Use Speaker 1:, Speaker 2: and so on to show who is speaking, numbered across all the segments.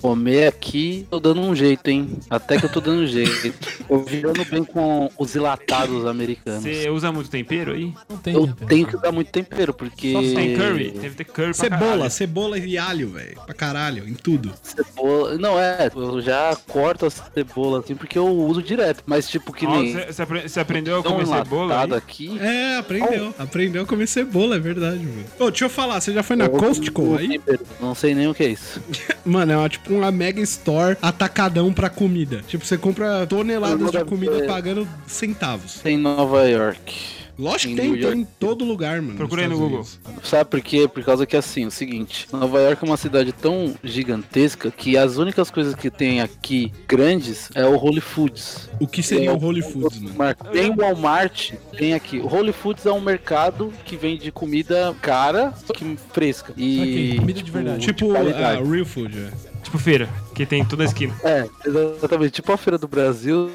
Speaker 1: comer aqui, tô dando um jeito, hein? Até que eu tô dando um jeito. tô virando bem com os dilatados americanos.
Speaker 2: Você usa muito tempero aí?
Speaker 1: Não tem. Eu tempero. tenho que dar muito tempero, porque.
Speaker 2: Só tem curry. Deve ter curry
Speaker 3: Cebola, caralho. cebola e alho, velho. Pra caralho, em tudo.
Speaker 1: Cebola. Não, é. Eu já corto a cebola assim, porque eu uso direto. Mas tipo que nem. um
Speaker 2: Você aprendeu a comer cebola? Aí?
Speaker 3: Aqui. É, aprendeu. Oh. Aprendeu a comer cebola, é verdade, velho. Ô, deixa eu falar, você já foi na Costco É, aí?
Speaker 1: Não sei nem o que é isso.
Speaker 3: Mano, é uma, tipo uma mega store atacadão pra comida. Tipo, você compra toneladas de comida ver. pagando centavos.
Speaker 1: Em Nova York.
Speaker 3: Lógico que tem, York. tem em todo lugar, mano.
Speaker 2: Procurei no Google. Unidos.
Speaker 1: Sabe por quê? Por causa que assim, é o seguinte, Nova York é uma cidade tão gigantesca que as únicas coisas que tem aqui grandes é o Holy Foods.
Speaker 3: O que seria tem o Holy Foods, né? mano?
Speaker 1: Mar... Tem o Walmart, tem aqui. O Holy Foods é um mercado que vende comida cara, só que fresca. E okay,
Speaker 3: comida de verdade. Tipo, tipo uh, real food, é.
Speaker 2: Tipo feira, que tem toda a esquina.
Speaker 1: É, exatamente. Tipo a feira do Brasil,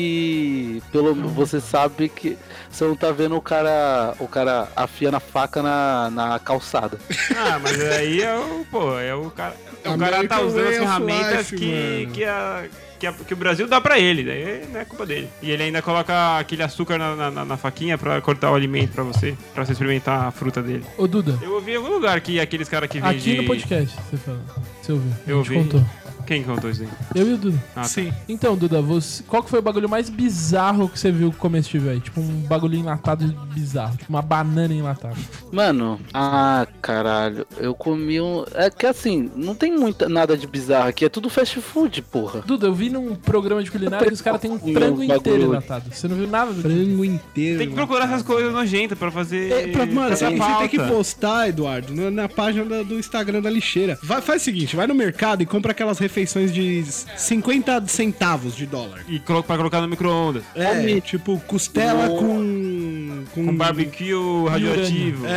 Speaker 1: e pelo você sabe que você não tá vendo o cara, o cara afiando a faca na, na calçada.
Speaker 2: Ah, mas aí é o, pô, é o cara, o American cara tá usando as ferramentas life, que, mano. que a que, a, que, o Brasil dá pra ele, daí não é culpa dele. E ele ainda coloca aquele açúcar na, na, na, faquinha pra cortar o alimento pra você, pra você experimentar a fruta dele.
Speaker 4: Ô, Duda.
Speaker 2: Eu ouvi em algum lugar que aqueles caras que vendem.
Speaker 4: Aqui no podcast, você fala. Você ouviu.
Speaker 2: Eu ouvi.
Speaker 4: Contou.
Speaker 2: Quem contou isso aí?
Speaker 4: Eu e o Duda.
Speaker 2: Ah,
Speaker 4: Sim. Tá. Então, Duda, você... qual que foi o bagulho mais bizarro que você viu comestível aí? Tipo, um bagulho enlatado bizarro. Tipo, uma banana enlatada.
Speaker 1: Mano, ah, caralho. Eu comi um... É que assim, não tem muita, nada de bizarro aqui. É tudo fast food, porra.
Speaker 4: Duda, eu vi num programa de culinária que os caras têm um frango inteiro enlatado. Você não viu nada do
Speaker 3: Frango inteiro.
Speaker 2: Tem que procurar essas coisas nojentas pra fazer...
Speaker 3: É, pra, mano, sabe, você tem que postar, Eduardo, na, na página da, do Instagram da lixeira. Vai, faz o seguinte, vai no mercado e compra aquelas refeições de 50 centavos de dólar.
Speaker 2: E colo pra colocar no micro-ondas.
Speaker 3: É, é, tipo, costela no... com,
Speaker 2: com... Com barbecue radioativo.
Speaker 1: É, é,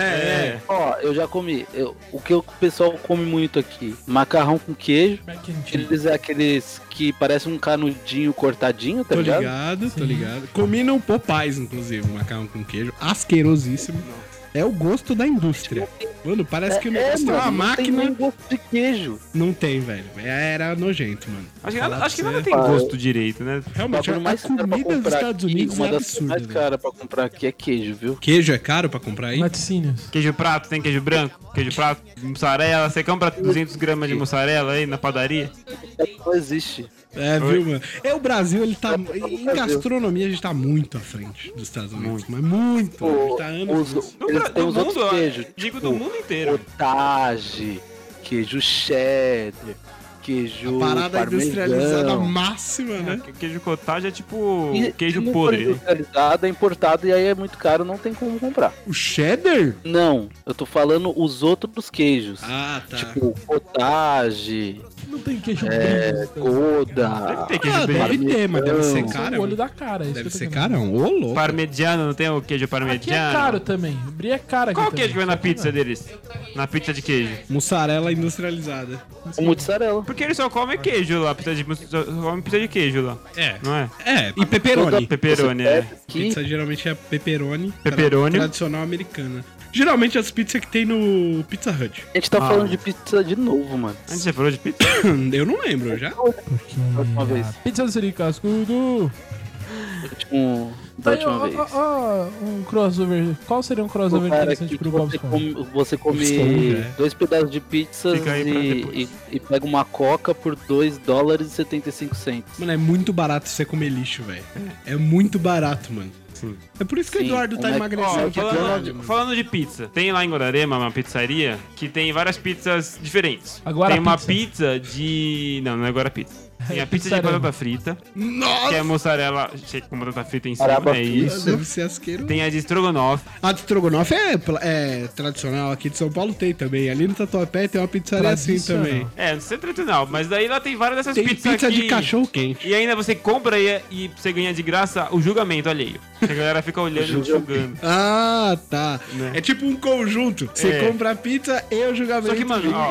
Speaker 1: é. Ó, eu já comi. Eu, o que o pessoal come muito aqui? Macarrão com queijo. Eles é aqueles que parece um canudinho cortadinho, tá
Speaker 3: tô
Speaker 1: ligado?
Speaker 3: ligado tô ligado. Comi no Popeyes, inclusive, macarrão com queijo. Asquerosíssimo. Nossa. É o gosto da indústria. Mano, parece que é, é, mano,
Speaker 1: uma não máquina. Não tem gosto de queijo.
Speaker 3: Não tem, velho. É, Era nojento, mano.
Speaker 2: Acho que, nada, acho que nada tem gosto direito, né?
Speaker 3: Realmente, a mais comida dos Estados aqui, Unidos uma é das absurda.
Speaker 1: mais cara pra comprar aqui é queijo, viu?
Speaker 3: Queijo é caro pra comprar aí?
Speaker 4: Laticínios.
Speaker 2: Queijo prato, tem queijo branco, queijo prato, mussarela. Você compra 200 gramas de mussarela aí na padaria?
Speaker 1: Não existe.
Speaker 3: É, Oi? viu, mano? É, o Brasil, ele tá. Em gastronomia, a gente tá muito à frente dos Estados Unidos. Muito. Mas muito. O, tá anos.
Speaker 1: Os, do, eles têm os mundo, outros queijos.
Speaker 2: Digo do mundo inteiro.
Speaker 1: Otage, queijo cheddar. Queijo.
Speaker 3: A parada parmesão. industrializada máxima, né?
Speaker 2: É, queijo cottage é tipo e, queijo podre.
Speaker 1: Industrializado, é importado e aí é muito caro, não tem como comprar.
Speaker 3: O cheddar?
Speaker 1: Não, eu tô falando os outros queijos.
Speaker 3: Ah, tá.
Speaker 1: Tipo, cottage,
Speaker 4: não tem queijo
Speaker 1: é, Goda.
Speaker 3: Deve ter queijo ah, Deve ter, mas deve ser caro.
Speaker 4: O olho da cara. é
Speaker 3: Deve ser carão. Ô, louco.
Speaker 2: Parmegiano, não tem o queijo parmegiano?
Speaker 4: Aqui é caro também. O brie é caro aqui
Speaker 2: Qual
Speaker 4: também.
Speaker 2: queijo que vai na pizza deles? Na pizza de queijo?
Speaker 3: Mussarela industrializada.
Speaker 1: Mussarela.
Speaker 2: Porque eles só comem queijo lá. Pizza de, só comem pizza de queijo lá.
Speaker 3: É.
Speaker 2: Não é?
Speaker 3: É. E pepperoni.
Speaker 2: Pepperoni, é.
Speaker 3: Pizza geralmente é pepperoni.
Speaker 2: Pepperoni.
Speaker 3: Tradicional americana. Geralmente as pizzas que tem no Pizza Hut.
Speaker 1: A gente tá ah. falando de pizza de novo, mano.
Speaker 2: A gente já falou de pizza?
Speaker 3: eu não lembro, já.
Speaker 4: Porque... Última vez. Pizza do Siri Cascudo.
Speaker 1: Último... Da última
Speaker 4: ó,
Speaker 1: vez.
Speaker 4: Ó, ó, um crossover. Qual seria um crossover
Speaker 1: Cara,
Speaker 4: interessante pro Bob
Speaker 1: Você come, você come dois pedaços de pizza e, e, e, pega uma coca por 2 dólares e 75 centos.
Speaker 3: Mano, é muito barato você comer lixo, velho. É muito barato, mano. Sim. É por isso que Sim, o Eduardo tá é emagrecendo.
Speaker 2: Que... Oh, falando, de, falando, de pizza, tem lá em Guararema uma pizzaria que tem várias pizzas diferentes.
Speaker 4: Agora
Speaker 2: tem uma
Speaker 4: pizza.
Speaker 2: pizza de. Não, não é agora pizza. Tem a pizza Pizzarema. de batata frita.
Speaker 3: Nossa!
Speaker 2: Que é mozzarella com batata frita em cima, Caramba, é isso.
Speaker 3: Deve ser asqueiro.
Speaker 2: Tem a de estrogonofe.
Speaker 3: A de estrogonofe é, é, tradicional. Aqui de São Paulo tem também. Ali no Tatuapé tem uma pizzaria assim também.
Speaker 2: É, não sei tradicional, mas daí lá tem várias dessas
Speaker 3: tem
Speaker 2: pizzas
Speaker 3: pizza
Speaker 2: aqui.
Speaker 3: de cachorro quente.
Speaker 2: E ainda você compra e, e você ganha de graça o julgamento alheio. A galera fica olhando e julgando.
Speaker 3: Ah, tá. Né? É tipo um conjunto. Você é. compra a pizza e o julgamento.
Speaker 2: Só que, mano, ó,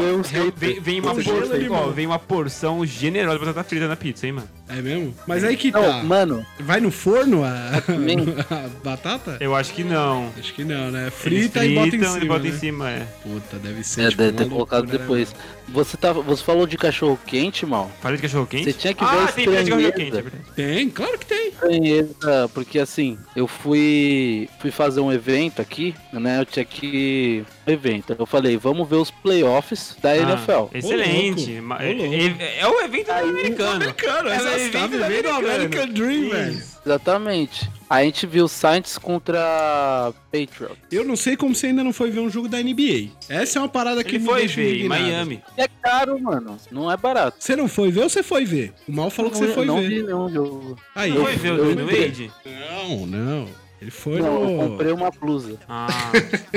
Speaker 2: vem, vem, uma porção, ó, vem uma porção generosa de batata frita na pizza, hein, mano?
Speaker 3: É mesmo? Mas aí que
Speaker 1: Não,
Speaker 3: tá.
Speaker 1: mano,
Speaker 3: Vai no forno a,
Speaker 1: também.
Speaker 3: a batata?
Speaker 2: Eu acho que não.
Speaker 3: Acho que não, né?
Speaker 2: Eles
Speaker 3: Frita e bota em
Speaker 2: fritam,
Speaker 3: cima.
Speaker 2: ele bota
Speaker 3: né?
Speaker 2: em cima, é.
Speaker 3: Puta, deve ser.
Speaker 1: é,
Speaker 3: tipo,
Speaker 1: deve ter
Speaker 3: uma
Speaker 1: colocado
Speaker 3: loucura, né,
Speaker 1: depois.
Speaker 3: mano?
Speaker 1: Você, tá, você falou de cachorro quente, mal?
Speaker 2: Falei é. de cachorro quente?
Speaker 1: Você tinha que ver
Speaker 2: ah,
Speaker 1: a
Speaker 2: tem pé de cachorro
Speaker 1: estranheza.
Speaker 2: quente, é verdade.
Speaker 3: Tem, claro que tem.
Speaker 1: estranheza, porque assim, eu fui fui fazer um evento aqui, né? Eu tinha que um evento. Eu falei, vamos ver os playoffs da NFL.
Speaker 2: Ah, excelente.
Speaker 3: Ô,
Speaker 2: Ma-
Speaker 3: louco.
Speaker 2: É, é- é o evento do americano.
Speaker 3: Americano,
Speaker 2: É,
Speaker 3: essa
Speaker 2: mas
Speaker 3: tá
Speaker 2: vem do
Speaker 3: vivendo o American
Speaker 2: americano.
Speaker 3: Dream,
Speaker 2: Isso.
Speaker 3: velho.
Speaker 1: Exatamente. A gente viu Saints contra Patriot.
Speaker 3: Eu não sei como você ainda não foi ver um jogo da NBA. Essa é uma parada que
Speaker 2: Ele
Speaker 3: me
Speaker 2: foi
Speaker 3: deixa
Speaker 2: ver em
Speaker 3: indignado.
Speaker 2: Miami.
Speaker 1: É caro, mano. Não é barato.
Speaker 3: Você não foi ver ou você foi ver? O Mal falou que
Speaker 1: Não-
Speaker 3: você foi
Speaker 1: não
Speaker 3: ver.
Speaker 1: vi nenhum jogo.
Speaker 3: Aí,
Speaker 2: Não foi ver o
Speaker 1: eu
Speaker 2: Dwayne
Speaker 1: entrei.
Speaker 2: Wade?
Speaker 3: Não, não. Ele foi
Speaker 1: Não, eu
Speaker 3: no.
Speaker 1: comprei uma blusa.
Speaker 2: Ah,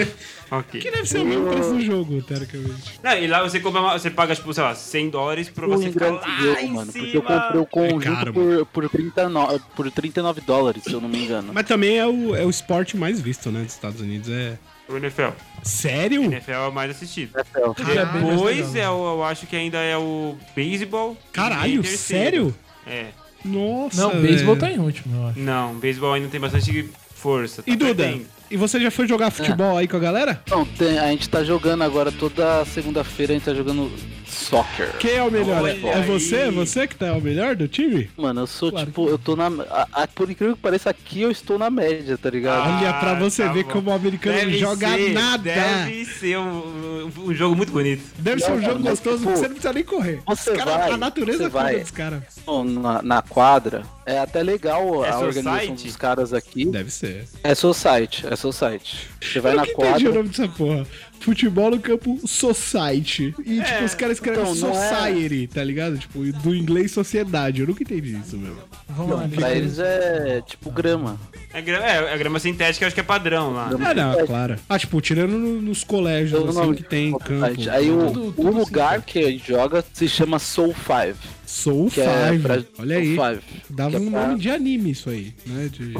Speaker 2: ok.
Speaker 3: Que deve ser o mesmo preço do jogo, teoricamente.
Speaker 2: Não, e lá você compra, uma- você paga, tipo, sei lá, 100 dólares pra
Speaker 1: O
Speaker 2: você ficar
Speaker 1: ingresso
Speaker 2: lá
Speaker 1: deu,
Speaker 2: em
Speaker 1: Um mano.
Speaker 2: cima.
Speaker 1: Porque eu comprei o conjunto
Speaker 3: caro,
Speaker 1: por, por, 39, por 39 dólares, se eu não me engano.
Speaker 3: Mas também é o, é o esporte mais visto, né, dos Estados Unidos. É.
Speaker 1: um
Speaker 2: O NFL.
Speaker 3: Sério?
Speaker 2: NFL é o mais assistido.
Speaker 1: NFL.
Speaker 4: Ele é bem mais
Speaker 2: Depois,
Speaker 4: legal.
Speaker 2: é o, eu acho que ainda é o beisebol.
Speaker 3: Caralho,
Speaker 2: E terceiro.
Speaker 3: sério?
Speaker 2: É.
Speaker 3: Nossa.
Speaker 4: Não, beisebol
Speaker 3: velho.
Speaker 4: tá em último, eu acho.
Speaker 2: Não, beisebol ainda tem bastante força. tá
Speaker 3: E Duda,
Speaker 2: perdendo.
Speaker 3: e você já foi jogar futebol aí com a galera?
Speaker 1: Não, tem- a gente tá jogando agora, toda segunda-feira a gente tá jogando soccer.
Speaker 3: Quem é o melhor?
Speaker 2: Olha
Speaker 3: é você?
Speaker 2: aí.
Speaker 3: É você que tá o melhor do time?
Speaker 1: Mano, eu sou
Speaker 4: Claro
Speaker 1: tipo, eu tô na. a- a- por incrível que pareça, aqui eu estou na média, tá ligado?
Speaker 2: Ah,
Speaker 3: Olha, pra você
Speaker 2: tá
Speaker 3: ver
Speaker 2: bom.
Speaker 3: como o americano não
Speaker 2: Deve
Speaker 3: joga
Speaker 2: ser,
Speaker 3: nada. Deve,
Speaker 2: Deve ser um, um- um jogo muito bonito.
Speaker 3: ser um
Speaker 1: Não,
Speaker 3: jogo
Speaker 1: mas,
Speaker 3: gostoso
Speaker 1: tipo,
Speaker 3: que você não precisa nem correr.
Speaker 1: você
Speaker 3: Os caras-
Speaker 1: vai,
Speaker 3: a natureza
Speaker 1: você
Speaker 3: cuida
Speaker 1: vai.
Speaker 3: dos caras.
Speaker 1: Bom, Na, na quadra. É até legal
Speaker 2: É
Speaker 1: a organização
Speaker 2: society?
Speaker 1: dos caras aqui.
Speaker 3: Deve ser.
Speaker 1: É society, é society. Você vai
Speaker 3: eu
Speaker 1: na
Speaker 3: nunca entendi o
Speaker 1: quadra.
Speaker 3: nome dessa porra. Futebol no campo Society. E, tipo, os caras escrevem
Speaker 1: então, não é-
Speaker 3: Society, tá ligado? Tipo, do inglês Sociedade. Eu nunca entendi isso, meu.
Speaker 4: Vamos lá,
Speaker 1: Pra
Speaker 4: Nicolas.
Speaker 1: eles é tipo grama.
Speaker 2: É grama, é, é grama sintética, eu acho que é padrão lá.
Speaker 1: Grama
Speaker 3: Ah, não,
Speaker 1: sintética.
Speaker 3: claro. Ah, tipo, tirando no- nos colégios,
Speaker 1: Pelo
Speaker 3: assim,
Speaker 1: um nome. é
Speaker 3: que tem campo. assim,
Speaker 1: Aí o,
Speaker 4: Tudo-
Speaker 1: o
Speaker 4: tudo
Speaker 1: lugar que a gente joga se chama Soul 5.
Speaker 3: Soul
Speaker 1: Que é
Speaker 3: Five.
Speaker 1: pra
Speaker 3: Olha aí.
Speaker 1: Soul Five.
Speaker 3: Dava
Speaker 1: que é
Speaker 3: um
Speaker 1: pra-
Speaker 3: nome de anime isso aí, né? De...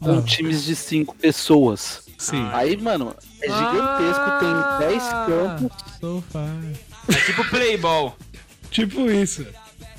Speaker 1: Com times de cinco pessoas.
Speaker 3: Sim.
Speaker 1: Aí, mano, é gigantesco,
Speaker 3: Ah.
Speaker 1: tem 10 campos.
Speaker 4: So far.
Speaker 2: É tipo playball.
Speaker 3: Tipo isso.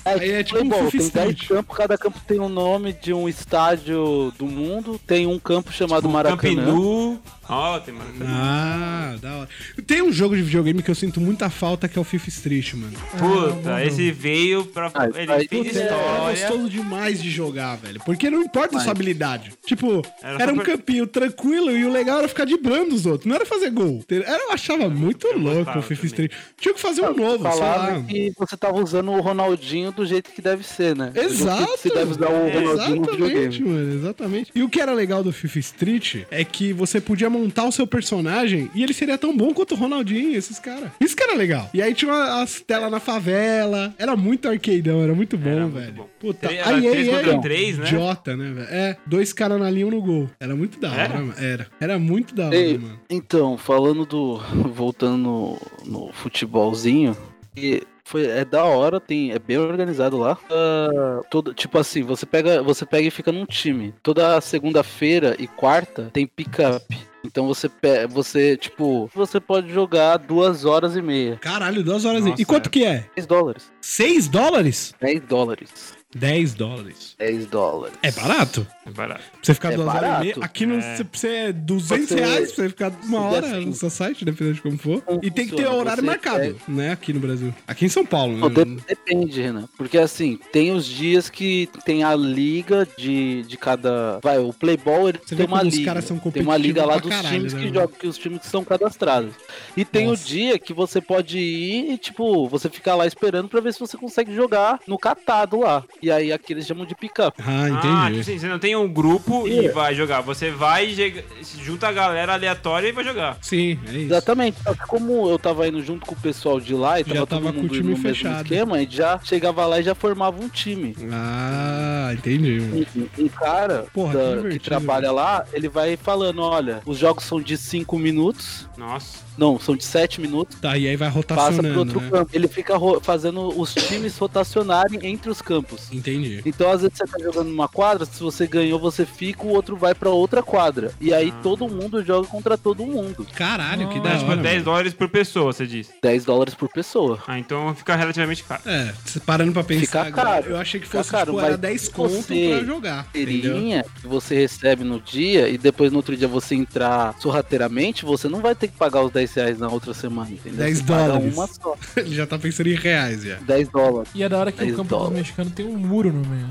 Speaker 3: Aí é tipo um
Speaker 1: futebol,
Speaker 3: FIFA
Speaker 1: tem 10
Speaker 3: Street.
Speaker 1: campos, cada campo tem o nome de um estádio do mundo, tem um campo chamado
Speaker 3: Tipo
Speaker 2: O Camp
Speaker 1: Maracanã.
Speaker 2: Nou. Ó, tem Maracanã.
Speaker 3: Ah, da hora. Tem um jogo de videogame que eu sinto muita falta que é o FIFA Street, mano.
Speaker 2: Puta, esse veio pra.
Speaker 1: Ah,
Speaker 2: ele
Speaker 1: aí tudo
Speaker 2: fez
Speaker 1: é-
Speaker 2: história.
Speaker 3: Era gostoso demais de jogar, velho. Porque não importa a sua habilidade. Tipo,
Speaker 2: Era só
Speaker 3: era, um
Speaker 2: pra-
Speaker 3: campinho tranquilo e o legal era ficar de brando os outros. Não era fazer gol. Era, eu achava muito louco
Speaker 2: gostava
Speaker 3: o FIFA
Speaker 2: também.
Speaker 3: Street. Tinha que fazer um novo, sei
Speaker 1: Falava
Speaker 3: lá.
Speaker 1: que você tava usando o Ronaldinho do jeito que deve ser, né? Do jeito que
Speaker 3: Exato!
Speaker 1: Você deve usar o Ronaldinho no
Speaker 3: Exatamente,
Speaker 1: videogame.
Speaker 3: mano, exatamente. E o que era legal do FIFA Street é que você podia montar o seu personagem e ele seria tão bom quanto o Ronaldinho, esses caras. Isso que era legal. E aí tinha uma- as telas na favela, era muito arcadeão, era muito bom,
Speaker 2: Era muito
Speaker 3: velho.
Speaker 2: bom.
Speaker 3: Puta,
Speaker 2: Tre-
Speaker 3: aí
Speaker 2: era três
Speaker 3: aí
Speaker 2: contra
Speaker 3: era
Speaker 2: três, né?
Speaker 3: idiota, né, velho? É, dois caras na linha, um no gol. Era muito da hora,
Speaker 2: Era?
Speaker 3: mano. Era. Era muito da hora,
Speaker 1: Ei,
Speaker 3: mano.
Speaker 1: então, falando do. voltando no, no futebolzinho, e foi, é da hora, tem, é bem organizado lá. Ah, todo, tipo assim, você pega, você pega e fica num time. Toda segunda-feira e quarta tem pick-up. Então você pe- você, tipo, você pode jogar duas horas e meia.
Speaker 3: Caralho, duas horas aí.
Speaker 2: Nossa,
Speaker 3: E quanto
Speaker 2: é.
Speaker 3: que é?
Speaker 1: 10 dólares.
Speaker 3: Seis dólares?
Speaker 1: 10 dólares.
Speaker 3: 10 dólares.
Speaker 1: 10 dólares.
Speaker 3: É barato?
Speaker 2: É barato.
Speaker 3: Pra você ficar
Speaker 1: É
Speaker 3: duas horas e meia.
Speaker 1: barato.
Speaker 3: Aqui no,
Speaker 2: É.
Speaker 3: você- você é 200
Speaker 1: Você-
Speaker 3: reais pra você ficar uma
Speaker 1: você
Speaker 3: hora
Speaker 1: assim,
Speaker 3: no seu site, dependendo de como for.
Speaker 1: como
Speaker 3: E tem que ter
Speaker 1: funciona,
Speaker 3: horário
Speaker 1: você
Speaker 3: marcado,
Speaker 1: pega-
Speaker 3: né? Aqui no Brasil. Aqui em São Paulo,
Speaker 1: Não,
Speaker 3: né?
Speaker 1: de- depende, Renan. Porque assim, tem os dias que tem a liga de, de cada. Vai, o Playball ele
Speaker 3: Você vê
Speaker 1: tem uma
Speaker 3: como os
Speaker 1: liga.
Speaker 3: caras são
Speaker 1: tem uma liga lá
Speaker 3: competitivos
Speaker 1: dos
Speaker 3: pra caralho,
Speaker 1: times
Speaker 3: né,
Speaker 1: que
Speaker 3: mano?
Speaker 1: jogam, que os times que são cadastrados. E tem
Speaker 3: Nossa.
Speaker 1: o dia que você pode ir e, tipo, você ficar lá esperando pra ver se você consegue jogar no catado lá. E aí aqui eles chamam de pick-up.
Speaker 3: Ah,
Speaker 2: Ah, tipo
Speaker 3: entendi.
Speaker 2: assim, você não tem um grupo e vai jogar. Você vai, chega- junta a galera aleatória e vai jogar.
Speaker 3: Sim, é isso.
Speaker 1: Exatamente. Só que como eu tava indo junto com o pessoal de lá e
Speaker 3: Já
Speaker 1: tava,
Speaker 3: tava
Speaker 1: todo
Speaker 3: com o
Speaker 1: mundo no
Speaker 3: time
Speaker 1: mesmo
Speaker 3: fechado.
Speaker 1: esquema, a gente já chegava lá e já formava um time.
Speaker 3: Ah, entendi. mano.
Speaker 1: Um- Um cara
Speaker 3: Porra,
Speaker 1: da-
Speaker 3: que
Speaker 1: que,
Speaker 3: divertido,
Speaker 1: trabalha lá, ele vai falando: olha, os jogos são de 5 minutos.
Speaker 2: Nossa.
Speaker 1: Não, são de 7 minutos.
Speaker 3: Tá, e aí vai
Speaker 1: Passa pro
Speaker 3: rotacionando,
Speaker 1: outro
Speaker 3: né?
Speaker 1: campo. Ele fica ro- fazendo os times rotacionarem entre os campos.
Speaker 3: Entendi.
Speaker 1: Então, às vezes, você tá jogando numa quadra, se você ganhou, você fica, o outro vai pra outra quadra. E aí todo mundo joga contra todo mundo.
Speaker 3: Caralho, que da
Speaker 2: É
Speaker 3: hora.
Speaker 2: tipo 10
Speaker 3: mano.
Speaker 2: dólares por pessoa, você diz.
Speaker 1: 10 dólares por pessoa.
Speaker 2: Ah, então fica relativamente caro.
Speaker 3: É, se parando pra pensar
Speaker 1: Fica
Speaker 3: agora,
Speaker 1: caro.
Speaker 3: eu achei que
Speaker 1: Fica
Speaker 3: fosse,
Speaker 1: caro,
Speaker 3: tipo, era
Speaker 1: mas
Speaker 3: 10
Speaker 1: se
Speaker 3: conto
Speaker 1: você
Speaker 3: pra jogar, entendeu?
Speaker 1: carteirinha que você recebe no dia e depois no outro dia você entrar sorrateiramente, você não vai ter que pagar os 10 reais na outra semana, entendeu?
Speaker 3: 10
Speaker 1: Você paga
Speaker 3: dólares.
Speaker 1: uma só.
Speaker 3: Ele já tá pensando em reais, já.
Speaker 1: 10 dólares.
Speaker 4: E é da hora que o
Speaker 1: 10
Speaker 4: campo dos
Speaker 1: dólares.
Speaker 4: mexicanos tem um muro no meio.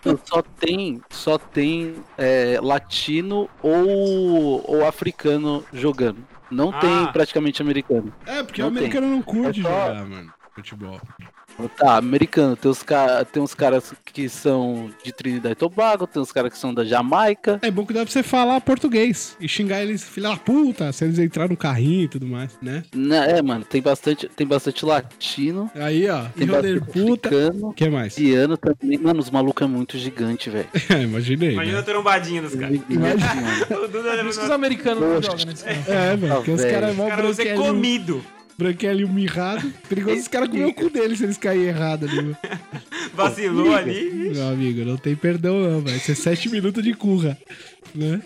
Speaker 1: Então, Só tem, só tem é, latino ou, ou africano jogando. Não
Speaker 2: Ah.
Speaker 1: tem praticamente americano.
Speaker 3: É, porque o
Speaker 1: Não tem.
Speaker 3: americano não curte
Speaker 1: É só-
Speaker 3: jogar, mano, futebol.
Speaker 1: Tá, americano. Tem uns, ca- tem uns caras que são de Trinidad e Tobago, tem uns caras que são da Jamaica.
Speaker 3: É bom que dá pra você falar português e xingar eles, filha da puta, se eles entrarem no carrinho e tudo mais, né?
Speaker 1: Né, É, mano, tem bastante, tem bastante latino.
Speaker 3: Aí, ó,
Speaker 1: Tem
Speaker 3: joder
Speaker 1: bastante
Speaker 3: puta.
Speaker 1: africano.
Speaker 3: O que mais?
Speaker 1: Esse ano também. Mano, os malucos é muito gigante, velho.
Speaker 3: É, imaginei.
Speaker 2: Imagina a
Speaker 3: Né?
Speaker 2: trombadinha dos caras.
Speaker 1: Imagina.
Speaker 2: O Duda
Speaker 4: Por
Speaker 2: leva
Speaker 4: isso que
Speaker 2: os
Speaker 4: os americanos não
Speaker 1: Poxa.
Speaker 4: jogam nesse campo.
Speaker 3: É, velho,
Speaker 1: Ah,
Speaker 3: porque os
Speaker 1: velho.
Speaker 3: caras vão
Speaker 2: caras vão ser
Speaker 3: branquelho,
Speaker 2: comido.
Speaker 3: branquelho mirrado. Perigoso os caras comer o cu dele se eles caírem errado ali, mano.
Speaker 2: Vacilou ali.
Speaker 3: Meu amigo, não tem perdão não, velho. Isso é 7 minutos de curra, né?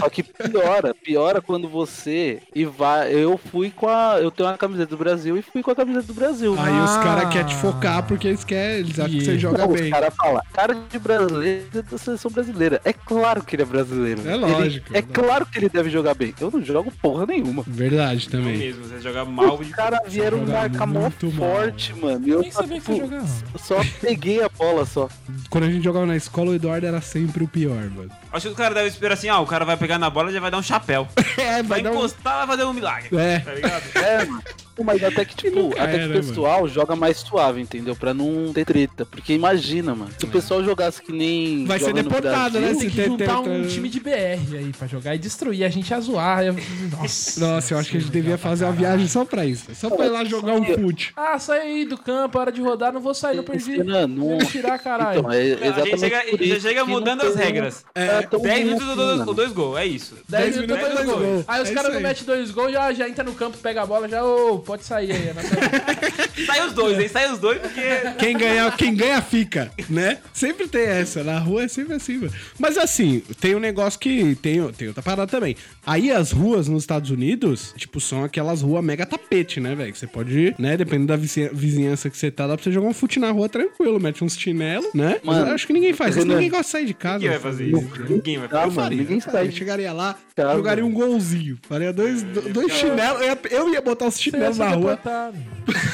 Speaker 1: Só que piora, piora quando você e vai. Eu fui com a. Eu tenho uma camiseta do Brasil e fui com a camiseta do Brasil. né?
Speaker 3: Aí
Speaker 4: Ah.
Speaker 3: os caras querem te focar porque eles querem, eles acham que você
Speaker 4: Yeah.
Speaker 3: joga
Speaker 1: Não,
Speaker 3: bem.
Speaker 1: Os caras falam, cara de brasileiro é da seleção brasileira. É claro que ele é brasileiro.
Speaker 3: É
Speaker 1: Ele-
Speaker 3: lógico,
Speaker 1: é
Speaker 3: né?
Speaker 1: claro que ele deve jogar bem. Eu não jogo porra nenhuma.
Speaker 3: Verdade
Speaker 2: Não
Speaker 3: também.
Speaker 2: mesmo, você jogar
Speaker 3: Um
Speaker 2: mal
Speaker 1: Os
Speaker 2: de.
Speaker 1: caras vieram
Speaker 3: Joga
Speaker 1: marcar mó
Speaker 3: muito mal.
Speaker 1: forte, mano. e Eu
Speaker 4: Nem
Speaker 1: só,
Speaker 4: sabia que você
Speaker 1: tipo,
Speaker 4: jogava.
Speaker 1: só peguei a bola só.
Speaker 3: Quando a gente jogava na escola, o Eduardo era sempre o pior, mano.
Speaker 2: Acho que os caras devem esperar assim, ah, o cara vai pegar na bola e já vai dar um chapéu.
Speaker 3: É,
Speaker 2: Vai
Speaker 3: dar um-
Speaker 2: encostar, vai fazer um milagre.
Speaker 3: É.
Speaker 2: Tá ligado?
Speaker 1: É, mano. Mas até que, tipo,
Speaker 3: nunca
Speaker 1: até
Speaker 3: é,
Speaker 1: que
Speaker 3: né,
Speaker 1: o pessoal joga mais suave, entendeu? Pra não ter treta. Porque imagina, mano. Se o pessoal jogasse que nem.
Speaker 3: É. Vai ser
Speaker 1: joga no
Speaker 3: deportado, né?
Speaker 1: Brasil,
Speaker 4: Tem que
Speaker 3: Tem-
Speaker 4: juntar
Speaker 3: tem-
Speaker 4: um time de BR aí pra jogar e destruir. A gente ia zoar. ia- Nossa,
Speaker 3: Nossa, eu acho que a gente devia fazer uma viagem só pra isso. Só pra ir lá jogar um fute.
Speaker 4: Ah, sai aí do campo, é hora de rodar, não vou sair, não perdi.
Speaker 1: Não, não-
Speaker 4: Vou tirar, caralho.
Speaker 1: Então, é
Speaker 2: Não, a gente
Speaker 1: exatamente
Speaker 2: chega,
Speaker 1: por
Speaker 2: já
Speaker 1: isso
Speaker 2: chega
Speaker 1: que não
Speaker 2: mudando
Speaker 1: tem
Speaker 2: as
Speaker 1: um-
Speaker 2: regras.
Speaker 1: É, tão
Speaker 2: 10
Speaker 1: bom
Speaker 2: minutos ou
Speaker 1: assim,
Speaker 2: dois,
Speaker 1: mano.
Speaker 2: ou dois gols, é isso.
Speaker 4: 10 minutos,
Speaker 2: minutos,
Speaker 4: dois
Speaker 2: dois
Speaker 4: gols.
Speaker 3: gols.
Speaker 4: Aí os
Speaker 3: É
Speaker 4: caras
Speaker 3: isso
Speaker 4: não
Speaker 3: aí.
Speaker 4: metem dois gols, já, já entra no campo, pega a bola, já, ô, pode sair aí. é na tua-
Speaker 2: Sai os dois, hein? Sai os dois, porque.
Speaker 3: Quem ganhar, quem ganha fica, né? Sempre tem essa. Na rua é sempre assim, mano. Mas assim, tem um negócio que tem, tem outra parada também. Aí as ruas nos Estados Unidos, tipo, são aquelas ruas mega tapete, né, velho? Que Você pode ir, né? Dependendo da vici- vizinhança que você tá, dá pra você jogar um fute na rua tranquilo, mete uns chinelo, né? Mas
Speaker 1: Mano,
Speaker 3: eu acho que ninguém faz isso.
Speaker 1: Renan,
Speaker 3: Ninguém gosta de sair de casa.
Speaker 2: Quem vai fazer isso? Ninguém vai fazer.
Speaker 1: Tá,
Speaker 3: Eu
Speaker 1: mano.
Speaker 3: faria,
Speaker 1: Ninguém
Speaker 3: eu faria.
Speaker 1: sai
Speaker 3: Eu chegaria lá,
Speaker 1: Tá,
Speaker 3: jogaria um golzinho. Faria dois, do- dois chinelos. Eu ia, eu ia botar os
Speaker 4: Você ia
Speaker 3: chinelos
Speaker 4: ser
Speaker 3: na rua.
Speaker 4: deportado.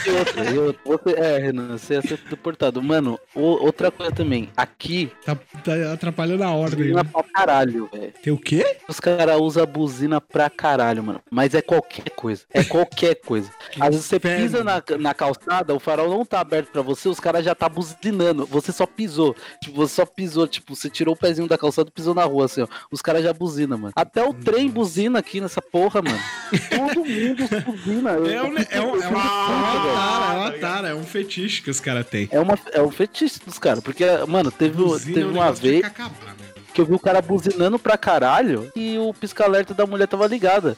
Speaker 1: E outra, e outra, você- é, Renan, você ia ser deportado. Mano, o- outra coisa também. Aqui,
Speaker 3: Tá, tá atrapalhando a ordem.
Speaker 1: buzina
Speaker 3: Né?
Speaker 1: pra caralho, velho.
Speaker 3: Tem o quê?
Speaker 1: Os caras usam buzina pra caralho, mano. Mas é qualquer coisa. É qualquer coisa. Às vezes você
Speaker 3: inferno.
Speaker 1: pisa na, na calçada, o farol não tá aberto pra você, os caras já tá buzinando. Você só pisou. Tipo, você só pisou. Tipo, você tirou o pezinho da calçada e pisou na rua, assim, ó. Os caras já buzinam, mano. Até
Speaker 3: Hum.
Speaker 1: o trem buzina aqui nessa porra, mano. Todo mundo buzina. Eu-
Speaker 3: É, um, é, um, é, uma, é uma tara, é uma tara, é um fetiche que os caras têm.
Speaker 1: É, uma, é um fetiche dos caras, porque, mano, teve,
Speaker 3: Buzina é
Speaker 1: teve
Speaker 3: um
Speaker 1: uma
Speaker 3: negócio que tinha
Speaker 1: vez
Speaker 3: que acabar, né?
Speaker 1: que eu vi o cara buzinando pra caralho e o pisca-alerta da mulher tava ligada.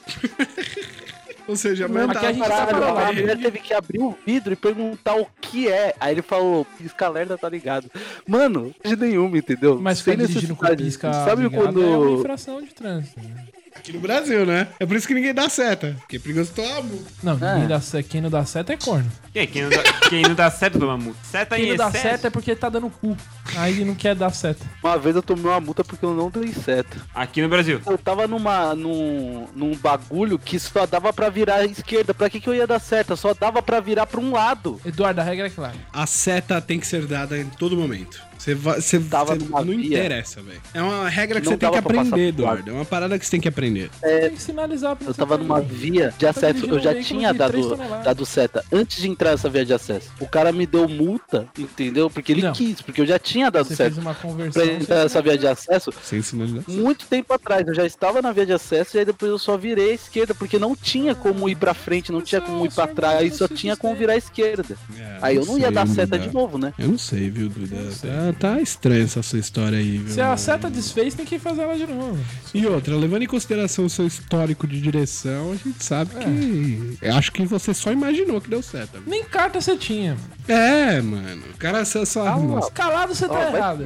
Speaker 3: Ou seja,
Speaker 4: Não,
Speaker 3: mandar
Speaker 4: aqui a gente tá
Speaker 1: Caralho,
Speaker 4: falando
Speaker 1: a
Speaker 4: lá,
Speaker 1: mulher teve que abrir o vidro e perguntar o que é. Aí ele falou, pisca-alerta tá ligado. Mano, de nenhuma, entendeu?
Speaker 4: Mas
Speaker 1: Sem
Speaker 4: ficar dirigindo com
Speaker 1: necessidade.
Speaker 4: pisca
Speaker 1: Sabe
Speaker 4: ligada é uma
Speaker 1: quando...
Speaker 4: infração de trânsito. né?
Speaker 3: aqui no Brasil, né? É por isso que ninguém dá seta. Porque é perigoso um toma.
Speaker 4: Não, ninguém
Speaker 1: É.
Speaker 4: dá se- quem não dá seta é corno.
Speaker 2: É, Quem não dá, quem não dá seta toma multa. Seta
Speaker 4: Quem
Speaker 2: em
Speaker 4: não dá
Speaker 2: excesso.
Speaker 4: seta é porque tá dando cu. Aí ele não quer dar seta.
Speaker 1: Uma vez eu tomei uma multa porque eu não dei seta.
Speaker 2: Aqui no Brasil.
Speaker 1: Eu tava numa, num, num bagulho que só dava pra virar à esquerda. Pra que que eu ia dar seta? Só dava pra virar pra um lado.
Speaker 4: Eduardo, a regra é clara.
Speaker 3: A seta tem que ser dada em todo momento. Você, va- você,
Speaker 1: Tava
Speaker 3: você
Speaker 1: numa
Speaker 3: não
Speaker 1: via.
Speaker 3: interessa, velho. É uma regra que
Speaker 1: Não
Speaker 3: você tem que
Speaker 1: dava pra passar
Speaker 3: aprender,
Speaker 1: por lá.
Speaker 3: Eduardo. É uma parada que você tem que aprender.
Speaker 4: Tem que sinalizar pra
Speaker 1: Eu
Speaker 4: você
Speaker 1: tava
Speaker 4: que-
Speaker 1: numa via de acesso,
Speaker 4: um
Speaker 1: eu já tinha dado, dado seta antes de entrar nessa via de acesso. O cara me deu multa, entendeu? Porque ele
Speaker 4: Não.
Speaker 1: quis, porque eu já tinha dado
Speaker 4: Você fez
Speaker 1: seta
Speaker 4: uma conversão.
Speaker 1: pra entrar nessa via de acesso
Speaker 3: Sem sinalização.
Speaker 1: muito tempo atrás. Eu já estava na via de acesso e aí depois eu só virei à esquerda, porque não tinha como ir pra frente, não tinha como ir pra trás, só tinha como virar à esquerda.
Speaker 3: É,
Speaker 1: Aí eu não ia
Speaker 3: sei,
Speaker 1: dar seta
Speaker 3: dá.
Speaker 1: de novo, né?
Speaker 3: Eu não sei, é viu, Duda? Tá, tá estranha essa sua história aí, viu?
Speaker 4: Se a seta desfez, tem que fazer ela de novo.
Speaker 3: E outra, levando em consideração o seu histórico de direção, a gente sabe que. Acho que você só imaginou que deu seta. viu?
Speaker 4: Nem carta você tinha. mano.
Speaker 3: É, mano. O cara é só. só- Nossa.
Speaker 4: Calado você tá errado.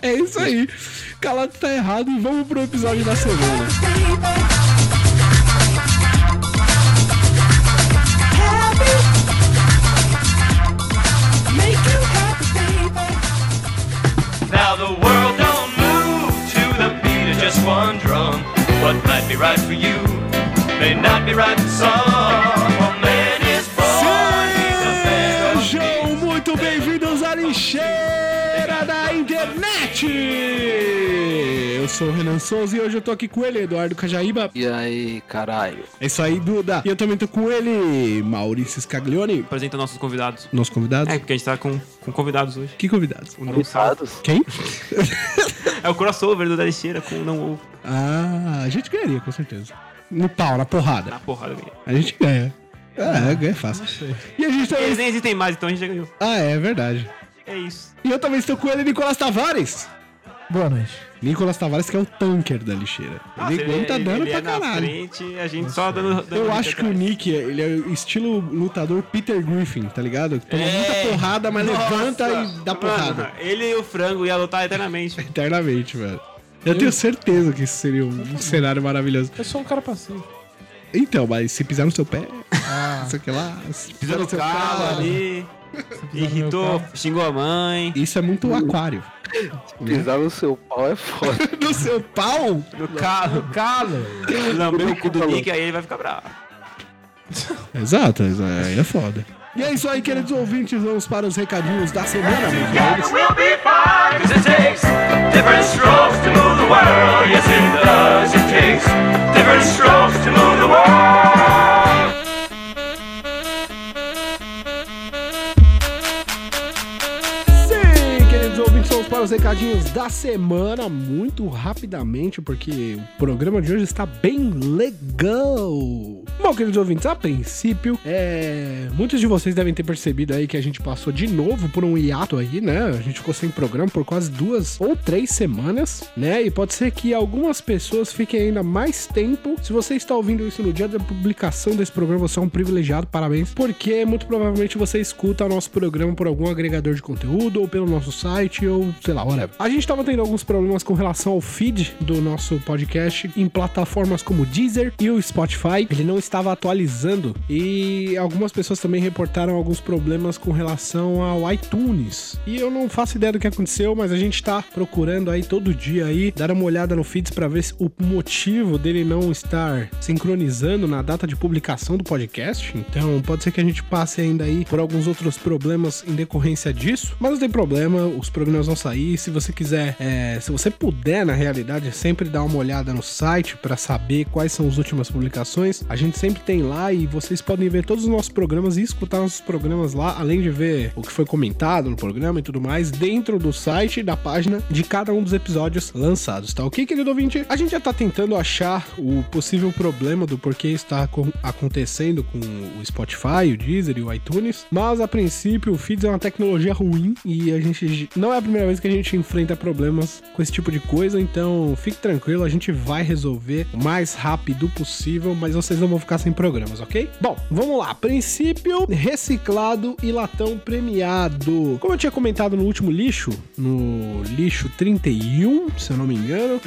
Speaker 3: É isso aí. Calado tá errado e vamos pro episódio da semana.
Speaker 5: Now the world don't move to the beat of just one drum. What might be right for you may not be right for some. A man is born, he's a man of
Speaker 3: Sejam muito bem-vindos à lixeira da internet! Eu sou o Renan Souza e hoje eu tô aqui com ele, Eduardo Cajaíba.
Speaker 1: E aí, caralho?
Speaker 3: É isso aí, Duda. E eu também tô com ele, Maurício Scaglione.
Speaker 2: Apresenta nossos convidados.
Speaker 3: Nosso convidado?
Speaker 2: É, porque a gente tá com, com convidados hoje.
Speaker 3: Que convidados?
Speaker 2: O não sabe.
Speaker 3: Quem?
Speaker 2: É o crossover do da lixeira com o não ouve.
Speaker 3: Ah, a gente ganharia, com certeza. No pau, na porrada.
Speaker 2: Na porrada ganhei.
Speaker 3: A gente ganha. Ah, ganha fácil. E a gente também.
Speaker 2: Eles nem existem mais, então a gente já ganhou.
Speaker 3: Ah, é verdade.
Speaker 2: É isso.
Speaker 3: E eu também estou com ele, Nicolas Tavares.
Speaker 4: Boa noite.
Speaker 3: Nicolas Tavares, que é o tanker da lixeira.
Speaker 2: Nossa,
Speaker 3: ele aguenta dano
Speaker 2: ele
Speaker 3: tá pra
Speaker 2: é na
Speaker 3: caralho.
Speaker 2: frente, a gente só dando, dando
Speaker 3: Eu
Speaker 2: hit
Speaker 3: acho que o
Speaker 2: atrás.
Speaker 3: Nick, ele é o estilo lutador Peter Griffin, tá ligado? Toma muita porrada, mas levanta e dá tá porrada.
Speaker 2: É. Mano, ele e o frango ia lutar eternamente.
Speaker 3: Eternamente, velho. Eu tenho certeza que isso seria um cenário maravilhoso.
Speaker 4: Eu sou um cara passivo.
Speaker 3: Então, mas se pisar no seu pé, não sei o que lá. se pisar
Speaker 2: Pisou Ah. no carro ali, irritou, xingou a mãe.
Speaker 3: Isso é muito aquário.
Speaker 1: Pisar no seu pau é foda.
Speaker 3: No seu pau?
Speaker 2: No carro,
Speaker 4: Calo.
Speaker 2: lambeu
Speaker 3: é
Speaker 2: o cu do
Speaker 1: Falou.
Speaker 2: Nick, aí ele vai ficar bravo.
Speaker 3: Exato, exato, aí é foda. E é isso aí, queridos ouvintes, vamos para os recadinhos da semana, meu
Speaker 5: Together we'll be fine, cause it takes different strokes to move the world. Yes, it does. It takes different strokes to move the world.
Speaker 3: Sim, queridos ouvintes, vamos para os recadinhos da semana, muito rapidamente, porque o programa de hoje está bem legal. Bom, queridos ouvintes, a princípio, é, muitos de vocês devem ter percebido aí que a gente passou de novo por um hiato aí, né? A gente ficou sem programa por quase duas ou três semanas, né? E pode ser que algumas pessoas fiquem ainda mais tempo. Se você está ouvindo isso no dia da publicação desse programa, você é um privilegiado, parabéns, porque muito provavelmente você escuta o nosso programa por algum agregador de conteúdo ou pelo nosso site ou sei lá, whatever. A gente tava tendo alguns problemas com relação ao feed do nosso podcast em plataformas como o Deezer e o Spotify. Ele não estava atualizando e algumas pessoas também reportaram alguns problemas com relação ao iTunes. E eu não faço ideia do que aconteceu, mas a gente tá procurando aí todo dia aí dar uma olhada no feeds para ver se o motivo dele não estar sincronizando na data de publicação do podcast. Então, pode ser que a gente passe ainda aí por alguns outros problemas em decorrência disso. Mas não tem problema, os programas vão sair. Se você quiser, é, se você puder, na realidade, sempre dá uma olhada no site para saber quais são as últimas publicações. A gente sempre tem lá e vocês podem ver todos os nossos programas e escutar nossos programas lá, além de ver o que foi comentado no programa e tudo mais, dentro do site e da página de cada um dos episódios lançados, tá ok, querido ouvinte? A gente já tá tentando achar o possível problema do porquê está co- acontecendo com o Spotify, o Deezer e o iTunes, mas a princípio o Feeds é uma tecnologia ruim e a gente não é a primeira vez que a gente enfrenta problemas com esse tipo de coisa, então fique tranquilo, a gente vai resolver o mais rápido possível, mas vocês não vão ficar sem programas, ok? Bom, vamos lá. Princípio reciclado e latão premiado. Como eu tinha comentado no último lixo, no lixo 31, se eu não me engano,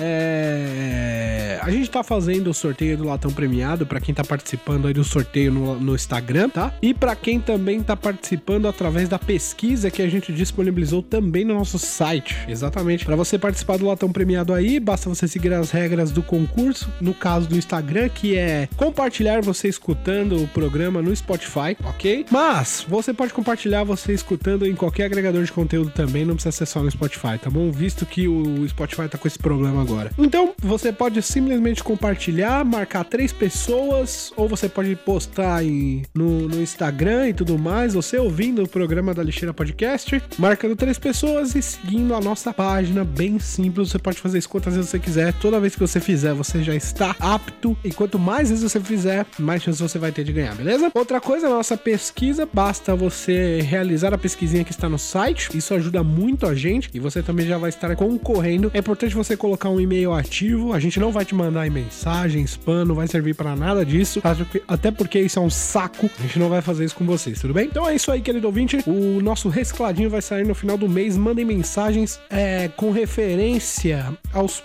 Speaker 3: é... a gente tá fazendo o sorteio do latão premiado para quem tá participando aí do sorteio no, no Instagram, tá? E para quem também tá participando através da pesquisa que a gente disponibilizou também no nosso site. Exatamente. Para você participar do latão premiado aí, basta você seguir as regras do concurso, no caso do Instagram, que é compartilhar você escutando o programa no Spotify, ok? Mas você pode compartilhar você escutando em qualquer agregador de conteúdo também, não precisa ser só no Spotify, tá bom? Visto que o Spotify tá com esse problema agora. Então, você pode simplesmente compartilhar, marcar três pessoas, ou você pode postar em- no, no Instagram e tudo mais, você ouvindo o programa da Lixeira Podcast, marcando três pessoas e seguindo a nossa página, bem simples. Você pode fazer isso quantas vezes você quiser. Toda vez que você fizer, você já está apto. E quanto mais vezes você fizer, mais chance você vai ter de ganhar, beleza? Outra coisa, nossa pesquisa, basta você realizar a pesquisinha que está no site. Isso ajuda muito a gente e você também já vai estar concorrendo. É importante você colocar um e-mail ativo. A gente não vai te mandar mensagem, spam, não vai servir para nada disso. Até porque isso é um saco. A gente não vai fazer isso com vocês, tudo bem? Então é isso aí, querido ouvinte. O nosso recicladinho vai sair no final do mês. Mandem mensagens é, com referência aos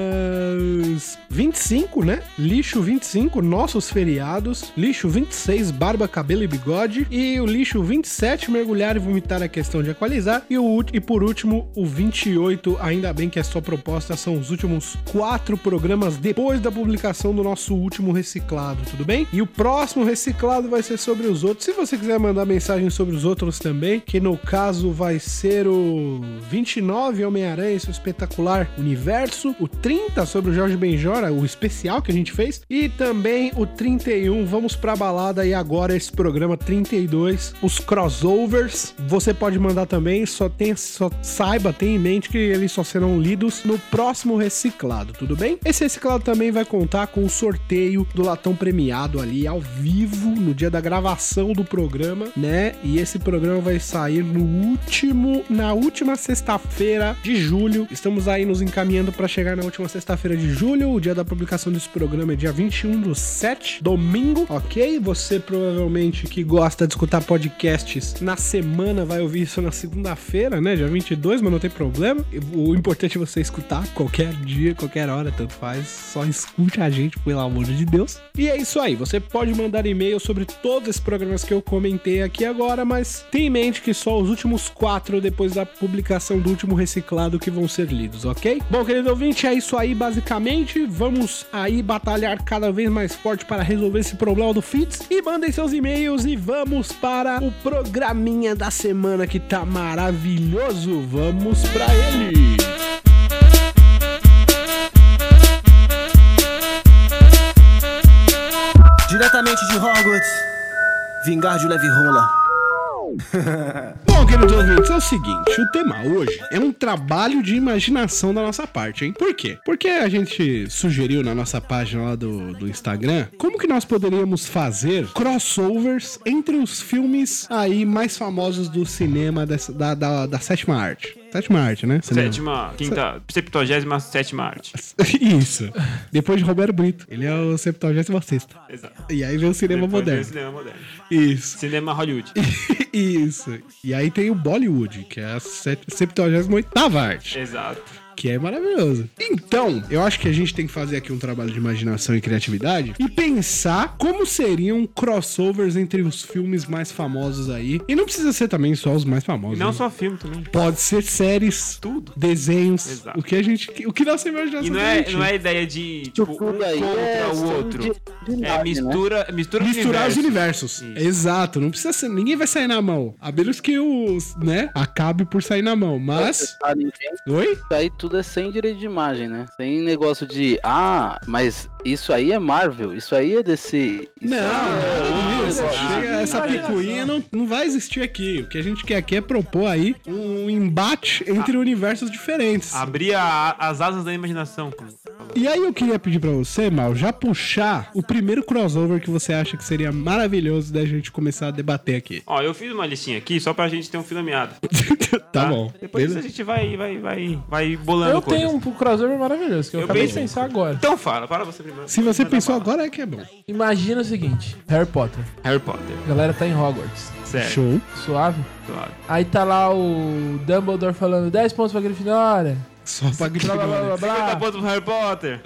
Speaker 3: programas 25, né? Lixo 25, nossos feriados. Lixo 26, barba, cabelo e bigode. E o lixo 27, mergulhar e vomitar a questão de equalizar. E, o, e por último, o 28, ainda bem que é só proposta, são os últimos quatro programas depois da publicação do nosso último reciclado, tudo bem? E o próximo reciclado vai ser sobre os outros. Se você quiser mandar mensagem sobre os outros também, que no caso vai ser o 29 Homem-Aranha e seu espetacular universo, o 30 sobre o Jorge Benjora, o especial que a gente fez, e também o 31 Vamos pra balada e agora esse programa 32, os crossovers. Você pode mandar também, só tem só saiba, tenha em mente que eles só serão lidos no próximo reciclado, tudo bem? Esse reciclado também vai contar com o sorteio do latão premiado ali ao vivo no dia da gravação do programa, né? E esse programa vai sair no último, na última sexta-feira de julho. Estamos aí nos encaminhando para chegar na última sexta-feira de julho. O dia da publicação desse programa é dia 21 do 7, domingo, ok? Você provavelmente que gosta de escutar podcasts na semana vai ouvir isso na segunda-feira, né? Dia 22, mas não tem problema. O importante é você escutar qualquer dia, qualquer hora, tanto faz. Só escute a gente, pelo amor de Deus. E é isso aí. Você pode mandar e-mail sobre todos esses programas que eu comentei aqui agora, mas tenha em mente que só os últimos quatro depois da publicação do último reciclado que vão ser lidos, ok? Bom, querido ouvinte, é isso aí basicamente. Vamos aí batalhar cada vez mais forte para resolver esse problema do FITS. E mandem seus e-mails e vamos para o programinha da semana que tá maravilhoso. Vamos para ele!
Speaker 6: Diretamente de Hogwarts, Vingardio Leve Rola.
Speaker 3: Bom, queridos ouvintes, é o seguinte: o tema hoje é um trabalho de imaginação da nossa parte, hein? Por quê? Porque a gente sugeriu na nossa página lá do, do Instagram como que nós poderíamos fazer crossovers entre os filmes aí mais famosos do cinema dessa- da, da, da sétima arte. Sétima arte, né? Cinema.
Speaker 2: Sétima, quinta, septuagésima, sétima arte.
Speaker 3: Isso. Depois de Roberto Brito. Ele é o 76
Speaker 2: Exato.
Speaker 3: E aí vem o cinema
Speaker 2: Depois veio o Cinema
Speaker 3: moderno.
Speaker 2: moderno.
Speaker 3: Isso.
Speaker 2: Cinema Hollywood.
Speaker 3: Isso. E aí tem o Bollywood, que é a 78 arte.
Speaker 2: Exato.
Speaker 3: que é maravilhoso. Então, eu acho que a gente tem que fazer aqui um trabalho de imaginação e criatividade e pensar como seriam crossovers entre os filmes mais famosos aí. E não precisa ser também só os mais famosos.
Speaker 2: Não
Speaker 3: né?
Speaker 2: só filme também.
Speaker 3: Pode ser séries,
Speaker 2: Tudo.
Speaker 3: desenhos,
Speaker 2: Exato.
Speaker 3: o que a gente, o que nossa imaginação
Speaker 2: E não é,
Speaker 3: permite.
Speaker 2: não é ideia de, tipo, um
Speaker 1: tudo aí é
Speaker 2: contra o outro.
Speaker 1: né?
Speaker 2: É mistura, mistura de
Speaker 3: Misturar os
Speaker 2: universos.
Speaker 3: universos.
Speaker 2: Isso.
Speaker 3: Exato. Não precisa ser. Ninguém vai sair na mão. A menos que os, né? Acabe por sair na mão. Mas. Oi?
Speaker 1: Isso aí tudo é sem direito de imagem, né? Sem negócio de, ah, mas isso aí é Marvel, isso aí é DC. Isso
Speaker 3: Não,
Speaker 1: aí
Speaker 3: nada
Speaker 1: é
Speaker 3: disso.
Speaker 1: outro negócio.
Speaker 3: Chega, essa picuinha não, não vai existir aqui. O que a gente quer aqui é propor aí um embate entre universos diferentes.
Speaker 2: Abrir a- as asas da imaginação. como falou.
Speaker 3: E aí eu queria pedir pra você, Mal, já puxar o primeiro crossover que você acha que seria maravilhoso da gente começar a debater aqui.
Speaker 2: Ó, eu fiz uma listinha aqui só pra gente ter um filmeado.
Speaker 3: tá bom.
Speaker 2: Depois disso a
Speaker 3: beleza?
Speaker 2: gente vai, vai, vai, vai bolando
Speaker 4: Eu
Speaker 2: coisas.
Speaker 4: tenho um crossover maravilhoso que eu,
Speaker 2: Eu
Speaker 4: acabei de
Speaker 2: penso.
Speaker 4: pensar agora.
Speaker 2: Então fala, fala você primeiro.
Speaker 3: Se você
Speaker 2: Manda
Speaker 3: pensou
Speaker 2: bala.
Speaker 3: agora é que é bom.
Speaker 4: Imagina o seguinte: Harry Potter.
Speaker 2: Harry Potter.
Speaker 4: A galera tá em Hogwarts.
Speaker 2: Certo.
Speaker 3: Show.
Speaker 4: Suave.
Speaker 2: Claro.
Speaker 4: Aí tá lá o Dumbledore falando 10 pontos pra Grifinória.
Speaker 3: Só pra
Speaker 4: Blá blá blá
Speaker 3: gritar.
Speaker 4: blá
Speaker 2: 50
Speaker 4: blá.
Speaker 2: pontos pro Harry Potter.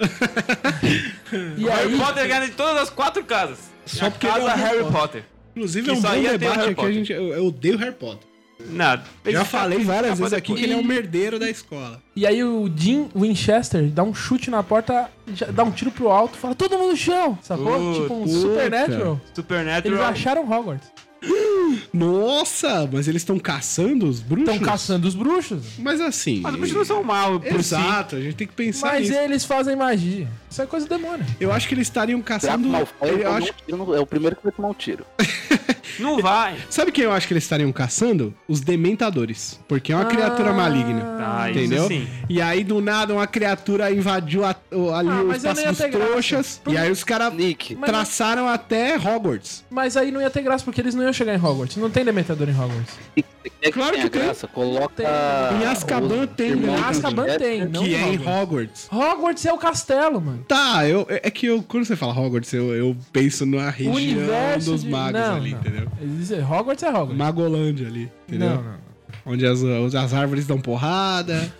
Speaker 4: E
Speaker 2: Harry
Speaker 4: aí,
Speaker 2: Potter ganha de todas as quatro casas.
Speaker 3: Só
Speaker 2: a
Speaker 3: porque
Speaker 2: casa
Speaker 3: não é
Speaker 2: Harry
Speaker 3: Harry
Speaker 2: Potter.
Speaker 3: Inclusive
Speaker 2: que
Speaker 3: é um
Speaker 2: só
Speaker 3: bom
Speaker 2: ia ter o
Speaker 3: debate
Speaker 2: Harry
Speaker 3: aqui. A
Speaker 2: Potter.
Speaker 3: gente, eu, eu odeio Harry Potter.
Speaker 2: Nada.
Speaker 3: Já falei várias vezes aqui que ele é o
Speaker 2: melhor.
Speaker 3: merdeiro da escola.
Speaker 4: e aí o Dean Winchester dá um chute na porta, já- dá um tiro pro alto, fala todo mundo no chão. Sacou?
Speaker 2: Puta.
Speaker 4: tipo um Supernatural. Eles
Speaker 2: Supernatural.
Speaker 4: acharam Hogwarts.
Speaker 3: Nossa, mas eles estão caçando os bruxos?
Speaker 4: Estão caçando os bruxos.
Speaker 3: Mas assim.
Speaker 2: Mas os bichos não são mal, por si.
Speaker 3: Exato, a gente tem que pensar
Speaker 4: assim. Mas é-
Speaker 3: nisso.
Speaker 4: eles fazem magia. Isso é coisa do demônio.
Speaker 3: Eu acho que eles estariam
Speaker 1: Será que
Speaker 3: caçando.
Speaker 1: Malfoy
Speaker 3: Eu
Speaker 1: tomou
Speaker 3: acho,
Speaker 1: um tiro no- é o primeiro que vai tomar um tiro.
Speaker 2: Não vai.
Speaker 3: Sabe quem eu acho que eles estariam caçando? Os dementadores. Porque é uma criatura
Speaker 4: Ah.
Speaker 3: maligna.
Speaker 2: Tá, isso
Speaker 3: entendeu?
Speaker 2: sim.
Speaker 3: E aí, do nada, uma criatura invadiu a- o- ali
Speaker 4: Ah,
Speaker 3: o
Speaker 4: mas eu
Speaker 3: espaço
Speaker 4: não ia
Speaker 3: dos
Speaker 4: ter graça.
Speaker 3: trouxas. E aí os caras
Speaker 1: Nick.
Speaker 4: Mas-
Speaker 3: traçaram até Hogwarts.
Speaker 4: Mas aí não ia ter graça, porque eles não iam chegar em Hogwarts. Não tem Dementador em Hogwarts.
Speaker 1: É
Speaker 3: Claro
Speaker 1: tem
Speaker 3: que
Speaker 1: a
Speaker 3: tem.
Speaker 1: graça. Coloca.
Speaker 4: Tem.
Speaker 3: Em Azkaban
Speaker 1: Ah, os
Speaker 3: tem,
Speaker 1: irmãos
Speaker 3: né?
Speaker 1: do
Speaker 4: Azkaban
Speaker 1: Jack.
Speaker 4: tem, não
Speaker 3: que é em
Speaker 4: Hogwarts.
Speaker 3: Hogwarts.
Speaker 4: Hogwarts é o castelo, mano.
Speaker 3: Tá, eu, é que eu, quando você fala Hogwarts, eu, eu penso na
Speaker 4: O
Speaker 3: região
Speaker 4: universo
Speaker 3: dos
Speaker 4: de-
Speaker 3: magos
Speaker 4: não,
Speaker 3: ali,
Speaker 4: não.
Speaker 3: entendeu?
Speaker 4: Eles dizem, Hogwarts é Hogwarts.
Speaker 3: Magolândia ali, entendeu?
Speaker 4: Não, não.
Speaker 3: Onde as, as árvores dão porrada,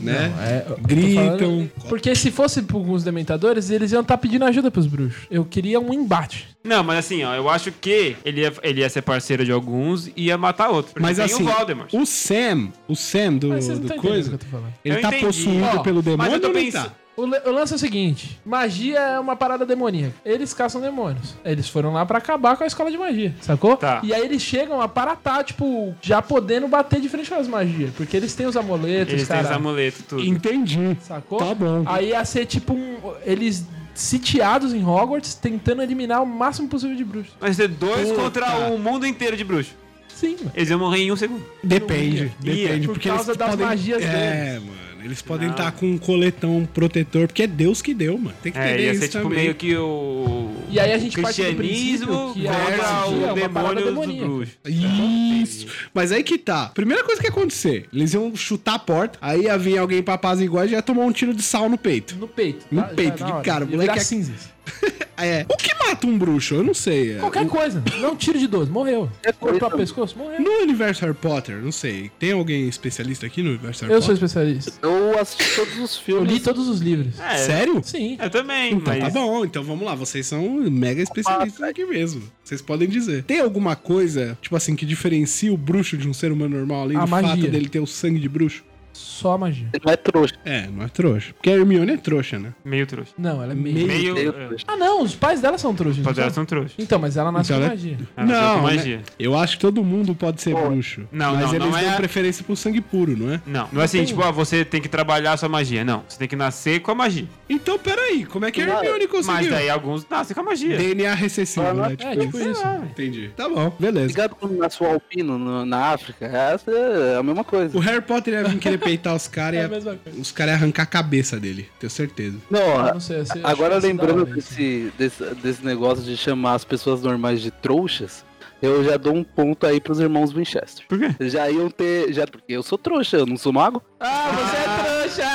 Speaker 3: né?
Speaker 4: É, eu tô
Speaker 3: Gritam.
Speaker 4: falando- Porque se fosse por alguns dementadores, eles iam estar pedindo ajuda pros bruxos. Eu queria um embate.
Speaker 2: Não, mas assim, ó, eu acho que ele ia, ele ia ser parceiro de alguns e ia matar outros. Porque
Speaker 3: Mas
Speaker 2: tem
Speaker 3: assim,
Speaker 2: o Voldemort.
Speaker 3: o Sam, o Sam do,
Speaker 4: Mas vocês não
Speaker 3: do
Speaker 4: estão entendendo o que
Speaker 3: coisa,
Speaker 4: eu tô falando.
Speaker 3: ele
Speaker 2: Eu
Speaker 3: tá
Speaker 2: entendi.
Speaker 3: possuído
Speaker 4: Ó,
Speaker 3: pelo
Speaker 2: mas
Speaker 3: demônio
Speaker 2: eu tô
Speaker 3: ou não
Speaker 2: pensando-
Speaker 3: tá?
Speaker 4: O, le- o lance é o seguinte: magia é uma parada demoníaca. Eles caçam demônios. Eles foram lá pra acabar com a escola de magia, sacou?
Speaker 2: Tá.
Speaker 4: E aí eles chegam a paratar, tipo, já podendo bater de frente com as magias. Porque eles têm os amuletos,
Speaker 2: Eles têm os
Speaker 4: caralho,
Speaker 2: amuletos, tudo.
Speaker 3: Entendi.
Speaker 4: Sacou?
Speaker 3: Tá bom.
Speaker 4: Aí ia ser tipo um. Eles sitiados em Hogwarts, tentando eliminar o máximo possível de bruxos.
Speaker 2: Vai ser dois
Speaker 3: Puta.
Speaker 2: contra o mundo inteiro de bruxo.
Speaker 4: Sim, mano.
Speaker 2: Eles iam morrer em um segundo.
Speaker 3: Depende,
Speaker 4: Ia,
Speaker 3: depende.
Speaker 4: por
Speaker 3: porque
Speaker 4: causa
Speaker 3: eles
Speaker 4: das
Speaker 3: podem...
Speaker 4: magias
Speaker 3: É, mano, eles podem estar com um coletão protetor, porque é Deus que deu, mano. Tem que
Speaker 2: É,
Speaker 3: entender
Speaker 2: ia
Speaker 3: isso
Speaker 2: ser tipo
Speaker 3: também.
Speaker 2: meio que o.
Speaker 4: E aí a gente parte do
Speaker 2: cristianismo
Speaker 4: princípio que a
Speaker 2: contra
Speaker 4: magia é
Speaker 2: o
Speaker 4: uma parada
Speaker 2: demônio dos
Speaker 4: demoníaca.
Speaker 2: bruxos.
Speaker 3: Isso. Mas aí que tá. Primeira coisa que ia acontecer, eles iam chutar a porta, aí ia vir alguém pra paz igual e já ia tomar um tiro de sal no peito.
Speaker 4: No peito.
Speaker 3: No
Speaker 4: Já
Speaker 3: peito,
Speaker 4: na
Speaker 3: de
Speaker 4: hora.
Speaker 3: cara,
Speaker 4: E
Speaker 3: moleque
Speaker 4: virar
Speaker 3: é-
Speaker 4: cinzas.
Speaker 3: É. O que mata um bruxo? Eu não sei. É,
Speaker 4: Qualquer coisa. Não, tiro de 12. Morreu. Cortou o pescoço? Morreu.
Speaker 3: No universo Harry Potter, não sei. Tem alguém especialista aqui no universo Harry
Speaker 4: Eu sou
Speaker 3: Potter?
Speaker 4: especialista.
Speaker 1: Eu assisti todos os
Speaker 4: Eu
Speaker 1: filmes.
Speaker 4: li todos os livros.
Speaker 2: É,
Speaker 3: Sério?
Speaker 4: Sim.
Speaker 2: Eu também,
Speaker 3: Então
Speaker 2: mas.
Speaker 3: tá bom, então vamos lá, vocês são mega especialistas aqui mesmo. Vocês podem dizer. Tem alguma coisa, tipo assim, que diferencia o bruxo de um ser humano normal, além
Speaker 4: A
Speaker 3: do fato
Speaker 4: magia.
Speaker 3: dele ter o sangue de bruxo?
Speaker 4: Só magia.
Speaker 1: Ele não é trouxa.
Speaker 3: É, não é trouxa. Porque a Hermione é trouxa, né?
Speaker 2: Meio trouxa.
Speaker 4: Não, ela é meio.
Speaker 2: Meio.
Speaker 1: Meio
Speaker 2: é,
Speaker 1: trouxa.
Speaker 4: Ah, não. Os pais dela são trouxas.
Speaker 2: Mas
Speaker 4: não
Speaker 2: elas
Speaker 4: são?
Speaker 2: são trouxas.
Speaker 4: Então, mas ela nasceu
Speaker 3: Então
Speaker 4: com
Speaker 3: ela é-
Speaker 4: magia.
Speaker 2: Elas são com
Speaker 3: né?
Speaker 2: magia.
Speaker 3: Eu acho que todo mundo pode ser bruxo.
Speaker 2: Não,
Speaker 3: mas
Speaker 2: não,
Speaker 3: eles
Speaker 2: não
Speaker 3: têm
Speaker 2: é-
Speaker 3: preferência pro sangue puro, não é?
Speaker 2: Não, não é assim,
Speaker 4: tem-
Speaker 2: tipo, ah, você tem que trabalhar a sua magia. Não, você tem que nascer com a magia.
Speaker 3: Então, peraí, como é que a Hermione
Speaker 2: Mas
Speaker 3: conseguiu?
Speaker 2: daí alguns nascem com a magia.
Speaker 3: DNA recessivo, né?
Speaker 4: É, tipo isso.
Speaker 3: Entendi. Tá bom, beleza.
Speaker 1: Ligado quando nasceu o Alpino no- na África, essa é a mesma coisa.
Speaker 3: O Harry Potter ia vir querer peitar os
Speaker 4: É
Speaker 3: caras
Speaker 4: a
Speaker 3: e ia-
Speaker 4: mesma coisa.
Speaker 3: os caras iam arrancar a cabeça dele, tenho certeza.
Speaker 1: Não,
Speaker 4: Eu não sei, eu sei-
Speaker 1: agora
Speaker 4: acho que é
Speaker 1: lembrando
Speaker 4: vai ser
Speaker 1: desse, desse, desse negócio de chamar as pessoas normais de trouxas, eu já dou um ponto aí pros irmãos Winchester.
Speaker 2: Por quê?
Speaker 1: Já iam ter. Já, porque eu sou trouxa, eu não sou mago.
Speaker 4: Ah, você é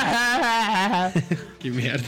Speaker 4: trouxa!
Speaker 3: Que merda.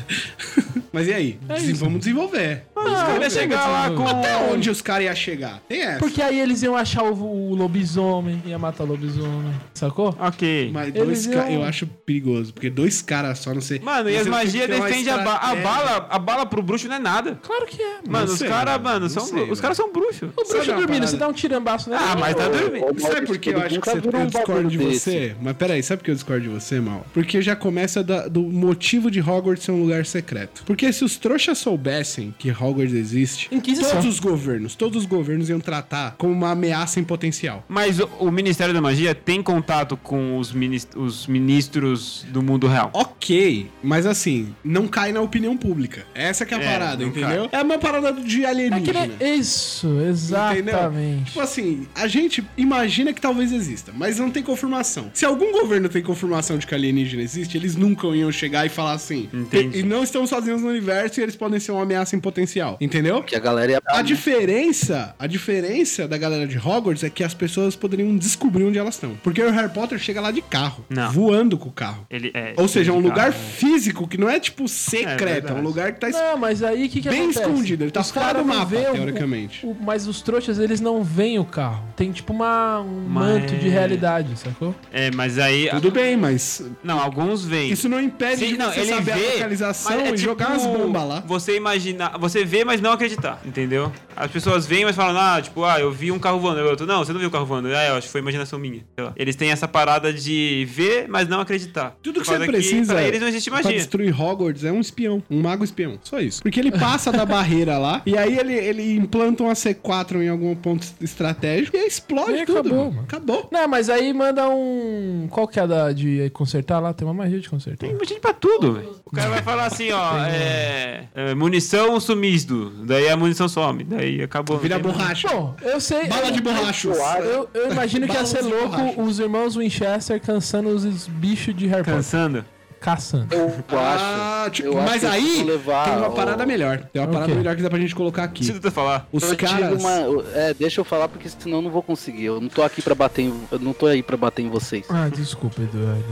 Speaker 3: Mas e aí?
Speaker 2: É
Speaker 3: Desen- Vamos desenvolver.
Speaker 2: Ah, ele ia chegar lá com.
Speaker 3: Até onde os caras iam chegar? Tem essa.
Speaker 4: Porque aí eles iam achar o, o lobisomem, ia matar o lobisomem, sacou?
Speaker 2: Ok.
Speaker 3: Mas
Speaker 4: Eles
Speaker 3: dois caras,
Speaker 4: iam-
Speaker 3: eu acho perigoso, porque dois caras só, não sei.
Speaker 2: Mano, e as
Speaker 3: Você
Speaker 2: magias
Speaker 3: tem que ter uma
Speaker 2: defendem a, ba- a
Speaker 3: estratégia.
Speaker 2: bala. A bala pro bruxo não é nada.
Speaker 4: Claro que é, mano.
Speaker 2: Mano,
Speaker 3: Não
Speaker 2: os
Speaker 3: sei,
Speaker 2: caras,
Speaker 3: mano.
Speaker 2: mano,
Speaker 3: Não
Speaker 2: são,
Speaker 3: sei,
Speaker 2: os caras são bruxos.
Speaker 4: O bruxo
Speaker 3: Sabe uma
Speaker 4: dormindo,
Speaker 3: parada?
Speaker 4: você dá um tirampasso nele. é
Speaker 2: Ah, mas tá dormindo.
Speaker 3: Sabe por que eu acho
Speaker 2: tá
Speaker 3: que você, eu
Speaker 2: um
Speaker 3: discordo de você? Mas peraí, sabe por que eu discordo de você, Mal? Porque já começa da- do motivo de Hogwarts ser um lugar secreto. Porque se os trouxas soubessem que Hogwarts existe,
Speaker 4: Inquisição.
Speaker 3: todos os governos, todos os governos iam tratar como uma ameaça em potencial.
Speaker 2: Mas o, o Ministério da Magia tem contato com os, minis- os ministros do mundo real.
Speaker 3: Ok, mas assim, não cai na opinião pública. Essa que é a
Speaker 2: É,
Speaker 3: parada,
Speaker 2: não
Speaker 3: entendeu? É uma parada de
Speaker 4: É que
Speaker 3: alienígena.
Speaker 4: nem- Isso,
Speaker 3: Entendeu?
Speaker 4: exatamente.
Speaker 3: Tipo assim, a gente imagina que talvez exista, mas não tem confirmação. Se algum governo tem confirmação de que alienígena existe, eles nunca iam chegar e falar assim.
Speaker 2: Entendi.
Speaker 3: E não estão sozinhos no universo e eles podem ser uma ameaça em potencial. Entendeu?
Speaker 1: Que a galera ia.
Speaker 3: A diferença, a diferença da galera de Hogwarts é que as pessoas poderiam descobrir onde elas estão. Porque o Harry Potter chega lá de carro,
Speaker 2: Não.
Speaker 3: voando com o carro.
Speaker 2: Ele é.
Speaker 3: Ou seja, é um
Speaker 2: ele-
Speaker 3: lugar
Speaker 2: ah,
Speaker 3: físico que não é tipo secreto, é,
Speaker 2: verdade.
Speaker 3: um lugar que tá
Speaker 4: Não, mas aí o que, que
Speaker 3: Bem
Speaker 4: acontece?
Speaker 3: escondido, ele tá fora
Speaker 4: caras
Speaker 3: do
Speaker 4: não
Speaker 3: mapa,
Speaker 4: veem o-
Speaker 3: teoricamente.
Speaker 4: o- mas os trouxas, eles não veem o carro. Tem tipo uma, um
Speaker 2: Mas-
Speaker 4: manto de realidade, sacou?
Speaker 2: É, mas aí.
Speaker 3: Tudo bem, mas
Speaker 2: Não, alguns vêm.
Speaker 3: Isso não impede
Speaker 2: Sim,
Speaker 3: de
Speaker 2: não,
Speaker 3: você
Speaker 2: ele
Speaker 3: saber
Speaker 2: vê,
Speaker 3: a localização
Speaker 2: mas é
Speaker 3: e jogar
Speaker 2: tipo
Speaker 3: as bombas lá.
Speaker 2: Você imaginar, você vê, mas não acreditar, entendeu? As pessoas veem, mas falam, ah, tipo, ah, eu vi um carro voando. Aí o outro, não, você não viu o carro voando. Ah, eu acho que foi imaginação minha. Sei lá. Eles têm essa parada de ver, mas não acreditar.
Speaker 3: Tudo que
Speaker 2: Por
Speaker 3: você
Speaker 2: causa
Speaker 3: precisa
Speaker 2: pra eles não existe
Speaker 3: pra
Speaker 2: magia.
Speaker 3: destruir Hogwarts é um espião, um mago espião, só isso. Porque ele passa da barreira lá, e aí ele, ele implanta uma C4 em algum ponto estratégico, e aí explode
Speaker 4: E
Speaker 3: tudo.
Speaker 4: acabou,
Speaker 3: mano.
Speaker 4: mano.
Speaker 3: Acabou.
Speaker 4: Não, mas aí manda um... Qual que é a da, de consertar lá? Tem uma magia de consertar.
Speaker 2: Tem magia pra tudo, velho. O cara vai falar assim, ó, é, é, munição sumi- líquido, daí a munição some, daí acabou.
Speaker 3: Vira
Speaker 2: não tem nada.
Speaker 3: borracha.
Speaker 4: Bom, eu sei.
Speaker 3: Bala de borracho.
Speaker 4: Eu, eu imagino que ia
Speaker 3: Balas
Speaker 4: ser
Speaker 3: de
Speaker 4: louco
Speaker 3: borracha.
Speaker 4: os irmãos Winchester caçando os bichos de Harry Potter.
Speaker 2: Cansando.
Speaker 4: Caçando.
Speaker 1: Eu
Speaker 3: Ah,
Speaker 1: acho.
Speaker 3: tipo,
Speaker 1: eu
Speaker 3: mas
Speaker 1: acho que
Speaker 3: aí
Speaker 1: eu vou levar
Speaker 3: tem uma
Speaker 1: o-
Speaker 3: parada melhor. Tem uma
Speaker 4: Ok.
Speaker 3: parada melhor que dá pra gente colocar aqui.
Speaker 2: Preciso até falar.
Speaker 3: Os
Speaker 1: eu
Speaker 3: caras.
Speaker 1: digo uma- é, deixa eu falar porque senão eu não vou conseguir. Eu não tô aqui para bater em, eu não tô aí para bater em vocês.
Speaker 4: Ah, desculpa, Eduardo.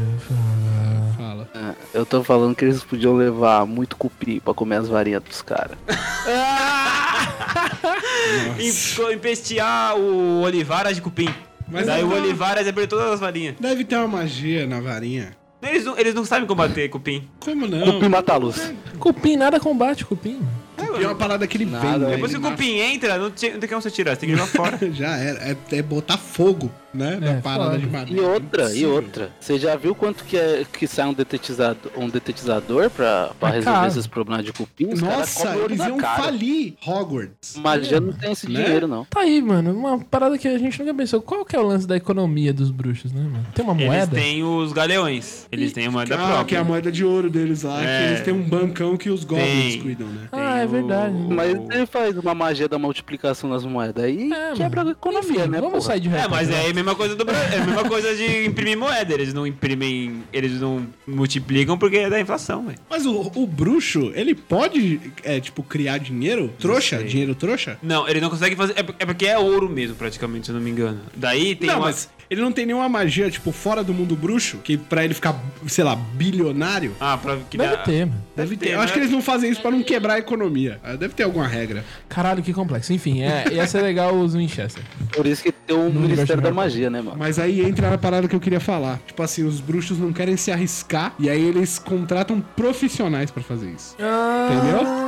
Speaker 3: Fala.
Speaker 1: É, Eu tô falando que eles podiam levar muito cupim pra comer as varinhas dos caras.
Speaker 3: Ah!
Speaker 2: Em- Empestear o Olivaras de cupim.
Speaker 3: Mas então-
Speaker 2: daí
Speaker 3: não-
Speaker 2: o Olivaras abriu todas as varinhas.
Speaker 3: Deve ter uma magia na varinha.
Speaker 2: Eles não, eles não sabem combater cupim.
Speaker 3: Como não?
Speaker 1: Cupim mata a luz.
Speaker 4: Cupim, nada combate, cupim.
Speaker 3: E é uma parada que ele
Speaker 1: Nada,
Speaker 3: vem.
Speaker 1: velho.
Speaker 3: né?
Speaker 2: Depois que o
Speaker 3: Ele mata.
Speaker 2: cupim entra, não tem, não tem como você tirar, você tem que jogar fora.
Speaker 3: Já era. É, é botar fogo, né? na parada
Speaker 4: É, foda.
Speaker 3: de madeira.
Speaker 1: E outra, e
Speaker 3: Impossível.
Speaker 1: outra. Você já viu quanto que, é, que sai um detetizador, um detetizador pra, pra
Speaker 4: É
Speaker 1: resolver
Speaker 4: caro.
Speaker 1: esses problemas de cupim? Os caras
Speaker 3: Nossa,
Speaker 1: comem olho
Speaker 3: eles
Speaker 1: na
Speaker 3: iam
Speaker 1: cara.
Speaker 3: falir Hogwarts.
Speaker 4: É.
Speaker 1: Magia não tem esse
Speaker 3: Né?
Speaker 1: dinheiro, não.
Speaker 4: Tá aí, mano. Uma parada que a gente nunca pensou. Qual que é o lance da economia dos bruxos, né, mano? Tem uma
Speaker 2: Eles
Speaker 4: moeda?
Speaker 2: têm os galeões. Eles têm a moeda
Speaker 3: Ah, que é
Speaker 2: própria.
Speaker 3: a moeda de ouro deles lá.
Speaker 2: É.
Speaker 3: Que eles têm um bancão que os goblins
Speaker 2: Tem.
Speaker 3: cuidam, né?
Speaker 4: Ah,
Speaker 2: Tem
Speaker 4: é
Speaker 2: o-
Speaker 4: verdade.
Speaker 1: Mas ele faz uma magia da multiplicação das moedas aí
Speaker 4: É,
Speaker 1: quebra
Speaker 4: mano.
Speaker 1: a economia,
Speaker 4: Enfim,
Speaker 1: né?
Speaker 4: Vamos
Speaker 1: porra?
Speaker 4: sair de
Speaker 2: É,
Speaker 4: Harry
Speaker 2: mas
Speaker 4: Potter.
Speaker 2: é a mesma coisa do Bra- é a mesma coisa de imprimir moeda. Eles não imprimem, eles não multiplicam porque é da inflação, velho.
Speaker 3: Mas o, o bruxo, ele pode, é, tipo, criar dinheiro? Trouxa?
Speaker 2: sei.
Speaker 3: Dinheiro trouxa?
Speaker 2: Não, eles não conseguem fazer. É por- é porque é ouro mesmo, praticamente, se eu não me engano. Daí tem
Speaker 3: não,
Speaker 2: uma.
Speaker 3: mas ele não tem nenhuma magia, tipo, fora do mundo bruxo, que pra ele ficar, sei lá, bilionário.
Speaker 2: Ah, pra que
Speaker 4: Deve
Speaker 2: dá-
Speaker 4: ter, mano.
Speaker 3: Deve ter.
Speaker 2: ter,
Speaker 3: Eu acho
Speaker 2: né?
Speaker 3: que eles não fazem isso pra não quebrar a economia. Ah, Deve ter alguma regra.
Speaker 4: Caralho, que complexo. Enfim, é, ia ser legal os Winchester.
Speaker 1: Por isso que tem o
Speaker 4: universo
Speaker 1: Ministério da
Speaker 4: Harry Potter.
Speaker 1: Magia, né, mano?
Speaker 3: Mas aí entra na parada que eu queria falar. Tipo assim, os bruxos não querem se arriscar e aí eles contratam profissionais pra fazer isso.
Speaker 4: Entendeu?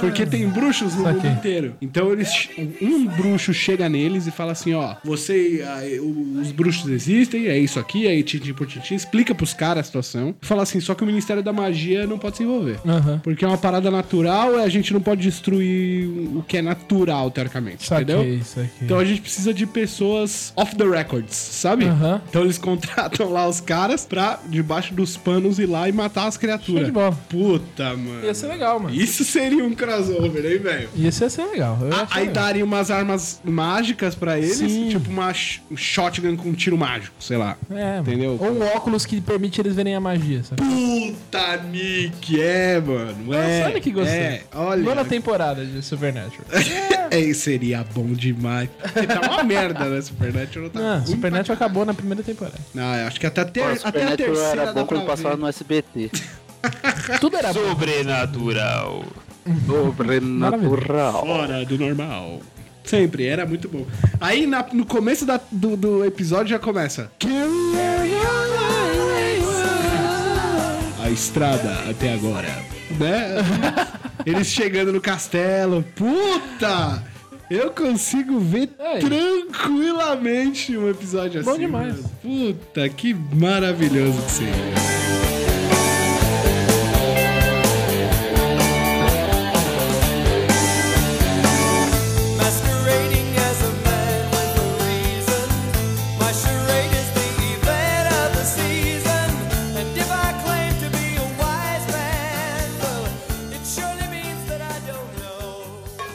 Speaker 3: Porque tem bruxos no
Speaker 4: Saquei.
Speaker 3: mundo inteiro. Então eles che- um bruxo chega neles e fala assim, ó, você ah, o- os bruxos existem, é isso aqui, aí tintim por tintim, explica pros caras a situação. E fala assim, só que o Ministério da Magia não pode se envolver.
Speaker 4: Aham.
Speaker 3: Porque é uma parada natural e a gente não pode destruir o que é natural, teoricamente, entendeu?
Speaker 4: Saquei, saquei.
Speaker 3: Então a gente precisa de pessoas off the records, sabe?
Speaker 4: Aham.
Speaker 3: Então eles contratam lá os caras pra, debaixo dos panos, ir lá e matar as
Speaker 4: Show
Speaker 3: criaturas.
Speaker 4: de bola.
Speaker 3: Puta, mano.
Speaker 4: Ia ser legal, mano.
Speaker 3: Isso seria um crossover, hein, velho?
Speaker 4: Ia ser, ser legal. Eu
Speaker 3: Ah,
Speaker 4: acho
Speaker 3: Aí
Speaker 4: legal.
Speaker 3: daria umas armas mágicas pra eles,
Speaker 4: Sim.
Speaker 3: tipo uma sh- um shotgun com tiro mágico, sei lá.
Speaker 4: É, mano.
Speaker 3: Entendeu?
Speaker 4: Ou um óculos que permite eles verem a magia, sabe?
Speaker 3: Puta, Nick, é, mano. É,
Speaker 4: Nossa, olha que gostei.
Speaker 3: É, olha.
Speaker 4: Nona temporada de Supernatural.
Speaker 3: É, seria bom demais. Porque tá uma merda, né? Supernatural tá
Speaker 4: Ah,
Speaker 3: ruim
Speaker 4: Supernatural acabou na primeira temporada.
Speaker 3: Não, eu acho que até, a ter...
Speaker 1: Pô,
Speaker 3: até a
Speaker 1: Supernatural
Speaker 3: terceira
Speaker 1: era
Speaker 3: dá
Speaker 1: bom quando
Speaker 3: pra
Speaker 1: passava
Speaker 3: ver.
Speaker 1: no SBT.
Speaker 4: Tudo era bom.
Speaker 2: Sobrenatural.
Speaker 1: Sobrenatural.
Speaker 3: Fora do normal. Sempre, era muito bom. Aí na- no começo da- do, do episódio já começa. A estrada até agora. Né? Eles chegando no castelo. Puta! Eu consigo ver
Speaker 4: Aí.
Speaker 3: tranquilamente um episódio
Speaker 4: Bom
Speaker 3: assim.
Speaker 4: demais.
Speaker 3: mano. Puta, que maravilhoso que seria.
Speaker 7: Masquerading as a man with a reason. My charade is the event of the season. And if I claim to be a wise man, well, it surely means that I don't know.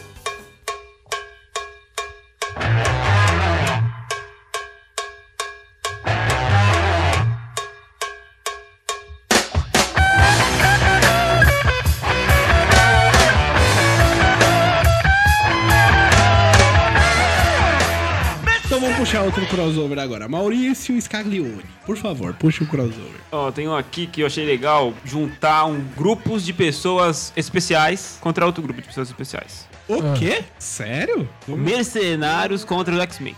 Speaker 3: Então vamos puxar outro crossover agora. Maurício Scaglione. Por favor, puxa o crossover.
Speaker 2: Ó, tem um aqui que eu achei legal juntar um grupos de pessoas especiais contra outro grupo de pessoas especiais.
Speaker 3: O
Speaker 1: Ah.
Speaker 3: quê? Sério?
Speaker 2: Hum. Mercenários contra os X-Men.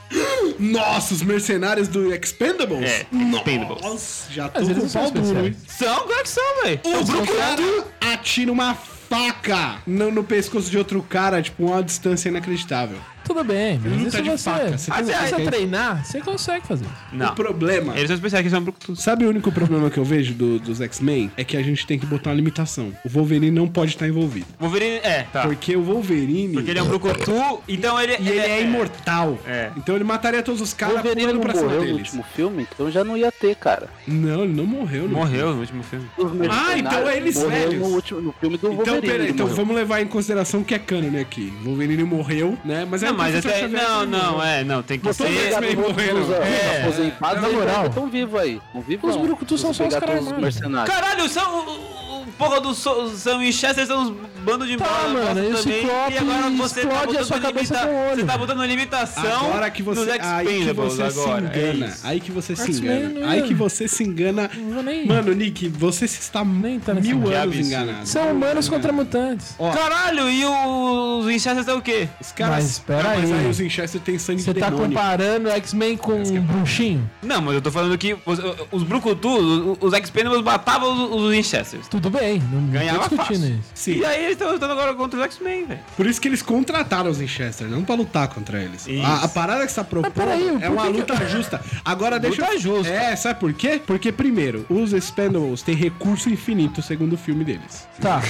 Speaker 3: Nossa, os mercenários do Expendables?
Speaker 2: É, Expendables.
Speaker 3: Nossa, já tô
Speaker 4: Mas eles
Speaker 3: com
Speaker 4: não
Speaker 3: o
Speaker 4: são
Speaker 3: pau duro, hein?
Speaker 4: especiais.
Speaker 2: São, claro que são, velho.
Speaker 3: O Brooklyn atira uma faca no, no pescoço de outro cara, tipo, uma distância inacreditável.
Speaker 4: Tudo bem,
Speaker 3: não
Speaker 4: mas
Speaker 3: tá
Speaker 4: isso
Speaker 3: de
Speaker 4: você.
Speaker 3: faca, você
Speaker 4: se
Speaker 3: tem
Speaker 4: você
Speaker 3: faca, hein?
Speaker 4: treinar, você consegue fazer. isso.
Speaker 2: Não.
Speaker 3: O problema.
Speaker 2: Eles são especiais que são brucutus.
Speaker 3: Sabe o único problema que eu vejo do- dos X-Men? É que a gente tem que botar uma limitação. O Wolverine não pode estar envolvido.
Speaker 2: Wolverine. É, tá. Porque,
Speaker 3: Porque o Wolverine.
Speaker 2: ele é um brucutu, então ele.
Speaker 3: E ele é imortal.
Speaker 2: É.
Speaker 3: Então ele mataria todos os
Speaker 1: O
Speaker 3: caras
Speaker 1: Wolverine
Speaker 3: pulando
Speaker 1: não
Speaker 3: pra cima
Speaker 1: morreu no
Speaker 3: deles.
Speaker 1: último filme, então já não ia ter, cara.
Speaker 3: Não, ele não morreu. não.
Speaker 2: Morreu no último filme.
Speaker 1: Os mercenários
Speaker 3: então eles
Speaker 1: morreram
Speaker 3: velhos.
Speaker 1: No, último, no filme do
Speaker 3: Então,
Speaker 1: Wolverine.
Speaker 3: peraí,
Speaker 1: ele
Speaker 3: então
Speaker 1: morreu.
Speaker 3: vamos levar em consideração que é cânone aqui. O Wolverine morreu, né? Mas é
Speaker 2: Não,
Speaker 3: o
Speaker 2: mas
Speaker 3: Professor
Speaker 2: até.
Speaker 3: Xavier
Speaker 2: Não,
Speaker 3: também
Speaker 2: não,
Speaker 3: morreu.
Speaker 2: é, não. Tem que
Speaker 1: Você
Speaker 2: ser.
Speaker 3: Eles meio morreram.
Speaker 2: É.
Speaker 1: aposentados
Speaker 4: Na
Speaker 1: na
Speaker 4: moral.
Speaker 1: moral. estão vivos aí. Não vivos
Speaker 4: Os
Speaker 1: não.
Speaker 4: brucutus são
Speaker 1: Se
Speaker 4: só os
Speaker 1: pegar
Speaker 4: caras
Speaker 1: todos
Speaker 4: armados.
Speaker 1: mercenários.
Speaker 2: Caralho, são. O, o porra do so, Sam e Chester são uns bandos de
Speaker 4: Tá,
Speaker 2: bola
Speaker 4: mano,
Speaker 2: bosta
Speaker 4: esse Ciclope
Speaker 2: e agora você tá
Speaker 4: explode a
Speaker 2: botando
Speaker 4: sua cabeça
Speaker 2: limita-
Speaker 4: com o olho.
Speaker 2: Você tá botando limitação
Speaker 3: Agora que você,
Speaker 2: nos
Speaker 3: aí que
Speaker 2: Expendables
Speaker 3: você
Speaker 2: agora.
Speaker 3: se
Speaker 2: é
Speaker 3: engana.
Speaker 2: isso.
Speaker 3: aí que você se
Speaker 4: X-Men né? não
Speaker 3: engana.
Speaker 4: ia.
Speaker 3: Aí que você se engana.
Speaker 4: Não vou nem.
Speaker 3: Mano, Nick, você se está
Speaker 4: Nem tá nesse
Speaker 3: mil
Speaker 4: mundo.
Speaker 3: anos
Speaker 2: Que absurdo.
Speaker 3: enganado.
Speaker 4: São humanos contra mutantes.
Speaker 3: Ó.
Speaker 2: Caralho, e os Winchester são o quê?
Speaker 3: Os caras.
Speaker 4: Mas pera
Speaker 3: Não, mas
Speaker 4: aí.
Speaker 3: os Winchester tem sangue
Speaker 4: Você
Speaker 3: de
Speaker 4: tá
Speaker 3: demônio. é
Speaker 4: comparando X-Men com um bruxinho?
Speaker 2: Não, mas eu tô falando que os, os Brucutus, os, os Expendables matavam os, os Winchesters.
Speaker 4: Tudo bem, não não
Speaker 2: Ganhava
Speaker 4: tô discutindo
Speaker 2: fácil.
Speaker 4: isso.
Speaker 3: Sim.
Speaker 2: E aí eles estão lutando agora contra os X-Men, velho.
Speaker 3: Por isso que eles contrataram os Winchester, não pra lutar contra eles.
Speaker 2: Isso.
Speaker 3: A, a parada que você tá propondo
Speaker 4: peraí, por
Speaker 3: é uma
Speaker 4: que que-
Speaker 3: luta justa. Agora deixa
Speaker 4: Tá
Speaker 2: Luta justa.
Speaker 3: É, sabe por quê? Porque, primeiro, os Expendables têm recurso infinito, segundo o filme deles.
Speaker 4: Tá.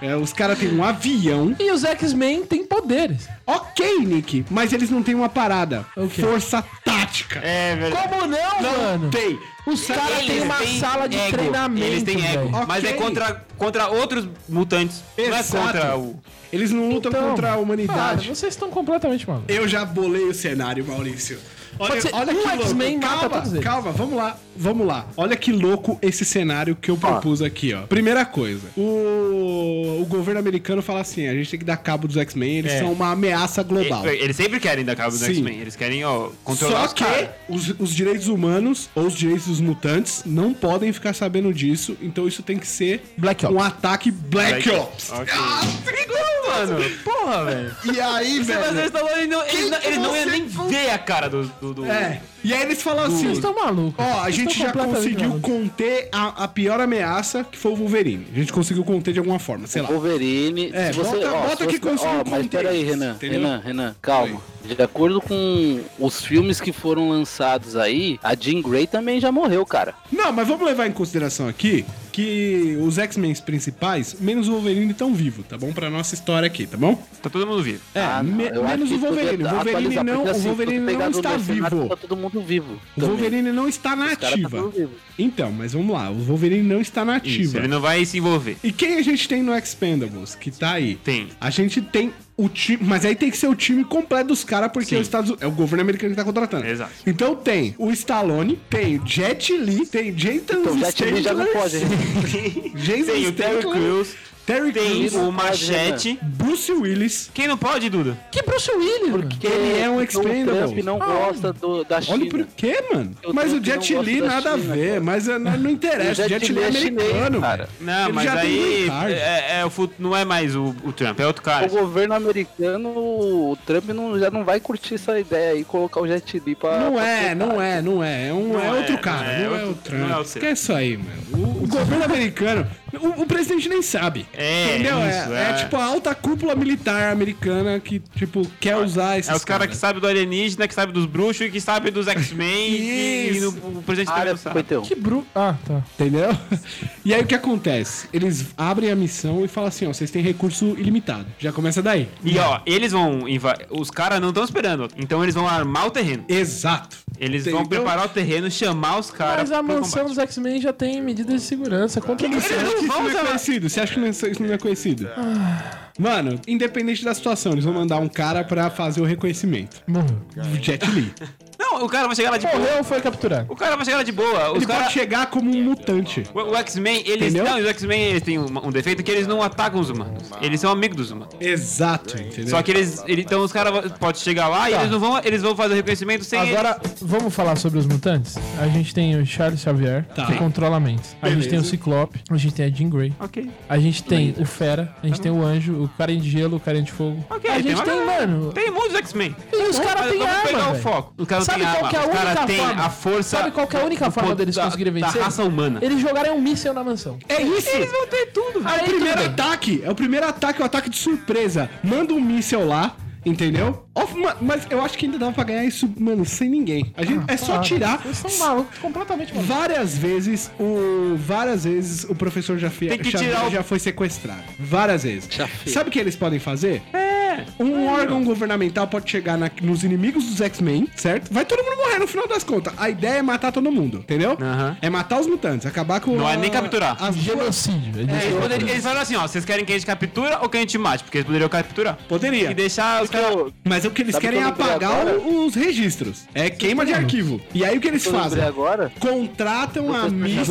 Speaker 3: É, os caras têm um avião.
Speaker 4: E os X-Men têm poderes.
Speaker 3: Ok, Nick, mas eles não têm uma parada.
Speaker 4: O quê?
Speaker 3: Força tática.
Speaker 2: É, velho.
Speaker 4: Como não, mano?
Speaker 3: Tem.
Speaker 4: Os caras
Speaker 2: Eles
Speaker 4: têm uma
Speaker 2: têm
Speaker 4: sala É de
Speaker 2: ego.
Speaker 4: treinamento.
Speaker 2: Eles têm ego.
Speaker 4: velho.
Speaker 2: Mas é
Speaker 3: Ok.
Speaker 2: contra, contra outros mutantes.
Speaker 3: Exato.
Speaker 2: Não é contra o.
Speaker 3: Eles não lutam
Speaker 4: Então,
Speaker 3: contra a humanidade.
Speaker 4: Cara, vocês estão completamente malucos.
Speaker 3: Eu já bolei o cenário, Maurício. Olha,
Speaker 4: Pode ser
Speaker 3: olha
Speaker 4: um
Speaker 3: que
Speaker 4: X-Men
Speaker 3: louco.
Speaker 4: mata
Speaker 3: Calma,
Speaker 4: todos eles.
Speaker 3: calma, vamos lá, vamos lá. Olha que louco esse cenário que eu propus aqui, ó. Primeira coisa, o, o governo americano fala assim, a gente tem que dar cabo dos X-Men, eles
Speaker 2: É.
Speaker 3: são uma ameaça global.
Speaker 2: E- Eles sempre querem dar cabo dos
Speaker 3: Sim.
Speaker 2: X-Men. Eles querem, ó, controlar
Speaker 3: Só
Speaker 2: os
Speaker 3: que
Speaker 2: caras.
Speaker 3: os, os direitos humanos ou os direitos dos mutantes não podem ficar sabendo disso, então isso tem que ser
Speaker 4: Black Ops.
Speaker 3: um ataque Black, Ops. Ah,
Speaker 2: Ok.
Speaker 3: mano.
Speaker 2: Porra, velho.
Speaker 3: E aí,
Speaker 2: Mas eles
Speaker 3: velho?
Speaker 2: estão eles não, eles não,
Speaker 3: que
Speaker 2: eles não iam
Speaker 3: você
Speaker 2: nem ver a cara do. do, do-
Speaker 3: É. E aí eles falam assim,
Speaker 4: Vocês estão malucos.
Speaker 3: Ó, a
Speaker 4: Vocês
Speaker 3: gente
Speaker 4: estão
Speaker 3: já
Speaker 4: completamente
Speaker 3: conseguiu
Speaker 4: malucos.
Speaker 3: conter a, a pior ameaça, que foi o Wolverine. A gente conseguiu conter de alguma forma, sei lá.
Speaker 1: Wolverine.
Speaker 3: É,
Speaker 1: se você,
Speaker 3: bota-
Speaker 1: ó,
Speaker 3: bota
Speaker 1: se
Speaker 3: que
Speaker 1: você,
Speaker 3: conseguiu
Speaker 1: ó, Mas
Speaker 3: conter
Speaker 1: peraí,
Speaker 3: eles,
Speaker 1: Renan.
Speaker 3: entendeu?
Speaker 1: Renan, Renan, calma. De acordo com os filmes que foram lançados aí, a Jean Grey também já morreu, cara.
Speaker 3: Não, mas vamos levar em consideração aqui que os X-Men principais, menos o Wolverine, estão vivos, tá bom? Pra nossa história aqui, tá bom?
Speaker 2: Tá todo mundo vivo.
Speaker 3: É,
Speaker 1: Ah, não,
Speaker 3: me-
Speaker 1: eu acho
Speaker 3: menos
Speaker 1: que
Speaker 3: o Wolverine.
Speaker 1: podia
Speaker 3: O Wolverine
Speaker 1: atualizar,
Speaker 3: não,
Speaker 1: porque,
Speaker 3: o
Speaker 1: assim, se
Speaker 3: Wolverine
Speaker 1: tu pegar
Speaker 3: não
Speaker 1: do
Speaker 3: está
Speaker 1: mercenário, Tá
Speaker 3: vivo.
Speaker 1: todo mundo vivo.
Speaker 3: O
Speaker 1: também.
Speaker 3: Wolverine não está na
Speaker 1: Os caras tá
Speaker 3: ativa.
Speaker 1: tudo vivo.
Speaker 3: Então, mas vamos lá. O Wolverine não está na ativa.
Speaker 2: Isso, ele não vai se envolver.
Speaker 3: E quem a gente tem no Expendables que tá aí?
Speaker 2: Tem.
Speaker 3: A gente tem o time, mas aí tem que ser o time completo dos caras, porque
Speaker 2: Sim.
Speaker 3: é os Estados é o governo americano que tá contratando.
Speaker 2: Exato.
Speaker 3: Então tem o Stallone, tem o Jet Li, tem Jason
Speaker 1: Então, já te vi, já não pode. Renan.
Speaker 3: Jason
Speaker 2: Tem o Terry
Speaker 3: Statham,
Speaker 2: Crews.
Speaker 3: Terry
Speaker 2: Tem
Speaker 3: Crews,
Speaker 2: o Machete.
Speaker 3: Bruce Willis.
Speaker 2: Quem não pode, Duda?
Speaker 4: Que Bruce Willis? mano?
Speaker 3: Ele é um
Speaker 1: Porque O Trump
Speaker 3: Expendable.
Speaker 1: não gosta do, da China.
Speaker 3: Olha por quê, mano?
Speaker 1: Eu
Speaker 3: mas
Speaker 1: tô
Speaker 3: o
Speaker 1: que
Speaker 3: Jet
Speaker 1: não gosto
Speaker 3: Li
Speaker 1: da
Speaker 3: nada
Speaker 1: China,
Speaker 3: a ver,
Speaker 1: cara.
Speaker 3: mas eh, não interessa. O Jet, Li é americano, cara.
Speaker 2: Não,
Speaker 3: Ele
Speaker 2: mas
Speaker 3: já tem um
Speaker 2: aí.
Speaker 3: green card.
Speaker 2: É, é o fut- não é mais o, o Trump, é outro cara.
Speaker 1: O governo americano, o Trump não, já não vai curtir essa ideia e colocar o Jet Li pra.
Speaker 3: Não
Speaker 1: pra
Speaker 3: é,
Speaker 1: soltar.
Speaker 3: não é, não é. É, um,
Speaker 2: Não
Speaker 3: é,
Speaker 2: é,
Speaker 3: outro
Speaker 2: não
Speaker 3: cara,
Speaker 2: é,
Speaker 3: não é,
Speaker 2: outro-
Speaker 3: o Trump.
Speaker 2: não é o seu.
Speaker 3: Esquece isso aí, mano. O, o governo americano, o, o presidente nem sabe.
Speaker 2: É,
Speaker 3: entendeu?
Speaker 2: isso,
Speaker 3: é, é
Speaker 2: é.
Speaker 3: tipo a alta cúpula militar americana que, tipo, quer usar esses
Speaker 2: É os caras que sabem do alienígena, que sabem dos bruxos e que sabem dos X-Men e, e
Speaker 3: Isso. Ah,
Speaker 2: no- o presidente também
Speaker 1: Área
Speaker 2: não sabe.
Speaker 1: 51.
Speaker 4: Que Bru... Ah, tá.
Speaker 3: Entendeu? E aí o que acontece? Eles abrem a missão e falam assim, ó, vocês têm recurso ilimitado. Já começa daí.
Speaker 2: E ó, eles vão. inva- Os caras não estão esperando. Então eles vão armar o terreno.
Speaker 3: Exato.
Speaker 2: Eles vão
Speaker 3: Entendeu?
Speaker 2: preparar o terreno, chamar os caras.
Speaker 4: Mas a
Speaker 2: pro
Speaker 4: mansão
Speaker 2: combate.
Speaker 4: dos X-Men já tem medidas de segurança contra
Speaker 3: Você acha que isso não é conhecido? Você acha que não é- isso não é conhecido? Mano, independente da situação, eles vão mandar um cara pra fazer o reconhecimento.
Speaker 4: Morreu.
Speaker 3: O Jet Li.
Speaker 2: Não, o cara vai chegar lá de boa.
Speaker 4: Morreu ou foi capturado?
Speaker 2: O cara vai chegar lá de boa. Os
Speaker 3: Ele
Speaker 2: cara...
Speaker 3: pode chegar como um mutante.
Speaker 2: O o X-Men, eles.
Speaker 3: Entendeu?
Speaker 2: Não, os X-Men eles têm um, um defeito que eles não atacam os humanos. Eles são amigos dos humanos.
Speaker 3: Exato, entendeu?
Speaker 2: Só que eles. ele- Então os caras vão- podem chegar lá e eles não vão. Eles vão fazer o reconhecimento sem.
Speaker 4: Agora, vamos falar sobre os mutantes? A gente tem o Charles Xavier,
Speaker 3: Tá.
Speaker 4: que controla a mente. A gente tem o Ciclope, a gente tem a Jean Grey.
Speaker 2: Ok.
Speaker 4: A gente tem o Fera, a gente tem o Anjo, o Carinha de Gelo, o Carinha de Fogo.
Speaker 2: Ok,
Speaker 4: a gente
Speaker 2: uma
Speaker 4: tem,
Speaker 2: galera.
Speaker 4: mano...
Speaker 2: Tem muitos X-Men.
Speaker 4: E os
Speaker 2: Mas
Speaker 4: caras têm
Speaker 2: vamos
Speaker 4: arma,
Speaker 2: pegar o
Speaker 4: velho.
Speaker 2: foco. Os caras
Speaker 4: Sabe
Speaker 2: têm
Speaker 4: qual
Speaker 2: arma.
Speaker 4: que é a
Speaker 2: Os
Speaker 4: única
Speaker 2: caras têm
Speaker 4: forma?
Speaker 2: a força.
Speaker 4: Sabe qual que é a única
Speaker 2: o
Speaker 4: forma
Speaker 2: poder
Speaker 4: deles
Speaker 2: da-
Speaker 4: conseguirem
Speaker 2: da
Speaker 4: vencer?
Speaker 2: raça humana.
Speaker 4: Eles jogarem um míssel na mansão.
Speaker 3: É isso!
Speaker 2: Eles vão ter tudo,
Speaker 3: É o
Speaker 2: velho.
Speaker 4: Aí tudo
Speaker 3: primeiro
Speaker 4: bem.
Speaker 3: ataque! É o primeiro ataque, é o ataque de surpresa. Manda um míssel lá Entendeu? Ó, ma- Mas eu acho que ainda dava pra ganhar isso, mano, sem ninguém. A
Speaker 2: Ah,
Speaker 3: gente, é só tirar.
Speaker 4: Vocês são malucos completamente malucos.
Speaker 3: Várias vezes, o. Várias vezes o professor já, foi-
Speaker 2: Tem que
Speaker 3: já,
Speaker 2: tirar o-
Speaker 3: já foi sequestrado. Várias vezes.
Speaker 1: Já fez.
Speaker 3: Sabe o que eles podem fazer?
Speaker 2: É.
Speaker 3: Um órgão governamental pode chegar na- nos inimigos dos X-Men, certo? Vai todo mundo morrer no final das contas. A ideia é matar todo mundo, entendeu?
Speaker 2: Aham.
Speaker 3: É matar os mutantes, acabar com.
Speaker 2: Não é
Speaker 3: a-
Speaker 2: nem capturar.
Speaker 3: As duas...
Speaker 4: Genocídio. É,
Speaker 2: Eles,
Speaker 4: genocídio.
Speaker 2: poderiam- eles falaram assim, ó, vocês querem que a gente captura ou que a gente mate? Porque eles poderiam capturar.
Speaker 3: Poderia.
Speaker 2: E deixar os
Speaker 1: Então,
Speaker 2: caras...
Speaker 1: Eu,
Speaker 3: Mas o que eles
Speaker 1: Sabe
Speaker 3: querem
Speaker 1: que
Speaker 3: é
Speaker 1: eu lembrei
Speaker 3: apagar
Speaker 1: agora?
Speaker 3: o- os registros. É queima de arquivo. E aí o que eles
Speaker 1: eu lembrei
Speaker 3: fazem?
Speaker 1: agora.
Speaker 3: Contratam a
Speaker 4: Eu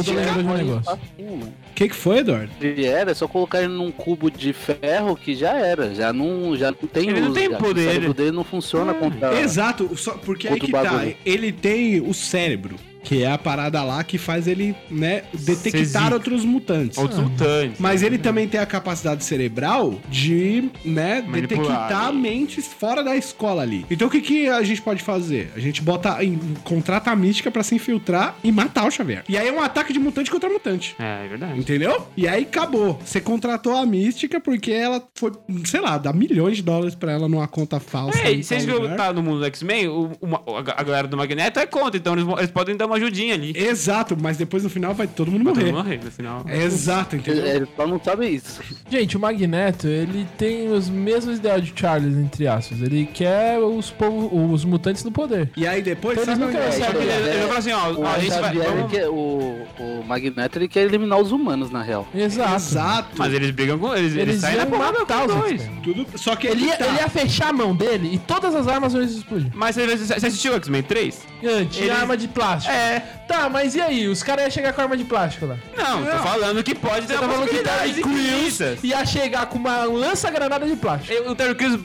Speaker 4: tô lembrando de
Speaker 3: mística.
Speaker 4: um negócio.
Speaker 1: Assim, mano.
Speaker 3: O que, que foi, Eduardo?
Speaker 1: Vier, é só colocar ele num cubo de ferro que já era. Já não, já não tem
Speaker 2: Ele não
Speaker 1: uso,
Speaker 2: tem
Speaker 1: já.
Speaker 2: poder.
Speaker 1: O cérebro dele não funciona contra.
Speaker 3: É. Exato, só porque aí
Speaker 1: Outro
Speaker 3: que tá.
Speaker 1: bagulho.
Speaker 3: Ele tem o cérebro, que é a parada lá que faz ele, né, detectar
Speaker 2: zica.
Speaker 3: outros mutantes.
Speaker 2: Outros mutantes. né?
Speaker 3: Mas ele também tem a capacidade cerebral de, né,
Speaker 2: Manipular.
Speaker 3: detectar mentes fora da escola ali. Então o que, que a gente pode fazer? A gente bota, em- contrata a mística pra se infiltrar e matar o Xavier. E aí é um ataque de mutante contra mutante.
Speaker 2: É, é verdade.
Speaker 3: Entendeu? E aí acabou. Você contratou a mística porque ela foi, sei lá, dá milhões de dólares pra ela numa conta falsa.
Speaker 2: É,
Speaker 3: em
Speaker 2: e vocês
Speaker 3: tal
Speaker 2: viram que
Speaker 3: lugar.
Speaker 2: tá no mundo do X-Men, o- uma- a a galera do Magneto é contra, então eles, vão- eles podem dar uma ajudinha ali.
Speaker 3: Exato, mas depois no final vai todo mundo
Speaker 2: Pra todo
Speaker 3: morrer.
Speaker 2: mundo morrer, no final.
Speaker 3: Exato, entendeu?
Speaker 1: Ele,
Speaker 4: É.
Speaker 1: ele só não sabe isso.
Speaker 4: Gente, o Magneto, ele tem os mesmos ideais de Charles, entre aspas. Ele quer os, povo, os mutantes no poder.
Speaker 3: E aí depois,
Speaker 4: Eles
Speaker 3: sabe
Speaker 4: não
Speaker 3: onde
Speaker 4: querem
Speaker 3: é?
Speaker 4: ser
Speaker 2: Só que ele, ele falou assim, ó,
Speaker 1: O,
Speaker 2: a gente vai...
Speaker 1: Xavier, ele
Speaker 2: vamos-
Speaker 1: quer- o, o Magneto ele quer eliminar os humanos, na real.
Speaker 4: Exato.
Speaker 3: Exato.
Speaker 2: Mas eles brigam com... Eles, eles,
Speaker 4: Eles
Speaker 2: saem na
Speaker 4: iam
Speaker 2: porrada
Speaker 4: matar
Speaker 2: com
Speaker 4: os
Speaker 2: os
Speaker 4: dois.
Speaker 2: dois. Então.
Speaker 3: Tudo, só que
Speaker 4: Ele ia,
Speaker 3: aí tá.
Speaker 4: ele ia fechar a mão dele e todas as armas iam explodir.
Speaker 2: Mas você, você assistiu X-Men 3?
Speaker 4: Ah, Tinha
Speaker 2: Ele-
Speaker 4: arma de plástico.
Speaker 2: É.
Speaker 4: Tá, mas e aí? Os caras iam chegar com arma de plástico lá.
Speaker 2: Não, tô falando que pode ter
Speaker 4: Você tá
Speaker 2: uma
Speaker 4: falando que
Speaker 2: possibilidade
Speaker 4: Terry Crews
Speaker 2: infinitas.
Speaker 4: ia chegar com uma lança-granada de plástico.
Speaker 2: Eu- O Terry Crews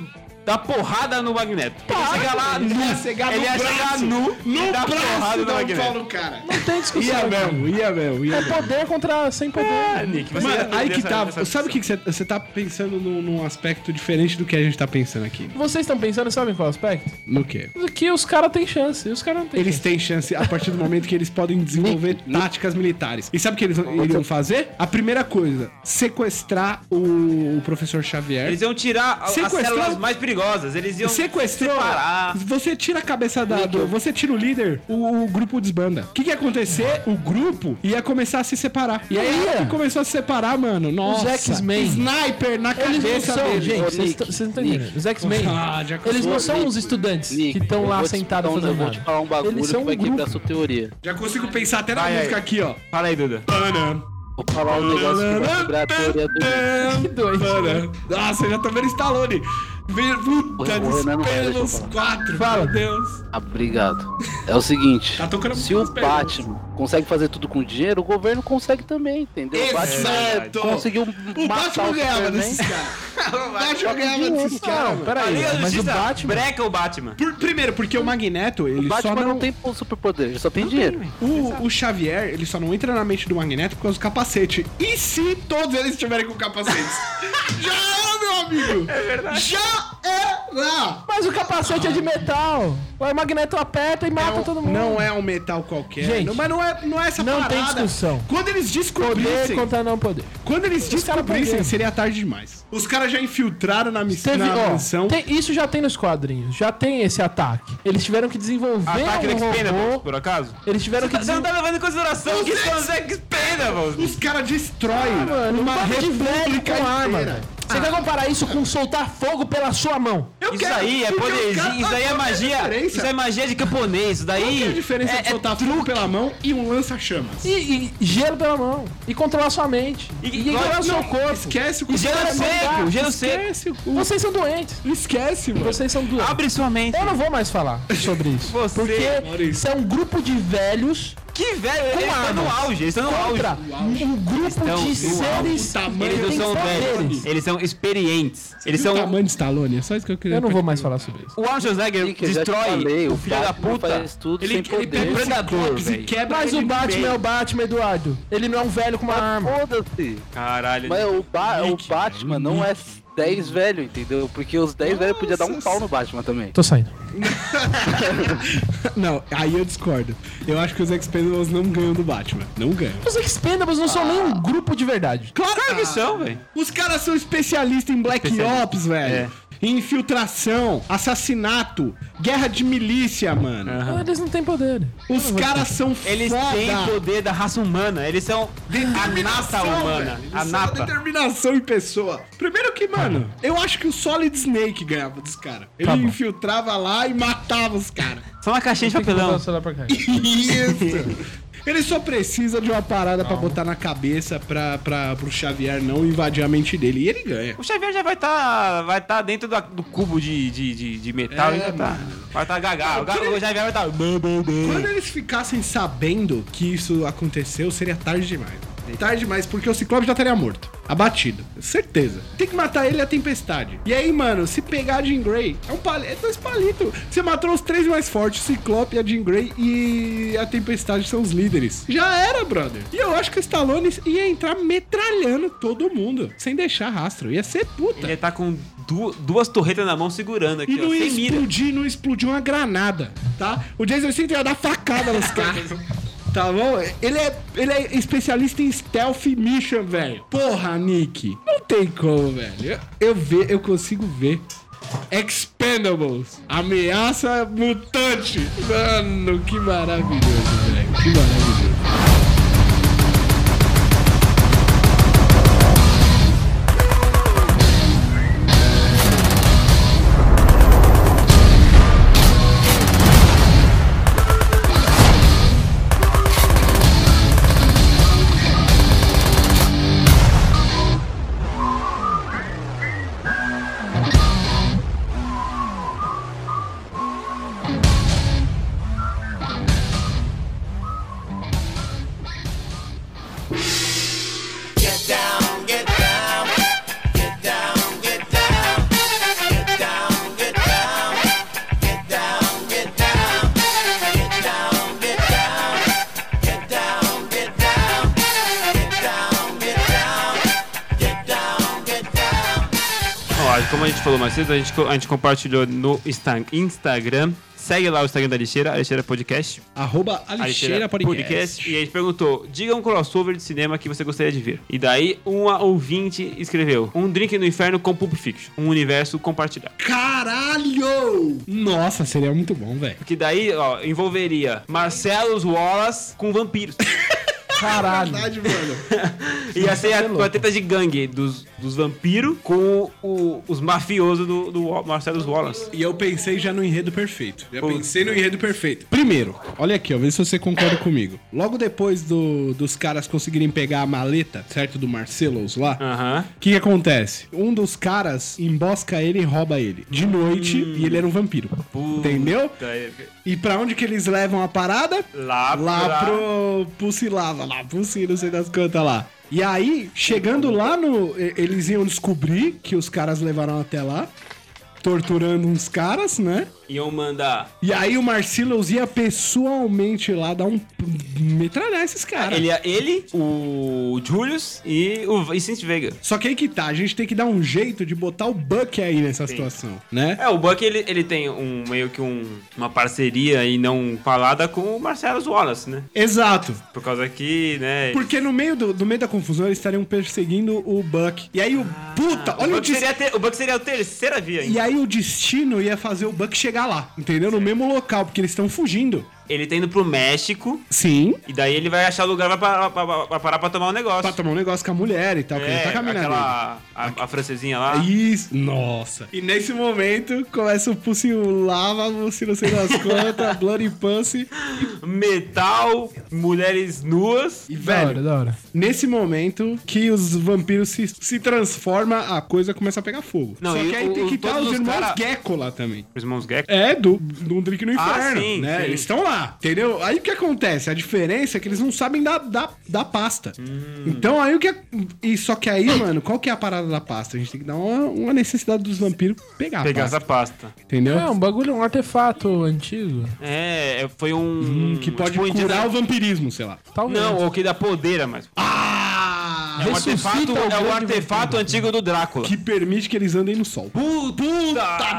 Speaker 2: dá porrada no Magneto. Ele ia chegar lá
Speaker 1: né?
Speaker 3: Ele
Speaker 2: nu.
Speaker 3: ia chegar
Speaker 2: Ele
Speaker 3: Tá no
Speaker 2: ia
Speaker 3: braço.
Speaker 2: chegar nu
Speaker 3: No
Speaker 2: e dá
Speaker 3: braço
Speaker 2: porrada no
Speaker 3: dá um pau
Speaker 2: Magneto.
Speaker 3: no cara.
Speaker 4: Não tem discussão.
Speaker 3: Ia mesmo, ia mesmo, ia
Speaker 4: É
Speaker 3: mesmo.
Speaker 4: poder contra sem poder.
Speaker 1: É.
Speaker 2: Ah, Nick, você
Speaker 3: Mano,
Speaker 2: ia
Speaker 3: aí que
Speaker 2: entender
Speaker 3: tá.
Speaker 2: essa- essa
Speaker 3: Sabe o que que você você tá pensando num, num aspecto diferente do que a gente tá pensando aqui?
Speaker 4: Vocês estão pensando, sabem qual aspecto?
Speaker 3: No quê?
Speaker 4: Que os caras têm chance, e os caras não têm
Speaker 3: Eles
Speaker 4: chance.
Speaker 3: têm chance a partir do momento que eles podem desenvolver táticas militares. E sabe o que eles iriam fazer? A primeira coisa, sequestrar o, o professor Xavier.
Speaker 2: Eles iam tirar a- as
Speaker 3: Sequestrou-
Speaker 2: células mais perigosas. Eles iam
Speaker 3: Sequestrou.
Speaker 2: separar.
Speaker 3: Você tira a cabeça da. do- você tira o líder, o, o grupo desbanda. O que, que ia acontecer? O grupo ia começar a se separar. E aí
Speaker 4: Ia.
Speaker 3: que começou a se separar, mano. Nossa.
Speaker 4: X-Men.
Speaker 3: Sniper na
Speaker 4: Eles não
Speaker 3: cabeça
Speaker 4: são,
Speaker 3: dele.
Speaker 4: gente,
Speaker 1: Ô,
Speaker 4: vocês
Speaker 1: Nick,
Speaker 4: t- vocês não estão entendendo. Os X-Men,
Speaker 3: Ah, já acabou.
Speaker 4: eles não são
Speaker 1: Nick,
Speaker 4: os estudantes
Speaker 1: Nick,
Speaker 4: que estão
Speaker 1: eu
Speaker 4: lá
Speaker 1: vou te
Speaker 4: sentados
Speaker 1: falar um-
Speaker 4: fazendo
Speaker 1: Eu vou te
Speaker 4: nada.
Speaker 1: falar um bagulho
Speaker 4: Eles
Speaker 1: que
Speaker 4: são
Speaker 1: vai
Speaker 4: um
Speaker 1: quebrar
Speaker 4: grupo.
Speaker 1: sua teoria.
Speaker 3: Já consigo pensar até na
Speaker 2: Vai,
Speaker 3: música
Speaker 2: aí.
Speaker 3: aqui, ó.
Speaker 2: Fala aí, Duda.
Speaker 1: Vou falar um negócio que vai quebrar a teoria do.
Speaker 4: Que doido.
Speaker 3: Mano, nossa, eu já tô vendo Stallone. Ver-
Speaker 1: Porra,
Speaker 3: Puta,
Speaker 1: o Renan né? não vai deixar eu
Speaker 3: pelos
Speaker 1: falar.
Speaker 3: quatro.
Speaker 4: Fala.
Speaker 3: Meu Deus.
Speaker 1: Ah, obrigado. É o seguinte:
Speaker 3: Tá tocando
Speaker 1: se o
Speaker 3: muitas perguntas.
Speaker 1: Batman consegue fazer tudo com dinheiro, o governo consegue também, entendeu? O Batman
Speaker 3: Exato.
Speaker 1: conseguiu
Speaker 3: O
Speaker 1: matar
Speaker 3: Batman
Speaker 1: o
Speaker 3: ganhava
Speaker 1: Superman.
Speaker 3: desses caras. O Batman ganhava desses caras.
Speaker 4: Não,
Speaker 1: Tá
Speaker 4: peraí,
Speaker 2: Liga da
Speaker 4: mas o
Speaker 2: Justiça
Speaker 4: Batman...
Speaker 2: breca o Batman.
Speaker 3: Por- primeiro, porque o Magneto, ele
Speaker 1: O
Speaker 3: só
Speaker 1: Batman
Speaker 3: não...
Speaker 1: não... tem superpoder, ele só tem dinheiro.
Speaker 3: O, o Xavier, ele só não entra na mente do Magneto por causa do capacete. E se todos eles estiverem com capacetes? Já é, meu amigo! É verdade. Já é lá!
Speaker 4: Mas o capacete é de metal. Aí O Magneto aperta e mata todo mundo.
Speaker 3: Não é um metal qualquer.
Speaker 4: Gente,
Speaker 3: não- mas não é, não é essa
Speaker 4: não
Speaker 3: parada.
Speaker 4: tem discussão.
Speaker 3: Quando eles
Speaker 4: Poder
Speaker 3: descobrissem...
Speaker 4: contra não poder.
Speaker 3: Quando eles
Speaker 4: caras
Speaker 3: descobrissem,
Speaker 4: perderam.
Speaker 3: seria tarde demais. Os caras já infiltraram na, miss...
Speaker 4: Teve,
Speaker 3: na
Speaker 4: ó,
Speaker 3: mansão.
Speaker 4: tem- isso já tem nos quadrinhos, já tem esse ataque. Eles tiveram que desenvolver
Speaker 2: Ataque do
Speaker 4: um
Speaker 2: Expendables,
Speaker 4: robô.
Speaker 2: por acaso?
Speaker 4: Eles tiveram que
Speaker 2: Você não
Speaker 4: desenvolver...
Speaker 2: tá levando em consideração que são os Expendables.
Speaker 3: Os caras destroem
Speaker 4: Mano,
Speaker 3: uma
Speaker 4: um bando de velho
Speaker 3: república
Speaker 4: com arma,
Speaker 3: inteira.
Speaker 4: velho. Você quer comparar isso com soltar fogo pela sua mão?
Speaker 3: Eu
Speaker 2: Isso
Speaker 3: quero-
Speaker 2: aí é
Speaker 3: eu quero-
Speaker 2: poderzinho,
Speaker 3: cara,
Speaker 2: isso aí é
Speaker 3: qual que a
Speaker 2: magia,
Speaker 3: diferença?
Speaker 2: isso é magia de camponês, isso
Speaker 3: Qual que é a
Speaker 2: daí
Speaker 3: diferença
Speaker 2: é,
Speaker 3: de soltar fogo pela mão e um lança-chamas?
Speaker 4: E, e gelo pela mão. E controlar sua mente. E, ignorar o seu corpo.
Speaker 3: Esquece o que
Speaker 2: Gelo
Speaker 3: cara
Speaker 2: seco,
Speaker 3: é mandar.
Speaker 2: gelo
Speaker 3: Esquece o cu.
Speaker 4: Vocês são doentes.
Speaker 3: Esquece, mano.
Speaker 4: Vocês são
Speaker 2: é-
Speaker 4: doentes.
Speaker 2: abre sua mente.
Speaker 4: Eu não vou mais falar sobre isso.
Speaker 2: Você,
Speaker 4: porque
Speaker 3: Maurício.
Speaker 4: isso é um grupo de velhos
Speaker 2: Que velho,
Speaker 4: Com
Speaker 2: eles estão no
Speaker 4: armas.
Speaker 2: auge, eles estão no auge.
Speaker 4: contra um grupo
Speaker 2: Então,
Speaker 4: de
Speaker 2: no auge,
Speaker 4: seres
Speaker 3: tamanho
Speaker 4: que
Speaker 2: Eles não
Speaker 4: têm
Speaker 2: são
Speaker 4: poderes.
Speaker 2: velhos, eles são experientes. Eles
Speaker 3: Viu
Speaker 2: são
Speaker 3: o tamanho de Stallone, é só isso que eu queria.
Speaker 4: Eu não vou mais falar sobre isso.
Speaker 2: O Arnold Schwarzenegger
Speaker 1: Nick, eu já te
Speaker 2: destrói
Speaker 1: falei,
Speaker 2: o
Speaker 1: o
Speaker 2: filho da
Speaker 1: Batman
Speaker 2: puta.
Speaker 1: faz tudo
Speaker 2: ele
Speaker 1: sem
Speaker 2: ele
Speaker 1: poder.
Speaker 2: pega o predador,
Speaker 3: Ciclopes e
Speaker 2: velho.
Speaker 3: quebra
Speaker 4: Mas
Speaker 3: ele
Speaker 4: o
Speaker 3: no
Speaker 4: Batman
Speaker 3: meio.
Speaker 4: é o Batman, Eduardo. Ele não é um velho com uma arma.
Speaker 1: Foda-se.
Speaker 2: Caralho.
Speaker 1: Mas o, Ba- o Batman não é 10 velho, entendeu? Porque os 10 velhos podiam dar um pau no Batman também.
Speaker 4: Tô saindo.
Speaker 3: Não, aí eu discordo. Eu acho que os Expendables não ganham do Batman. Não ganham. Ah.
Speaker 4: Os Expendables não são nem um grupo de verdade.
Speaker 3: Claro
Speaker 2: que são, velho.
Speaker 3: Os caras são especialistas em Black
Speaker 2: Especialista.
Speaker 3: Ops, velho. infiltração, assassinato, guerra de milícia, mano.
Speaker 4: Não, Eles não têm poder.
Speaker 3: Os caras são
Speaker 5: Eles
Speaker 3: foda.
Speaker 5: têm poder da raça humana. Eles são a nata
Speaker 3: São,
Speaker 5: humana.
Speaker 3: velho. Eles
Speaker 5: A
Speaker 3: são
Speaker 5: nata.
Speaker 3: Determinação em pessoa. Primeiro que, mano, eu acho que o Solid Snake ganhava dos caras. Ele
Speaker 4: Tá bom.
Speaker 3: infiltrava lá e matava os caras.
Speaker 5: São uma caixinha de
Speaker 4: Tem que botar o
Speaker 5: papelão.
Speaker 4: celular pra cá.
Speaker 3: Isso. Ele só precisa de uma parada pra botar na cabeça pra, pra, pro Xavier não invadir a mente dele. E ele ganha.
Speaker 2: O Xavier já vai estar vai tá dentro da- do cubo de, de, de, de metal
Speaker 3: É,
Speaker 2: e vai tá, vai tá gagá. O, ga- o Xavier vai tá- estar.
Speaker 3: Quando eles ficassem sabendo que isso aconteceu, seria tarde demais. Tarde demais, porque o Ciclope já estaria morto. Abatido. Certeza. Tem que matar ele e a tempestade. E aí, mano, se pegar a Jean Grey, é um palito. É dois palitos. Você matou os três mais fortes: o Ciclope, a Jean Grey e a tempestade são os líderes. Já era, brother. E eu acho que o Stallone ia entrar metralhando todo mundo, sem deixar rastro. Ia ser puta.
Speaker 2: Ele tá com du- duas torretas na mão segurando aqui,
Speaker 3: E
Speaker 2: ó,
Speaker 3: não ia
Speaker 2: sem mira.
Speaker 3: explodir, não explodiu uma granada, tá? O Jason Statham ia dar facada nos caras. Tá bom? Ele é, ele é especialista em stealth mission, velho. Porra, Nick. Não tem como, velho. Eu, eu, ve, eu consigo ver. Expendables. Ameaça mutante. Mano, que maravilhoso, velho. Que maravilhoso.
Speaker 2: Ó, como a gente falou mais cedo, a gente, co- a gente compartilhou no Insta- Instagram. Segue lá o Instagram da Lixeira, a Lixeira Podcast.
Speaker 3: Arroba
Speaker 2: A
Speaker 3: Alixeira Podcast.
Speaker 2: E é a gente perguntou: diga um crossover de cinema que você gostaria de ver. E daí, uma ouvinte escreveu: Um drink no inferno com Pulp Fiction. Um universo compartilhado.
Speaker 3: Caralho! Nossa, seria muito bom, velho.
Speaker 2: Que daí, ó, envolveria Marcelo Wallace com vampiros.
Speaker 4: Caralho.
Speaker 3: Verdade, mano.
Speaker 2: Ia ser
Speaker 3: é
Speaker 2: a quarteta de gangue dos, dos vampiros com o- os mafiosos do, do Marcelo Wallace.
Speaker 3: E eu pensei já no enredo perfeito. Já pensei no enredo perfeito. Primeiro, olha aqui, ó, vê se você concorda comigo. Logo depois do- dos caras conseguirem pegar a maleta, certo? Do Marcelos lá.
Speaker 2: Aham.
Speaker 3: O que, que acontece? Um dos caras embosca ele e rouba ele. De noite, e ele era um vampiro. Entendeu? E pra onde que eles levam a parada?
Speaker 2: Lá,
Speaker 3: Lá
Speaker 2: pra-
Speaker 3: pro Pucilava, lá, Puci, não sei das quantas lá. E aí, chegando lá no. e- Eles iam descobrir que os caras levaram até lá, torturando uns caras, né?
Speaker 2: Iam mandar.
Speaker 3: E aí o Marcillos ia pessoalmente lá dar um. metralhar esses caras.
Speaker 2: Ele, é, ele, o Julius e o Vicente Vega.
Speaker 3: Só que aí que tá, a gente tem que dar um jeito de botar o Buck aí nessa situação, né?
Speaker 2: É, o Buck ele, ele tem um meio que um- uma parceria aí não falada com o Marcelo Wallace, né?
Speaker 3: Exato.
Speaker 2: Por causa que, né?
Speaker 3: Porque no meio, do, no meio da confusão eles estariam perseguindo o Buck. E aí o. puta,
Speaker 2: o
Speaker 3: olha o
Speaker 2: Buck
Speaker 3: des...
Speaker 2: Ah, seria, ter- o Buck seria a terceira via ainda.
Speaker 3: E aí o destino ia fazer o Buck chegar lá, entendeu? No mesmo local, porque eles estão fugindo.
Speaker 2: Ele tá indo pro México
Speaker 3: Sim.
Speaker 2: e daí ele vai achar lugar vai parar pra, pra- pra parar pra tomar um negócio.
Speaker 3: Pra tomar um negócio com a mulher e tal, que ele
Speaker 2: É,
Speaker 3: tá caminhando.
Speaker 2: aquela a, a francesinha lá.
Speaker 3: Isso, nossa. E nesse momento começa o Pussy Lava, você não sei das quantas, Bloody Pussy.
Speaker 2: Metal, mulheres nuas.
Speaker 3: E,
Speaker 4: Da hora,
Speaker 3: velho,
Speaker 4: da hora.
Speaker 3: nesse momento que os vampiros se, se transformam, a coisa começa a pegar fogo.
Speaker 2: Não,
Speaker 3: Só
Speaker 2: e
Speaker 3: que aí
Speaker 2: o-
Speaker 3: tem
Speaker 2: o-
Speaker 3: que estar
Speaker 2: todos
Speaker 3: os
Speaker 2: os
Speaker 3: irmãos
Speaker 2: cara-
Speaker 3: Gecko lá também.
Speaker 2: Os irmãos Gecko.
Speaker 3: É, do, do Um Drink no
Speaker 2: Ah,
Speaker 3: Inferno,
Speaker 2: sim,
Speaker 3: né?
Speaker 2: sim.
Speaker 3: Eles estão lá, entendeu? Aí o que acontece? A diferença é que eles não sabem da, da, da pasta.
Speaker 2: Hum.
Speaker 3: Então aí o que... E só que aí, mano, qual que é a parada da pasta? A gente tem que dar uma, uma necessidade dos vampiros pegar,
Speaker 2: Pegar
Speaker 3: a pasta,
Speaker 2: essa pasta.
Speaker 3: entendeu?
Speaker 4: É, um bagulho, um artefato antigo.
Speaker 2: É, é, foi um.
Speaker 3: Hum, que pode
Speaker 2: tipo, um
Speaker 3: curar
Speaker 2: indígena-
Speaker 3: o vampirismo, sei lá.
Speaker 4: Talvez.
Speaker 2: Não, ou que dá podeira, mas.
Speaker 3: Ah!
Speaker 2: É um
Speaker 4: Ressuscita
Speaker 2: artefato,
Speaker 4: o
Speaker 2: é um
Speaker 4: grande
Speaker 2: artefato antigo do Drácula.
Speaker 3: Que permite que eles andem no sol.
Speaker 2: puta!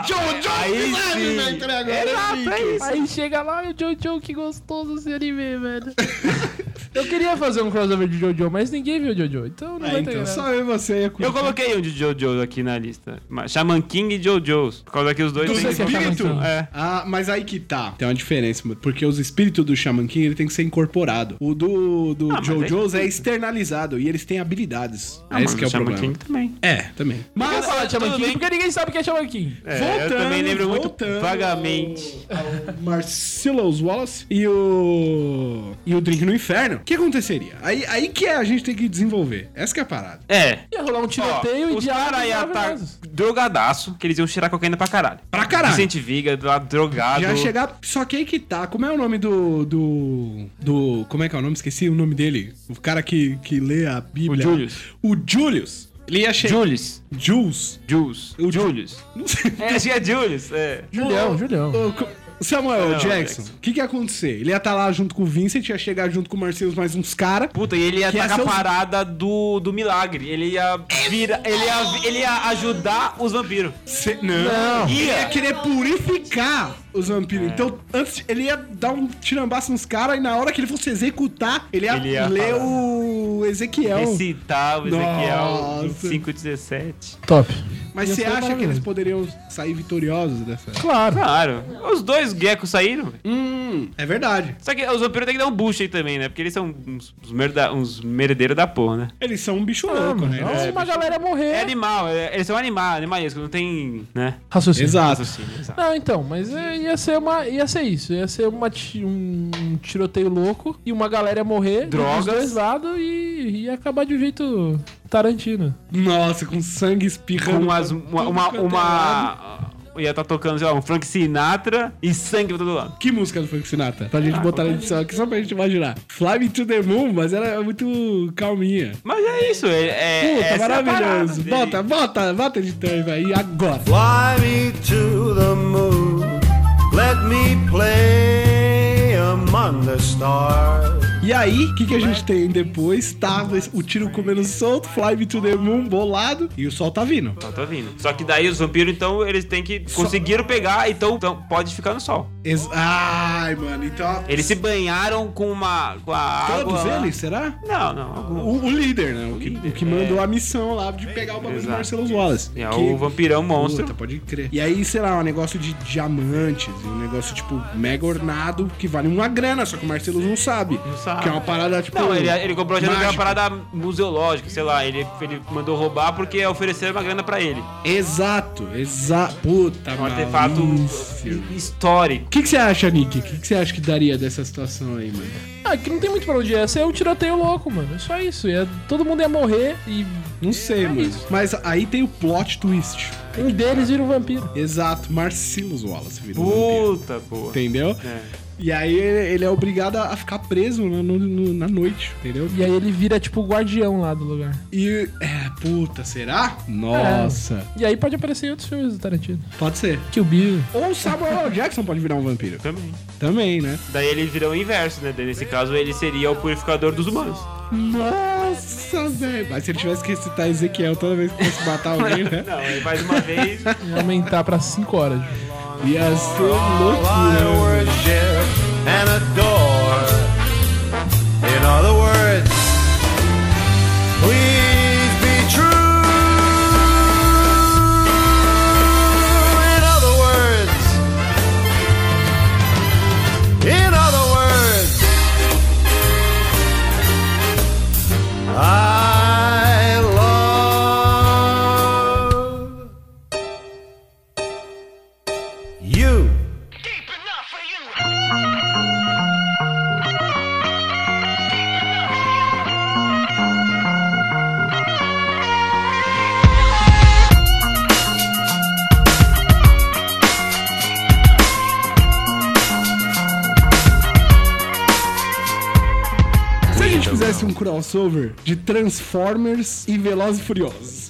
Speaker 3: Jojo,
Speaker 2: Ah, Aí
Speaker 3: Pilani,
Speaker 2: sim.
Speaker 3: né, entre agora,
Speaker 2: Exato, é
Speaker 3: Henrique.
Speaker 2: isso.
Speaker 4: Aí chega lá e o Jojo, que gostoso esse anime, velho. Eu queria fazer um crossover de Jojo, mas ninguém viu Jojo, então não
Speaker 3: Ah,
Speaker 4: vai ter
Speaker 3: então
Speaker 4: graça.
Speaker 3: só eu e você ia
Speaker 2: Eu coloquei um de JoJo's aqui na lista. Mas Shaman King e JoJo's. Por causa que os dois
Speaker 3: Do
Speaker 2: têm-
Speaker 3: espírito?
Speaker 2: É.
Speaker 3: Ah, mas aí que tá. Tem uma diferença, mano, porque os espíritos do Shaman King ele tem que ser incorporado. O do, do
Speaker 2: Ah, mas
Speaker 3: JoJo's é, externalizado e eles têm habilidades. é esse que é o
Speaker 2: Ah, Shaman
Speaker 3: problema.
Speaker 2: King também.
Speaker 3: É, também.
Speaker 4: Por que eu falar de Shaman King? Porque ninguém sabe o que é Shaman King.
Speaker 2: É,
Speaker 3: Voltando,
Speaker 2: eu também lembro
Speaker 3: voltando.
Speaker 2: muito vagamente.
Speaker 3: Marcellus Wallace e o. E o Drink no Inferno. O que aconteceria? Aí, aí que é a gente tem que desenvolver. Essa que é a parada.
Speaker 2: É.
Speaker 4: Ia rolar um tiroteio
Speaker 2: Ó,
Speaker 4: e
Speaker 2: os
Speaker 4: diabos
Speaker 2: caras iam estar
Speaker 4: maravilhosos.
Speaker 2: drogadaço, que eles iam cheirar cocaína pra caralho.
Speaker 3: Pra caralho.
Speaker 2: Vicente Viga, lá, drogado.
Speaker 3: Já chegar. Só que aí que tá. Como é o nome do. Do. do- como é que é o nome? Esqueci o nome dele. O cara que, que lê a Bíblia.
Speaker 2: O Julius.
Speaker 3: O Julius. Ele ia chegar.
Speaker 2: Julius.
Speaker 3: Jules.
Speaker 2: Jules.
Speaker 3: O Ju-
Speaker 2: Julius.
Speaker 3: Não sei.
Speaker 2: É, acho que é Julius. É.
Speaker 4: Julião, Julião.
Speaker 3: Ô, co- Samuel
Speaker 2: Não,
Speaker 3: Jackson,
Speaker 2: Jackson.
Speaker 3: o que, que ia acontecer? Ele ia estar lá junto com o Vincent, ia chegar junto com o Marcelo mais uns caras.
Speaker 2: Puta, e ele ia
Speaker 3: Que
Speaker 2: atacar a
Speaker 3: essa é o-
Speaker 2: parada do, do milagre. Ele ia virar. Ele ia, ele ia ajudar os vampiros.
Speaker 3: Não. Ele
Speaker 2: Ia.
Speaker 3: ia querer purificar os
Speaker 2: É.
Speaker 3: vampiros. Então, antes, ele ia dar um tirambaço nos caras e na hora que ele fosse executar, ele ia,
Speaker 2: Ele ia
Speaker 3: ler
Speaker 2: falar.
Speaker 3: o Ezequiel.
Speaker 2: Recitar é o Ezequiel
Speaker 3: Nossa.
Speaker 2: 2517.
Speaker 4: Top.
Speaker 3: Mas
Speaker 4: Ia
Speaker 3: você
Speaker 4: ser
Speaker 3: acha que eles
Speaker 4: maravilhoso.
Speaker 3: poderiam sair vitoriosos dessa?
Speaker 4: Claro.
Speaker 2: Claro. Os dois geckos saíram.
Speaker 3: Hum, é verdade.
Speaker 2: Só que os vampiros tem que dar um boost aí também, né? Porque eles são uns, uns, merda, uns merdeiros da porra, né?
Speaker 3: Eles são um bicho louco, né?
Speaker 4: Não,
Speaker 3: Eles-
Speaker 4: uma galera morrer.
Speaker 2: É animal, é- eles são animal, animalesco, não tem. né?
Speaker 4: Raciocínio.
Speaker 3: Exato.
Speaker 2: Raciocínio, exato.
Speaker 4: Não, então, mas é, ia ser uma, ia ser isso, ia ser uma ti- um tiroteio louco e uma galera ia morrer
Speaker 2: Drogas.
Speaker 4: dos dois lados e ia acabar de um jeito Tarantino.
Speaker 3: Nossa, com sangue espirrando.
Speaker 2: Com umas,
Speaker 3: pra
Speaker 2: uma.
Speaker 3: tudo
Speaker 2: uma,
Speaker 3: quanto é lado.
Speaker 2: uma ia estar tocando, sei lá, um Frank Sinatra e sangue pra todo lado.
Speaker 3: Que música do Frank Sinatra? Pra gente
Speaker 2: Ah,
Speaker 3: botar na edição aqui só pra gente imaginar. Fly Me to the Moon, mas era muito calminha.
Speaker 2: Mas é isso, é. é
Speaker 3: Puta,
Speaker 2: essa é a
Speaker 3: maravilhoso.
Speaker 2: parada
Speaker 3: bota,
Speaker 2: dele.
Speaker 3: bota, bota editor, velho. E agora?
Speaker 5: Fly me to the moon. Let me play among the stars.
Speaker 3: E aí, o que, que a gente tem depois? Tá o tiro comendo solto, Fly Me to the Moon bolado e o sol tá vindo.
Speaker 2: Só Então, tô vindo. Só que daí os vampiros, então, eles têm que. Conseguiram pegar, então, então pode ficar no sol.
Speaker 3: Ex- Ai, mano, então.
Speaker 2: Eles se banharam com uma. com a
Speaker 3: Todos
Speaker 2: água lá.
Speaker 3: eles, será?
Speaker 2: Não, não. algum-
Speaker 3: O, o líder, né? O que,
Speaker 2: líder,
Speaker 3: o que mandou
Speaker 2: é.
Speaker 3: a missão lá de pegar o bagulho do
Speaker 2: Exato.
Speaker 3: Marcelo Wallace.
Speaker 2: É
Speaker 3: Que-
Speaker 2: o vampirão monstro.
Speaker 3: Puta, pode crer. E aí, sei lá, um negócio de diamantes, um negócio, tipo, mega ornado, que vale uma grana, só que o Marcelo não sabe. Não
Speaker 2: sabe.
Speaker 3: Que é uma parada, tipo.
Speaker 2: Não, ele, ele comprou achando que era uma
Speaker 3: mágica.
Speaker 2: parada museológica, sei lá. Ele, ele mandou roubar porque ofereceram uma grana pra ele.
Speaker 3: Exato, exato. Puta,
Speaker 2: Um artefato
Speaker 3: malícia.
Speaker 2: hi- histórico.
Speaker 3: O que, que você acha, Nick? O que, que você acha que daria dessa situação aí, mano?
Speaker 4: Ah, que não tem muito pra onde ir, ia ser um tiroteio louco, mano, é só isso, ia, todo mundo ia morrer e
Speaker 3: Não sei,
Speaker 2: É
Speaker 3: mano. Mas aí tem o plot twist.
Speaker 4: um deles vira um vampiro.
Speaker 3: Exato, Marcellus Wallace virou vampiro.
Speaker 2: Puta, porra.
Speaker 3: Entendeu?
Speaker 2: É.
Speaker 3: E aí ele ele é obrigado a ficar preso na, no- no- na noite, entendeu?
Speaker 4: E aí ele vira tipo o guardião lá do lugar.
Speaker 3: E. É, puta, será? Nossa.
Speaker 4: E aí pode aparecer em outros filmes do Tarantino.
Speaker 3: Pode ser.
Speaker 4: Kill Bill.
Speaker 3: Ou o Samuel L. Jackson pode virar um vampiro.
Speaker 2: Também.
Speaker 3: Também, né?
Speaker 2: Daí ele virou o inverso, né? Daí, nesse caso, ele seria o purificador dos humanos.
Speaker 3: Nossa, velho. Mas se ele tivesse que citar Ezequiel toda vez que fosse matar alguém, né?
Speaker 2: Não, ele Então, mais uma vez.
Speaker 4: Ia aumentar pra 5 horas.
Speaker 3: Ia ser
Speaker 5: All I
Speaker 3: loucura.
Speaker 5: worship and adore. In other words, please be true. In other words, in other words, I love you.
Speaker 3: Se a gente fizesse um crossover de Transformers e Velozes e Furiosos.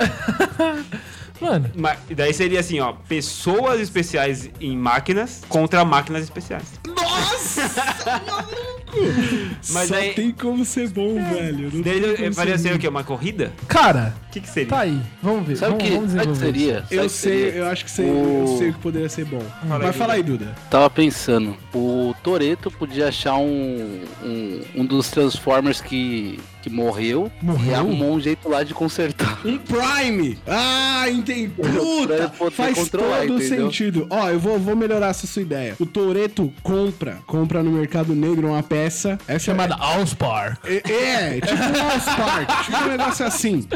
Speaker 4: Mano,
Speaker 2: Ma- Daí seria assim, ó, pessoas especiais em máquinas contra máquinas especiais.
Speaker 3: Nossa, maluco! louco?
Speaker 2: Mas
Speaker 3: Só
Speaker 2: aí- É.
Speaker 3: tem como ser bom, velho. Não tem
Speaker 2: Daí
Speaker 3: como
Speaker 2: faria
Speaker 3: ser
Speaker 2: ser o
Speaker 3: ruim.
Speaker 2: quê? Uma corrida?
Speaker 4: Cara,
Speaker 2: O que, que seria?
Speaker 4: tá aí. Vamos ver.
Speaker 1: Sabe o
Speaker 4: vamos,
Speaker 1: que, é
Speaker 4: vamos
Speaker 1: sabe o que
Speaker 4: desenvolver
Speaker 1: seria? Sabe o
Speaker 3: Eu
Speaker 1: que
Speaker 3: sei,
Speaker 1: seria?
Speaker 3: eu acho que sei, eu
Speaker 1: O-
Speaker 3: sei o que poderia ser bom.
Speaker 2: Fala aí,
Speaker 3: Vai falar aí, Duda.
Speaker 1: Tava pensando, o Toreto podia achar um, um, um dos Transformers que, que morreu,
Speaker 4: Morreu?
Speaker 1: e arrumou um jeito lá de consertar.
Speaker 3: Um Prime! Ah, entendi.
Speaker 1: Pra
Speaker 3: Puta!
Speaker 1: ele poder
Speaker 3: Faz todo
Speaker 1: controlar, entendeu?
Speaker 3: sentido. Ó, eu vou, vou melhorar essa sua ideia. O Toreto compra, compra no mercado negro uma peça. Essa
Speaker 4: Chamada Allspark.
Speaker 3: É, é, tipo um House Park, tipo um negócio assim.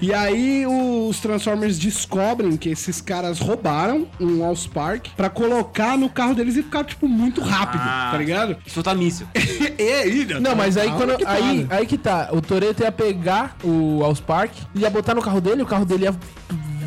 Speaker 3: E aí os Transformers descobrem que esses caras roubaram um House Park pra colocar no carro deles e ficar, tipo, muito rápido,
Speaker 2: Ah.
Speaker 3: tá ligado?
Speaker 2: Soltar míssil.
Speaker 3: É, e-
Speaker 4: Não, mas aí
Speaker 3: Ah,
Speaker 4: quando.
Speaker 3: que tá,
Speaker 4: aí,
Speaker 3: né?
Speaker 4: aí que tá. O Toreto ia pegar o Allspark, ia botar no carro dele, o carro dele ia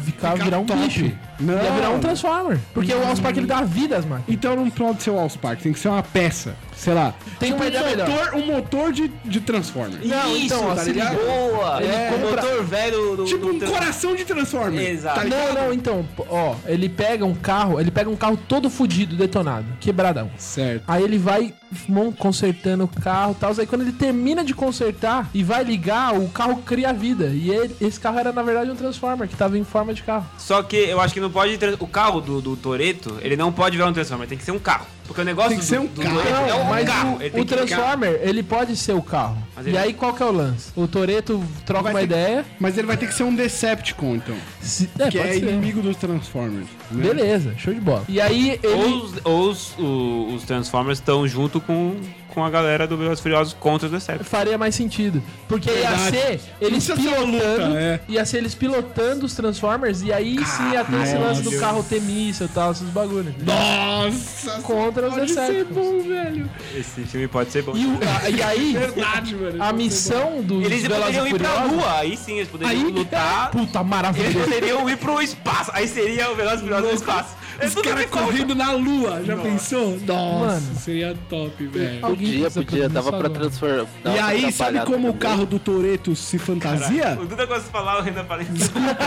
Speaker 4: ficar, virar um
Speaker 3: top.
Speaker 4: bicho.
Speaker 3: Não.
Speaker 4: Ia virar um Transformer. Porque o Allspark ele dá vidas, mano.
Speaker 3: Então não pode ser o House Park, tem que ser uma peça. Sei lá.
Speaker 4: Tem uma
Speaker 3: um
Speaker 4: ideia melhor.
Speaker 3: motor, um motor de, de Transformer.
Speaker 4: Não, então, ó, se liga.
Speaker 2: Boa!
Speaker 4: Ele
Speaker 2: É,
Speaker 4: compra-
Speaker 2: motor velho do.
Speaker 3: Tipo
Speaker 2: do
Speaker 3: um
Speaker 2: tra-
Speaker 3: coração de Transformer. tá
Speaker 2: Exato.
Speaker 3: ligado?
Speaker 4: Não, não, então, p- ó, ele pega um carro, ele pega um carro todo fudido, detonado, quebradão.
Speaker 3: Certo.
Speaker 4: Aí ele vai mon- consertando o carro e tal. Aí quando ele termina de consertar e vai ligar, o carro cria vida. E ele- esse carro era, na verdade, um Transformer que tava em forma de carro.
Speaker 2: Só que eu acho que não pode. trans- O carro do, do Toreto, ele não pode virar um Transformer, tem que ser um carro. Porque o negócio
Speaker 3: Tem que
Speaker 2: do,
Speaker 3: ser um
Speaker 2: do
Speaker 3: carro,
Speaker 2: Toretto é
Speaker 4: Não,
Speaker 2: um
Speaker 4: mas
Speaker 2: carro. ele
Speaker 4: o,
Speaker 2: tem
Speaker 4: o
Speaker 2: que ficar-
Speaker 4: Transformer, ele pode ser o carro.
Speaker 2: Mas
Speaker 4: E
Speaker 2: ele-
Speaker 4: aí qual que é o lance? O Toreto troca
Speaker 3: Vai
Speaker 4: uma
Speaker 3: ter-
Speaker 4: ideia.
Speaker 3: Mas ele vai ter que ser um Decepticon, então.
Speaker 4: se- é,
Speaker 3: que
Speaker 4: pode
Speaker 3: é
Speaker 4: ser.
Speaker 3: inimigo dos Transformers. né?
Speaker 4: Beleza, show de bola. E aí
Speaker 2: Ou,
Speaker 4: ele.
Speaker 2: os, ou os, o- os Transformers estão junto com, com a galera do Velozes e Furiosos contra os Decepticons.
Speaker 4: Faria mais sentido. Porque
Speaker 3: Verdade.
Speaker 4: ia ser eles
Speaker 3: precisa ser uma luta,
Speaker 4: pilotando.
Speaker 3: é.
Speaker 4: Ia ser eles pilotando os Transformers. E aí sim ia ter esse lance do
Speaker 3: Caralho.
Speaker 4: carro ter míssil e tal, esses bagulhos.
Speaker 3: Nossa!
Speaker 4: Contra os
Speaker 3: pode ser
Speaker 4: Decepticons.
Speaker 3: bom, velho.
Speaker 2: Esse filme pode ser bom.
Speaker 4: E, o- a- e aí,
Speaker 3: Verdade, mano. é
Speaker 4: a missão dos
Speaker 2: Eles
Speaker 4: Velozes e
Speaker 2: poderiam ir pra
Speaker 4: Furiosos- é
Speaker 2: lua, aí sim eles poderiam
Speaker 4: Aí- tá. é,
Speaker 2: lutar.
Speaker 4: Puta,
Speaker 2: Eles
Speaker 4: maravilhoso.
Speaker 2: poderiam ir pro espaço, aí seria o Velozes e Furiosos no espaço. É
Speaker 3: Os
Speaker 2: tudo
Speaker 3: caras
Speaker 2: que conta.
Speaker 3: correndo na lua, já pensou? Nossa,
Speaker 4: Mano.
Speaker 3: seria top, velho.
Speaker 4: Alguém
Speaker 1: Podia,
Speaker 4: precisa
Speaker 1: podia,
Speaker 4: produzir
Speaker 1: dava
Speaker 4: isso
Speaker 1: pra
Speaker 4: agora.
Speaker 1: transformar. dava
Speaker 3: E
Speaker 1: pra
Speaker 4: tá
Speaker 3: aí, sabe
Speaker 1: trabalhar
Speaker 3: como o
Speaker 1: também.
Speaker 3: carro do Toreto se fantasia?
Speaker 2: O Duda gosta de falar, o Renan fala.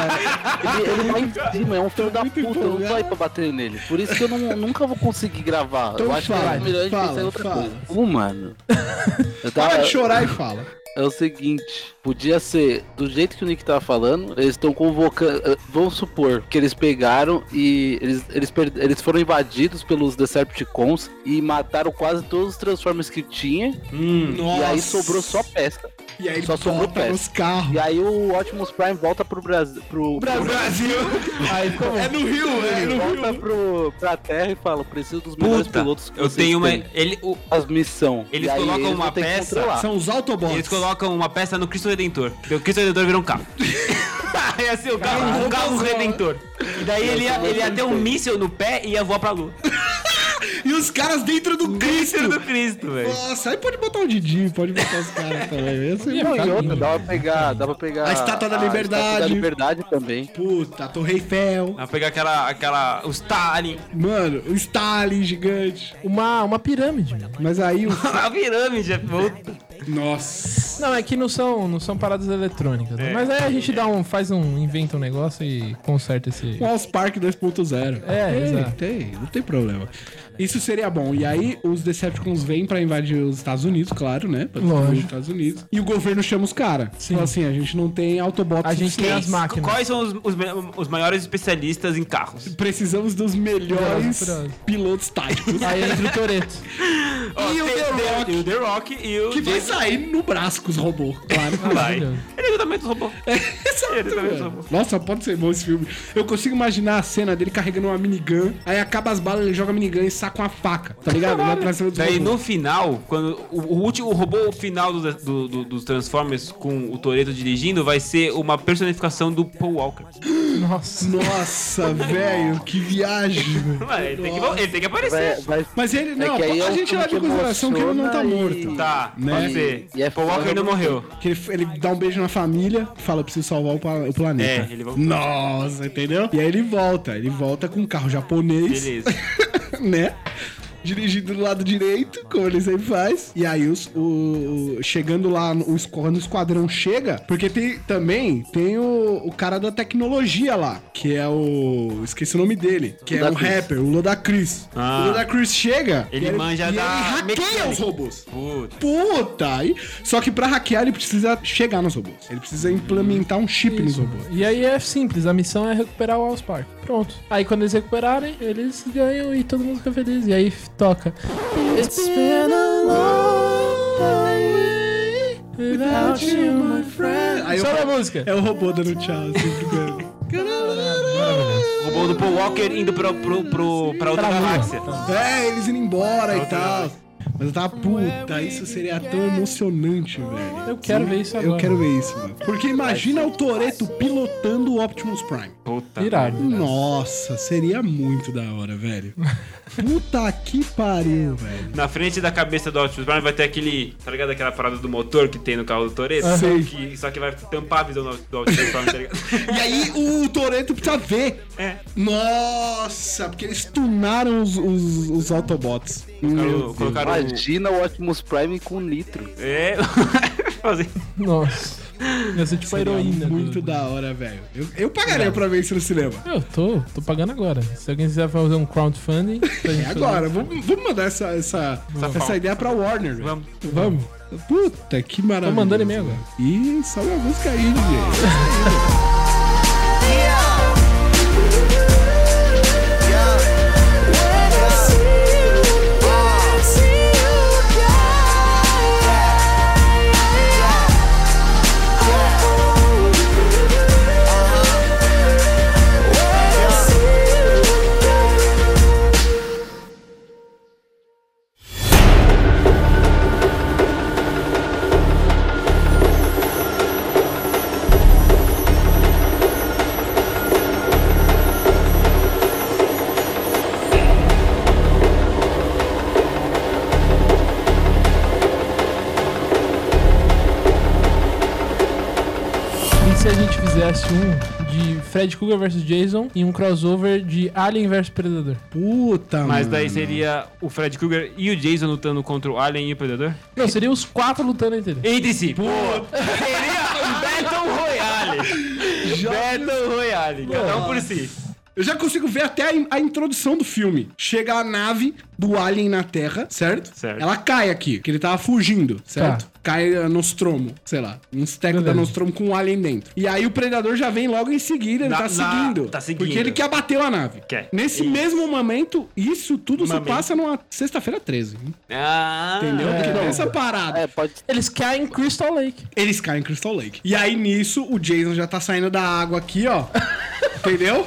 Speaker 1: Ele, ele lá em cima é um filho da
Speaker 3: muito
Speaker 1: puta, eu não
Speaker 3: empolgado.
Speaker 1: vai pra bater nele. Por isso que eu não- nunca vou conseguir gravar.
Speaker 3: Então
Speaker 1: eu acho
Speaker 3: fala,
Speaker 1: que é melhor a gente
Speaker 3: fala,
Speaker 1: pensar em outra
Speaker 3: fala.
Speaker 1: coisa. Uh, mano. Eu tava-
Speaker 3: Para de chorar e fala.
Speaker 1: É o seguinte, podia ser do jeito que o Nick tava falando, eles estão convocando. eh, Vamos supor que eles pegaram e eles, eles, per- eles foram invadidos pelos Decepticons e mataram quase todos os Transformers que tinha.
Speaker 2: Hum.
Speaker 1: E aí sobrou só pesca.
Speaker 3: E aí
Speaker 1: só
Speaker 3: ele
Speaker 1: sobrou
Speaker 3: bota
Speaker 1: peça.
Speaker 3: nos carros.
Speaker 1: E aí o Optimus Prime volta pro Brasil. Pro,
Speaker 3: Brasil.
Speaker 4: Aí ficou
Speaker 3: É no Rio, é
Speaker 1: Ele
Speaker 3: no
Speaker 1: volta
Speaker 3: Rio.
Speaker 1: pro, pra terra e fala: preciso dos melhores
Speaker 2: Puta,
Speaker 1: pilotos que
Speaker 2: eu
Speaker 1: vocês
Speaker 2: tenho uma.
Speaker 1: têm."
Speaker 2: Ele, o-
Speaker 1: As missão.
Speaker 2: Eles
Speaker 1: E aí
Speaker 2: colocam
Speaker 1: vão
Speaker 2: uma
Speaker 1: ter que
Speaker 2: peça-
Speaker 1: controlar.
Speaker 3: São os Autobots.
Speaker 2: eles colocam uma peça no Cristo Redentor. Porque o Cristo Redentor virou um carro. é assim, o carro, um carro redentor. E daí ele ia, ele ia ter um míssil no pé e ia voar pra lua.
Speaker 3: E os caras dentro do
Speaker 2: Míssil
Speaker 3: Cristo.
Speaker 2: do Cristo, velho.
Speaker 3: Nossa, aí pode botar o Didi, pode botar os caras também. Esse é
Speaker 1: Não, e
Speaker 3: bacana.
Speaker 1: outra, dá pra pegar, dá pra pegar
Speaker 3: A Estátua da
Speaker 1: Estátua da
Speaker 3: Liberdade.
Speaker 1: Liberdade também.
Speaker 4: um
Speaker 3: Puta, a Torre Eiffel.
Speaker 4: Ah.
Speaker 2: Vai pegar aquela. aquela. o Stalin.
Speaker 3: Mano, o Stalin gigante.
Speaker 4: uma, uma pirâmide.
Speaker 3: Mas aí o.
Speaker 2: A pirâmide, é puta.
Speaker 3: Nossa.
Speaker 4: Não, é que não são, não são paradas eletrônicas. né?
Speaker 2: É.
Speaker 4: Mas aí a gente dá um, faz um, inventa um negócio e conserta esse.
Speaker 3: O House Park 2.0.
Speaker 4: É,
Speaker 3: tem,
Speaker 4: exato.
Speaker 3: tem, não tem problema. Isso seria bom. E aí os Decepticons vêm pra invadir os Estados Unidos, claro, né? Pra destruir
Speaker 4: Lógico.
Speaker 3: Os Estados Unidos. E o governo chama os caras.
Speaker 4: Sim.
Speaker 3: Fala assim, a gente não tem Autobots.
Speaker 4: A gente tem as
Speaker 3: suficientes.
Speaker 4: máquinas.
Speaker 2: Quais são os, os, me- os maiores especialistas em carros?
Speaker 3: Precisamos dos melhores
Speaker 4: Curioso, curioso.
Speaker 3: pilotos táticos.
Speaker 4: Aí entra o Toreto.
Speaker 2: Ó,
Speaker 3: o
Speaker 2: tem-
Speaker 3: The
Speaker 2: tem-
Speaker 3: Rock.
Speaker 2: E o The Rock e o
Speaker 3: que vai sair no braço com os robôs, claro.
Speaker 2: Vai.
Speaker 4: Maravilhoso.
Speaker 2: Ele é também dos robôs. Ele também é dos
Speaker 3: Mano,
Speaker 2: robôs.
Speaker 3: Nossa, pode ser bom esse filme. Eu consigo imaginar a cena dele carregando uma minigun, aí acaba as balas, ele joga a minigun e saca uma faca, tá ligado? Vai pra cima dos
Speaker 2: Daí
Speaker 3: robôs.
Speaker 2: no final, quando o, o último o robô final do- do- do- dos Transformers com o Toreto dirigindo vai ser uma personificação do Paul Walker.
Speaker 4: Nossa.
Speaker 3: Nossa, velho, que viagem. velho.
Speaker 2: Mano, ele, tem que, ele tem que
Speaker 1: Vai,
Speaker 2: aparecer.
Speaker 1: vai
Speaker 3: Mas ele,
Speaker 1: É
Speaker 3: não,
Speaker 1: que aí
Speaker 3: a
Speaker 1: é um
Speaker 3: gente
Speaker 1: filme
Speaker 3: leva em
Speaker 1: que
Speaker 3: consideração que ele não tá
Speaker 1: emociona
Speaker 3: morto.
Speaker 1: e-
Speaker 2: Tá,
Speaker 3: Né?
Speaker 2: pode ser.
Speaker 1: E é
Speaker 2: Paul Walker
Speaker 1: foda
Speaker 2: não morreu.
Speaker 3: Que ele, ele dá um beijo na família e fala: preciso salvar o, pla- o planeta.
Speaker 2: É, ele voltou.
Speaker 3: Nossa, entendeu? E aí ele volta, ele volta com um carro japonês,
Speaker 2: Beleza.
Speaker 3: né? dirigindo do lado direito, como ele sempre faz. E aí, os, o, o- chegando lá, no- o, esqu- quando o esquadrão chega, porque tem também tem o, o cara da tecnologia lá, que é o. Esqueci o nome dele, que é um
Speaker 1: Ludacris.
Speaker 3: rapper, o Ludacris.
Speaker 2: Ah.
Speaker 3: O Ludacris chega.
Speaker 2: Ele
Speaker 3: e
Speaker 2: manja da
Speaker 3: e Ele hackeia
Speaker 2: mecânica.
Speaker 3: os robôs.
Speaker 2: Puta.
Speaker 3: Puta! Aí, só que pra hackear, ele precisa chegar nos robôs. Ele precisa implementar um chip nos robôs.
Speaker 4: E aí é simples, a missão é recuperar o Alls Park. Pronto. Aí quando eles recuperarem, eles ganham e todo mundo fica feliz. E aí f- toca. It's been a long day without you, my friend.
Speaker 3: Aí eu-
Speaker 4: Só da música.
Speaker 3: É o robô dando tchau, assim, brincando.
Speaker 2: O robô do Paul Walker indo pro, pro, pro, pra outra
Speaker 4: Pra lua.
Speaker 2: galáxia.
Speaker 3: É, eles indo embora e tal. Mas eu tava, puta, isso seria tão emocionante, velho.
Speaker 4: Eu quero ver isso
Speaker 3: Eu
Speaker 4: agora.
Speaker 3: quero ver isso, mano. Porque imagina o Toreto pilotando o Optimus Prime.
Speaker 2: Puta.
Speaker 4: Tá Irado.
Speaker 3: Nossa, seria muito da hora, velho. Puta que pariu, velho.
Speaker 2: Na frente da cabeça do Optimus Prime vai ter aquele, tá ligado? Aquela parada do motor que tem no carro do Toretto.
Speaker 3: Sei.
Speaker 2: Que, só que vai tampar a visão do do Optimus Prime, tá ligado?
Speaker 3: E aí o Toreto precisa ver.
Speaker 2: É.
Speaker 3: Nossa, porque eles tunaram os, os, os Autobots.
Speaker 2: Colocaram, colocaram o-
Speaker 1: Imagina o Optimus Prime com nitro.
Speaker 2: É. Fazer.
Speaker 4: Nossa. Ia ser tipo a heroína. do-
Speaker 3: Muito da hora, velho. Eu, eu pagaria pra ver isso no cinema.
Speaker 4: Eu tô, tô pagando agora. Se alguém quiser fazer um crowdfunding, pra gente
Speaker 3: É agora, vamos, vamos mandar essa, essa, essa
Speaker 2: pauta.
Speaker 3: ideia pra Warner, velho.
Speaker 2: Vamos.
Speaker 4: fazer. Vamos.
Speaker 3: Puta que maravilha.
Speaker 4: Tô mandando e-mail agora.
Speaker 3: Ih, sobe a música aí, DJ.
Speaker 4: E se a gente fizesse um de Fred Krueger vs Jason e um crossover de Alien vs Predador?
Speaker 3: Puta,
Speaker 2: Mas
Speaker 3: mano.
Speaker 2: daí seria o Fred Krueger e o Jason lutando contra o Alien e o Predador?
Speaker 4: Não, seria os quatro lutando entre eles.
Speaker 2: Entre si. Pô. Seria um Battle Royale. Battle Royale. Cada um por si.
Speaker 3: Eu já consigo ver até a, in- a introdução do filme. Chega a nave do Alien na Terra, certo?
Speaker 2: Certo.
Speaker 3: Ela cai aqui, que ele tava fugindo, certo? Cai a Nostromo, sei lá. Um steco da
Speaker 4: Beleza.
Speaker 3: Nostromo com um Alien dentro. E aí o Predador já vem logo em seguida, ele
Speaker 2: Na- na-
Speaker 3: tá seguindo.
Speaker 2: tá seguindo.
Speaker 3: Porque ele quer abater a nave.
Speaker 2: Quer.
Speaker 3: Nesse
Speaker 2: Isso.
Speaker 3: mesmo momento, isso tudo
Speaker 2: Momento.
Speaker 3: se passa numa sexta-feira 13.
Speaker 2: Ah.
Speaker 3: Entendeu? Porque tem essa parada.
Speaker 1: É, pode
Speaker 4: Eles caem em Crystal Lake.
Speaker 3: Eles caem em Crystal Lake. E aí nisso, o Jason já tá saindo da água aqui, ó. Entendeu?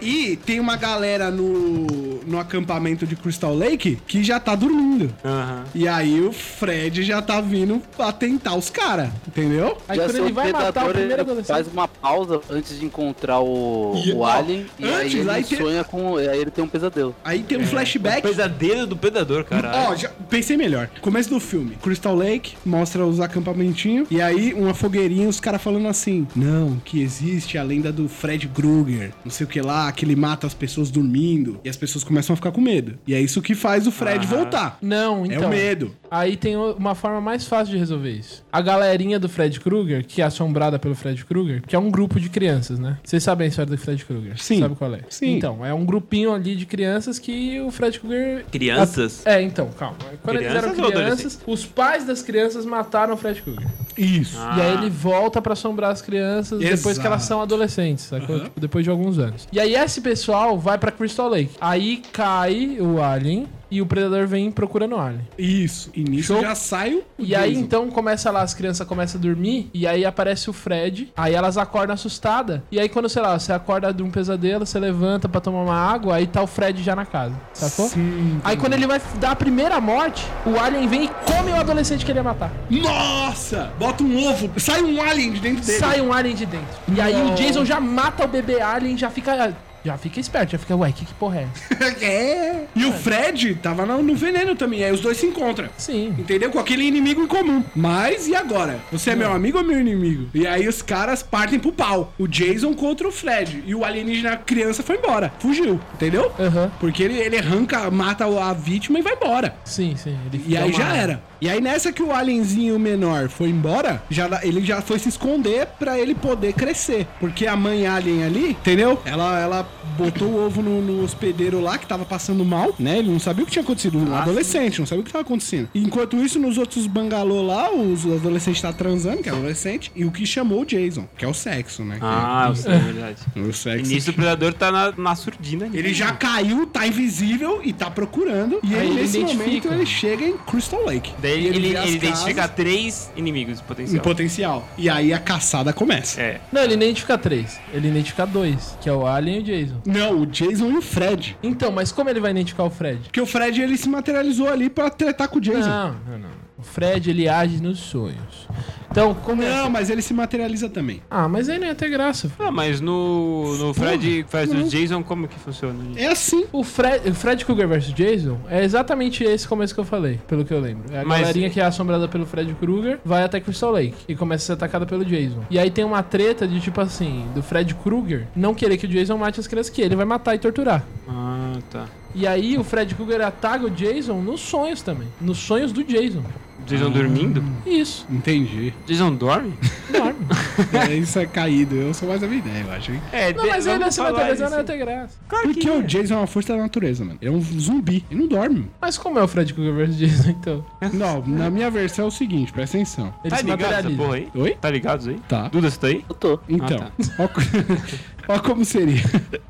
Speaker 3: E tem uma galera no, no acampamento de Crystal Lake que já tá dormindo.
Speaker 2: Aham.
Speaker 3: E aí o Fred já tá vindo atentar os caras, entendeu?
Speaker 4: Aí
Speaker 1: Já
Speaker 4: quando
Speaker 1: ser um
Speaker 4: ele vai matar o
Speaker 1: predador,
Speaker 4: primeiro
Speaker 1: ele
Speaker 4: adolescente.
Speaker 1: faz uma pausa antes de encontrar o,
Speaker 3: E-
Speaker 1: o
Speaker 3: ó,
Speaker 1: Alien. E
Speaker 3: antes,
Speaker 1: aí ele
Speaker 3: aí tem-
Speaker 1: sonha com. Aí ele tem um pesadelo.
Speaker 3: Aí tem um flashback.
Speaker 2: Pesadelo do Predador,
Speaker 3: Ó,
Speaker 2: caralho.
Speaker 3: já pensei melhor. Começo do filme. Crystal Lake mostra os acampamentinhos. E aí, uma fogueirinha, os caras falando assim: Não, que existe a lenda do Fred Krueger. Não sei o que lá, que ele mata as pessoas dormindo. E as pessoas começam a ficar com medo. E é isso que faz o Fred
Speaker 2: Aham.
Speaker 3: voltar.
Speaker 4: Não, então.
Speaker 3: É o medo.
Speaker 4: Aí tem o- uma forma mais fácil de resolver isso. A galerinha do Fred Krueger, que é assombrada pelo Fred Krueger, que é um grupo de crianças, né? Vocês sabem a história do Fred Krueger?
Speaker 3: Sim.
Speaker 4: Sabe qual é?
Speaker 3: Sim.
Speaker 4: Então, é um grupinho ali de crianças que o Fred Krueger
Speaker 2: Crianças?
Speaker 4: É, então, calma. Quando eles eram
Speaker 2: Crianças ou
Speaker 4: crianças, os pais das crianças mataram o Fred Krueger.
Speaker 3: Isso.
Speaker 2: Ah.
Speaker 4: E aí ele volta pra assombrar as crianças depois
Speaker 3: Exato.
Speaker 4: que elas são adolescentes, sacou? Tipo, depois de alguns anos. E aí esse pessoal vai pra Crystal Lake. Aí cai o Alien e o Predador vem procurando o Alien.
Speaker 3: Isso. E nisso
Speaker 4: Show.
Speaker 3: já sai o.
Speaker 4: E aí
Speaker 3: Jason.
Speaker 4: então começa lá, as crianças começam a dormir, e aí aparece o Fred, aí elas acordam assustadas. E aí quando, sei lá, você acorda de um pesadelo, você levanta pra tomar uma água, aí tá o Fred já na casa, sacou?
Speaker 3: Sim.
Speaker 4: Aí quando ele vai dar a primeira morte, o Alien vem e come o adolescente que ele ia matar.
Speaker 3: Nossa! Bota um ovo. Sai um alien de dentro dele.
Speaker 4: Sai um Alien de dentro. E aí o Jason já mata o bebê Alien, já fica... Já fica esperto, já fica, ué, que, que porra é essa?
Speaker 3: é. E o Fred tava no, no veneno também. Aí os dois se encontram.
Speaker 4: Sim.
Speaker 3: Entendeu? Com aquele inimigo em comum. Mas e agora? Você é meu amigo ou meu inimigo? E aí os caras partem pro pau. O Jason contra o Fred. E o alienígena criança foi embora. Fugiu. Entendeu?
Speaker 4: Aham.
Speaker 3: Porque ele, ele arranca, mata o- a vítima e vai embora.
Speaker 4: Sim, sim. Ele
Speaker 3: E
Speaker 4: dá
Speaker 3: aí
Speaker 4: uma-
Speaker 3: já era. E aí nessa que o alienzinho menor foi embora, já, dá- ele já foi se esconder pra ele poder crescer. Porque a mãe alien ali, entendeu? Ela, ela botou o ovo no, no hospedeiro lá, que tava passando mal, né? Ele não sabia o que tinha
Speaker 2: Ah,
Speaker 3: acontecido. Um adolescente, não sabia o que tava acontecendo. Enquanto isso, nos outros bangalô lá, os adolescentes tá transando, que é adolescente, e o que chamou o Jason, que é o sexo, né?
Speaker 2: Ah, eu sei, é verdade.
Speaker 3: o
Speaker 2: O
Speaker 3: sexo.
Speaker 2: início do predador tá na, na surdina. ali.
Speaker 3: Ele já caiu, tá invisível e tá procurando. E
Speaker 4: Aí
Speaker 3: aí,
Speaker 4: ele
Speaker 3: nesse momento,
Speaker 4: identifica.
Speaker 3: ele chega em Crystal Lake.
Speaker 2: Daí
Speaker 3: E
Speaker 2: ele, ele,
Speaker 3: vê as
Speaker 2: identifica
Speaker 3: casas.
Speaker 2: três inimigos
Speaker 3: Em
Speaker 2: potenciais.
Speaker 3: um potencial. E aí a caçada começa.
Speaker 2: É.
Speaker 4: Não, ele identifica três. Ele identifica dois, que é o Alien e o Jason.
Speaker 3: Não, o Jason e o Fred.
Speaker 4: Então, mas como ele vai identificar o Fred?
Speaker 3: Porque o Fred ele se materializou ali pra tretar com o Jason. Não,
Speaker 4: Não, não, não. O Fred, ele age nos sonhos. Então, como é...
Speaker 3: mas ele se materializa também.
Speaker 4: Ah, mas aí não ia ter graça.
Speaker 2: Ah, mas no, no Fred faz o Jason, como que funciona?
Speaker 3: É assim.
Speaker 4: O Fred, o Fred Krueger vs Jason é exatamente esse começo que eu falei, pelo que eu lembro. É a
Speaker 2: Mas-
Speaker 4: galerinha que é assombrada pelo Fred Krueger vai até Crystal Lake e começa a ser atacada pelo Jason. E aí tem uma treta de tipo assim, do Fred Krueger não querer que o Jason mate as crianças que ele vai matar e torturar.
Speaker 2: Ah, tá.
Speaker 4: E aí o Fred Krueger ataca o Jason nos sonhos também, nos sonhos do Jason.
Speaker 2: Jason dormindo?
Speaker 4: Isso,
Speaker 3: Entendi.
Speaker 2: Jason dorme?
Speaker 4: enorme.
Speaker 3: É, isso é caído. Eu sou mais a minha ideia, eu acho, hein?
Speaker 2: É,
Speaker 4: Não, mas ele se
Speaker 2: vai
Speaker 4: materializar não ia ter graça.
Speaker 3: Porque o Jason é uma força da natureza, mano. Ele é um zumbi. Ele não dorme.
Speaker 4: Mas como é o Fred Krueger vs Jason então?
Speaker 3: Não, na minha versão é o seguinte, presta atenção.
Speaker 4: Ele
Speaker 2: Tá
Speaker 4: se
Speaker 2: ligado essa
Speaker 4: materializa.
Speaker 2: porra aí?
Speaker 3: Oi?
Speaker 2: Tá ligado isso aí?
Speaker 3: Tá.
Speaker 2: Duda, você tá aí?
Speaker 1: Eu tô.
Speaker 3: Então,
Speaker 2: Ah,
Speaker 3: ó, co- ó como seria.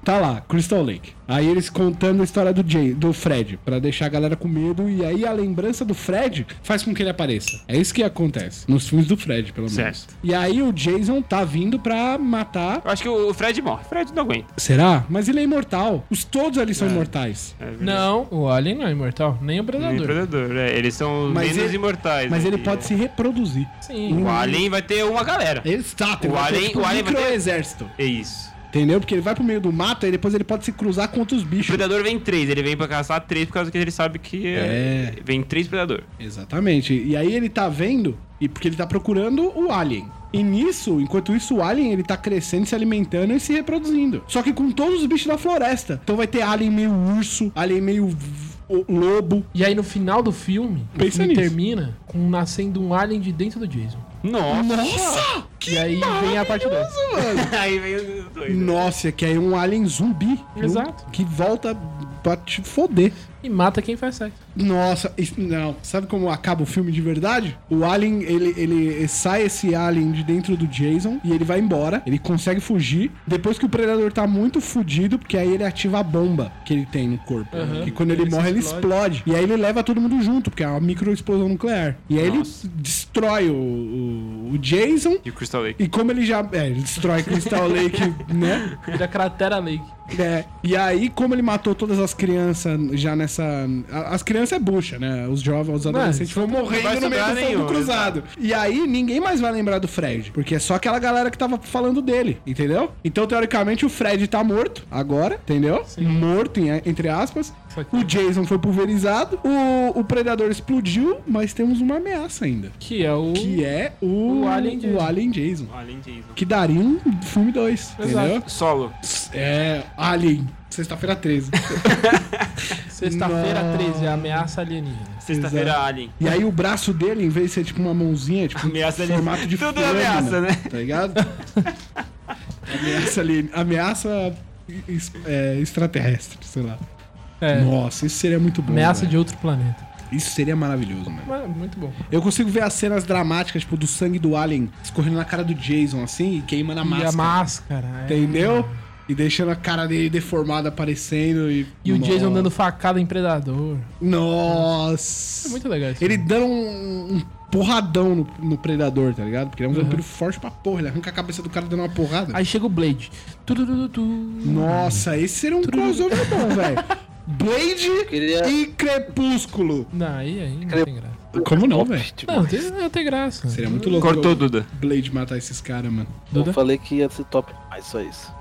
Speaker 3: Tá lá, Crystal Lake. Aí eles contando a história do Jay, do Fred, pra deixar a galera com medo. E aí a lembrança do Fred faz com que ele apareça. É isso que acontece nos filmes do Fred, pelo menos.
Speaker 2: Certo.
Speaker 3: E aí o Jason tá vindo pra matar.
Speaker 2: Eu acho que o Fred morre. O Fred não aguenta.
Speaker 3: Será? Mas ele é imortal. Os todos ali são imortais.
Speaker 2: É verdade.
Speaker 4: Não, o Alien não é imortal, nem o Predador.
Speaker 2: Nem predador. É, eles são os
Speaker 3: Mas
Speaker 2: menos
Speaker 3: ele-
Speaker 2: imortais.
Speaker 3: Mas
Speaker 2: né,
Speaker 3: ele
Speaker 2: que-
Speaker 3: pode se reproduzir.
Speaker 4: Sim.
Speaker 2: O Alien vai ter uma galera.
Speaker 3: Exato.
Speaker 2: O alien- o alien vai ter-
Speaker 3: tipo um microexército.
Speaker 2: É isso.
Speaker 3: Entendeu? Porque ele vai pro meio do mato e depois ele pode se cruzar contra os
Speaker 2: O
Speaker 3: bichos.
Speaker 2: predador vem três. Ele vem pra caçar três por causa que ele sabe que é, vem três predador.
Speaker 3: Exatamente. E aí ele tá vendo, e porque ele tá procurando o alien. E nisso, enquanto isso, o alien ele tá crescendo, se alimentando e se reproduzindo. Só que com todos os bichos da floresta. Então vai ter alien meio urso, alien meio v- o- lobo.
Speaker 4: E aí no final do filme,
Speaker 3: Pensa
Speaker 4: o filme
Speaker 3: nisso.
Speaker 4: termina com nascendo um alien de dentro do Jason.
Speaker 2: Nossa!
Speaker 3: Que
Speaker 4: e aí vem a parte 2.
Speaker 3: mano!
Speaker 2: Aí vem os dois.
Speaker 3: Nossa, que é um alien zumbi.
Speaker 4: Exato.
Speaker 3: Que volta pra te foder.
Speaker 4: E mata quem faz sexo.
Speaker 3: Nossa, isso- não. Sabe como acaba o filme de verdade? O Alien, ele, ele sai esse Alien de dentro do Jason e ele vai embora. Ele consegue fugir. Depois que o Predador tá muito fudido, porque aí ele ativa a bomba que ele tem no corpo.
Speaker 4: Aham.
Speaker 3: E quando ele,
Speaker 4: Ele se
Speaker 3: morre, ele
Speaker 4: explode.
Speaker 3: explode. E aí ele leva todo mundo junto, porque é uma microexplosão nuclear. E aí
Speaker 2: Nossa.
Speaker 3: ele destrói o, o, o Jason.
Speaker 2: E o Crystal Lake.
Speaker 3: E como ele já. É, ele destrói Crystal Lake, né?
Speaker 4: Vira cratera Lake.
Speaker 3: É, e aí, como ele matou todas as crianças já nessa. a- As crianças é bucha, né? Os jovens, os adolescentes vão
Speaker 2: vai
Speaker 3: morrendo no meio
Speaker 2: sobrar
Speaker 3: do fogo
Speaker 2: nenhum,
Speaker 3: cruzado. E aí, ninguém mais vai lembrar do Fred. Porque é só aquela galera que tava falando dele, entendeu? Então, teoricamente, o Fred tá morto agora, entendeu? Morto, em- entre aspas.
Speaker 4: Só que-
Speaker 3: O Jason foi pulverizado. O, o predador explodiu, mas temos uma ameaça ainda.
Speaker 4: Que é o.
Speaker 3: Que é o,
Speaker 4: O Alien Jason.
Speaker 3: o Alien Jason.
Speaker 2: Alien Jason.
Speaker 3: Que daria um filme 2, entendeu?
Speaker 2: Solo.
Speaker 3: É, Alien, sexta-feira 13.
Speaker 4: Sexta-feira
Speaker 3: Não.
Speaker 4: 13, a ameaça alienígena.
Speaker 2: Sexta-feira Alien.
Speaker 3: E aí o braço dele, em vez de ser tipo uma mãozinha, tipo
Speaker 2: Ameaça ali-
Speaker 3: formato de
Speaker 2: Tudo
Speaker 3: fulano,
Speaker 2: ameaça, né?
Speaker 3: Tá ligado? ameaça ali, ameaça es- é, extraterrestre, sei lá.
Speaker 4: É.
Speaker 3: Nossa, isso seria muito bom.
Speaker 4: Ameaça
Speaker 3: velho.
Speaker 4: de um- outro planeta.
Speaker 3: Isso seria maravilhoso, mano.
Speaker 4: Mas, é muito bom.
Speaker 3: Eu consigo ver as cenas dramáticas, tipo, do sangue do Alien escorrendo na cara do Jason, assim, e queimando a
Speaker 4: E a
Speaker 3: máscara.
Speaker 4: máscara. é.
Speaker 3: Entendeu? E deixando a cara dele deformada aparecendo e.
Speaker 4: E o Jason
Speaker 3: Nossa.
Speaker 4: dando facada em predador.
Speaker 3: Nossa!
Speaker 4: É muito legal isso.
Speaker 3: Ele dando um, um porradão no, no predador, tá ligado? Porque ele é um vampiro forte pra porra. Ele arranca a cabeça do cara dando uma porrada.
Speaker 4: Aí chega o Blade. Tururutu.
Speaker 3: Nossa, esse seria um crossover bom, velho. Blade
Speaker 1: Queria-
Speaker 3: e Crepúsculo.
Speaker 4: Não, aí, aí não tem graça.
Speaker 3: Como não, velho?
Speaker 1: Tipo,
Speaker 4: Não, tem, não tem graça.
Speaker 3: Seria muito louco
Speaker 2: Cortou,
Speaker 3: o
Speaker 2: Duda.
Speaker 3: Blade matar esses caras, mano.
Speaker 4: Duda?
Speaker 1: Eu falei que ia ser top mais, só isso.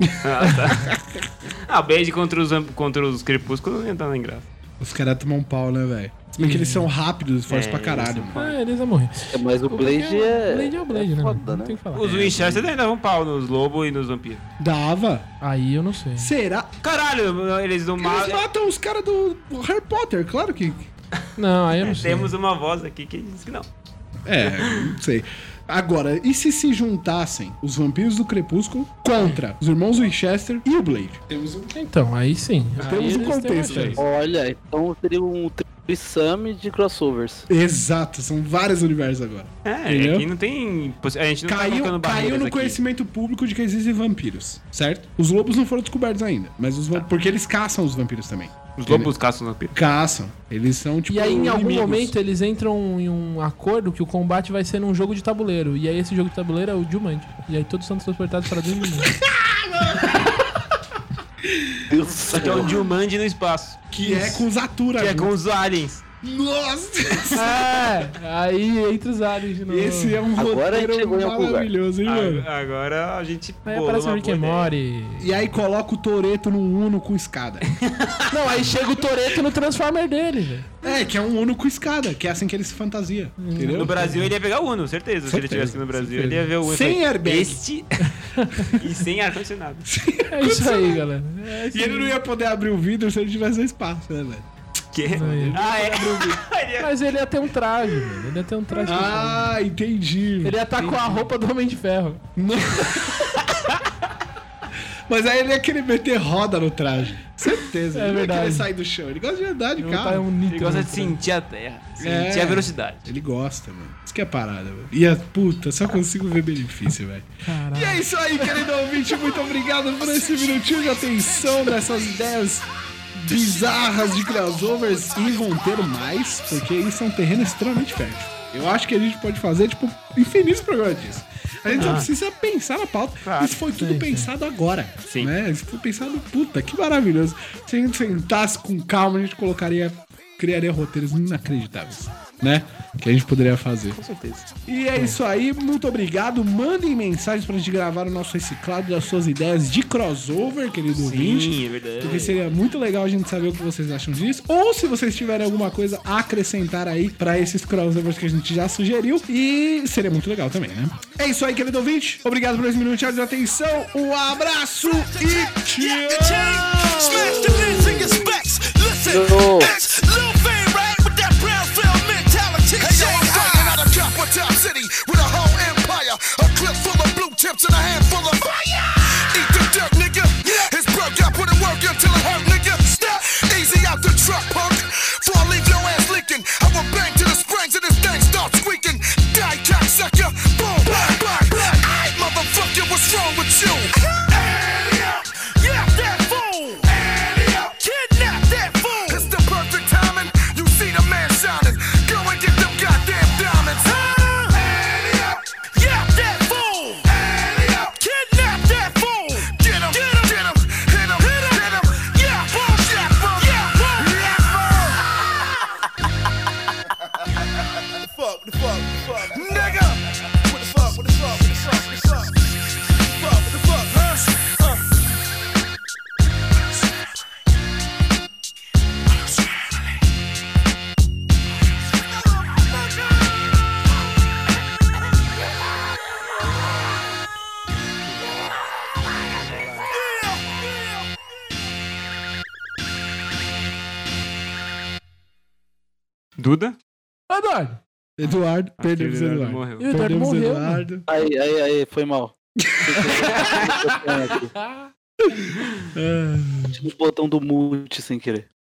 Speaker 2: Ah, Blade contra os, contra os Crepúsculos não ia dar nem graça.
Speaker 3: Os caras tomam um pau, né, velho? Se bem que eles são rápidos e fortes
Speaker 2: É,
Speaker 3: pra caralho, mano.
Speaker 4: Ah, eles vão morrer.
Speaker 1: É, Mas o Blade é.
Speaker 4: Blade é o Blade, né?
Speaker 1: foda,
Speaker 4: mano? Não
Speaker 1: né?
Speaker 4: tem o que falar.
Speaker 2: Os Winchester ainda dão um pau nos lobos e nos vampiros.
Speaker 3: Dava.
Speaker 4: Aí eu não sei.
Speaker 3: Será?
Speaker 2: Caralho, eles não
Speaker 3: Eles
Speaker 2: matam.
Speaker 3: matam os caras do Harry Potter, claro que.
Speaker 4: Não, aí eu não sei.
Speaker 2: Temos uma voz aqui que diz que não.
Speaker 3: É, não sei. Agora, e se se juntassem os vampiros do Crepúsculo contra os irmãos Winchester e o Blade? Temos um,
Speaker 4: Então, aí sim. Aí
Speaker 3: temos um
Speaker 4: eles têm
Speaker 3: contexto
Speaker 4: uma
Speaker 3: aí.
Speaker 4: chance.
Speaker 1: Olha, então seria um trissame de crossovers.
Speaker 3: Exato, são vários universos agora.
Speaker 2: É,
Speaker 3: Entendeu?
Speaker 2: aqui não tem. possi- A gente não tá
Speaker 3: caiu
Speaker 2: colocando barreiras
Speaker 3: caiu no
Speaker 2: aqui.
Speaker 3: conhecimento público de que existem vampiros, certo? Os lobos não foram descobertos ainda, mas os va-
Speaker 2: Tá.
Speaker 3: porque eles caçam os vampiros também.
Speaker 2: Os lobos caçam os vampiros.
Speaker 3: Caçam. Eles são tipo
Speaker 4: E aí, em algum
Speaker 3: inimigos.
Speaker 4: momento, eles entram em um acordo que o combate vai ser num jogo de tabuleiro. E aí, esse jogo de tabuleiro é o Jumanji. E aí, todos são transportados para dentro do mundo.
Speaker 1: Deus do
Speaker 2: Só que é
Speaker 1: céu.
Speaker 2: o Jumanji no espaço.
Speaker 3: que é com os Atura.
Speaker 2: Que é com os aliens.
Speaker 3: Nossa!
Speaker 4: é, aí entra os aliens de novo.
Speaker 3: Esse é um
Speaker 1: Agora a gente
Speaker 3: roteiro
Speaker 1: chegou em algum lugar.
Speaker 3: maravilhoso,
Speaker 2: Ah,
Speaker 3: hein, mano?
Speaker 2: A- Agora a gente.
Speaker 4: Aí
Speaker 2: bolou
Speaker 4: aparece o
Speaker 2: uma
Speaker 4: Rick
Speaker 2: boa
Speaker 4: and
Speaker 2: ideia.
Speaker 4: Morty.
Speaker 3: E aí coloca o Toreto num Uno com escada.
Speaker 4: Não, aí chega o Toreto no Transformer dele, velho.
Speaker 3: é, que é um Uno com escada, que é assim que ele se fantasia.
Speaker 4: Hum.
Speaker 3: Entendeu?
Speaker 2: No Brasil ele ia pegar o Uno, certeza. Se ele
Speaker 3: Certeza,
Speaker 2: estivesse aqui no Brasil,
Speaker 4: certeza.
Speaker 2: ele ia ver o Uno. e
Speaker 3: Sem
Speaker 2: falar,
Speaker 3: airbag.
Speaker 2: Este. e sem ar-condicionado.
Speaker 4: É isso aí, galera. É isso
Speaker 3: E ele não ia poder abrir o vidro se ele tivesse um espaço, né, velho?
Speaker 2: Que?
Speaker 4: aí.
Speaker 2: Ah, é. Ele ia-
Speaker 4: Mas ele ia ter um traje, velho. Ele ia ter um traje.
Speaker 3: Ah, entendi.
Speaker 4: ele ia estar com a roupa do Homem de Ferro.
Speaker 3: Não. Mas aí ele ia querer meter roda no traje. Certeza.
Speaker 4: É
Speaker 3: ele não ia
Speaker 4: verdade.
Speaker 3: querer sair do chão. Ele gosta de andar de
Speaker 4: Ele
Speaker 3: carro.
Speaker 4: tá um nitro
Speaker 2: Ele gosta
Speaker 4: no
Speaker 2: de
Speaker 4: traje.
Speaker 2: sentir a terra,
Speaker 3: É.
Speaker 2: sentir a velocidade.
Speaker 3: Ele gosta, mano. Isso que é parada, velho. E a puta, só consigo ver benefício, velho.
Speaker 4: Caralho.
Speaker 3: E é isso aí, querido ouvinte. Muito obrigado por esse minutinho de atenção nessas ideias bizarras de crossovers. E vão ter mais, porque isso é um terreno extremamente fértil. Eu acho que a gente pode fazer, tipo, infinitos programas disso. A gente só precisa pensar na pauta.
Speaker 2: Claro.
Speaker 3: Isso foi tudo pensado agora.
Speaker 2: Sim.
Speaker 3: Né? Isso foi pensado, puta, que maravilhoso. Se a gente sentasse com calma, a gente colocaria, criaria roteiros inacreditáveis, né? Que a gente poderia fazer. E é isso aí, muito obrigado. Mandem mensagens pra gente gravar o nosso reciclado das suas ideias de crossover, querido ouvinte.
Speaker 2: Sim, é verdade.
Speaker 3: Porque seria muito legal a gente saber o que vocês acham disso. Ou se vocês tiverem alguma coisa a acrescentar aí pra esses crossovers que a gente já sugeriu. E seria muito legal também, né? É isso aí, querido ouvinte. Obrigado por esse minutinho de atenção. Um abraço e tchau!
Speaker 7: Smash the lid to your specs. Listen,
Speaker 1: Yo.
Speaker 7: it's Lil Fame, right? With that brownfield mentality. Hey, yo, I'm talking out of Capital City with a whole empire. A clip full of blue tips and a handful of fire. Eat the dirt, nigga. It's broke up, put it work until it hurt, nigga. Stop. Easy out the truck, punk. Before I leave your ass leaking, I will bang to the springs and this thing starts squeaking. Die, cocksucker. Boom, bang, bang, bang. Aight, motherfucker, what's wrong with you? Yeah, that fool. Kidnap that fool. It's the perfect timing. You see the man shining. Go and get them goddamn diamonds. Yeah, that fool. Kidnap that fool. Get him, get him, get him. Hit him, hit him. Yeah, boom, yeah, boom, yeah, boom, yeah,
Speaker 8: fuck, what the fuck, what the fuck,
Speaker 7: boom. Nigga.
Speaker 8: what the fuck, what the fuck, what the fuck, what the fuck, what the fuck, what the fuck, huh?
Speaker 2: Duda?
Speaker 4: Eduardo,
Speaker 3: Eduardo, perdeu
Speaker 2: Aquele
Speaker 3: pro
Speaker 2: Eduardo
Speaker 3: Eduardo.
Speaker 2: morreu.
Speaker 4: E o Eduardo
Speaker 3: Perdemos
Speaker 4: morreu,
Speaker 3: Eduardo.
Speaker 1: Aí, aí, aí, foi mal.
Speaker 4: Ah,
Speaker 1: Tinha o botão do mute sem querer.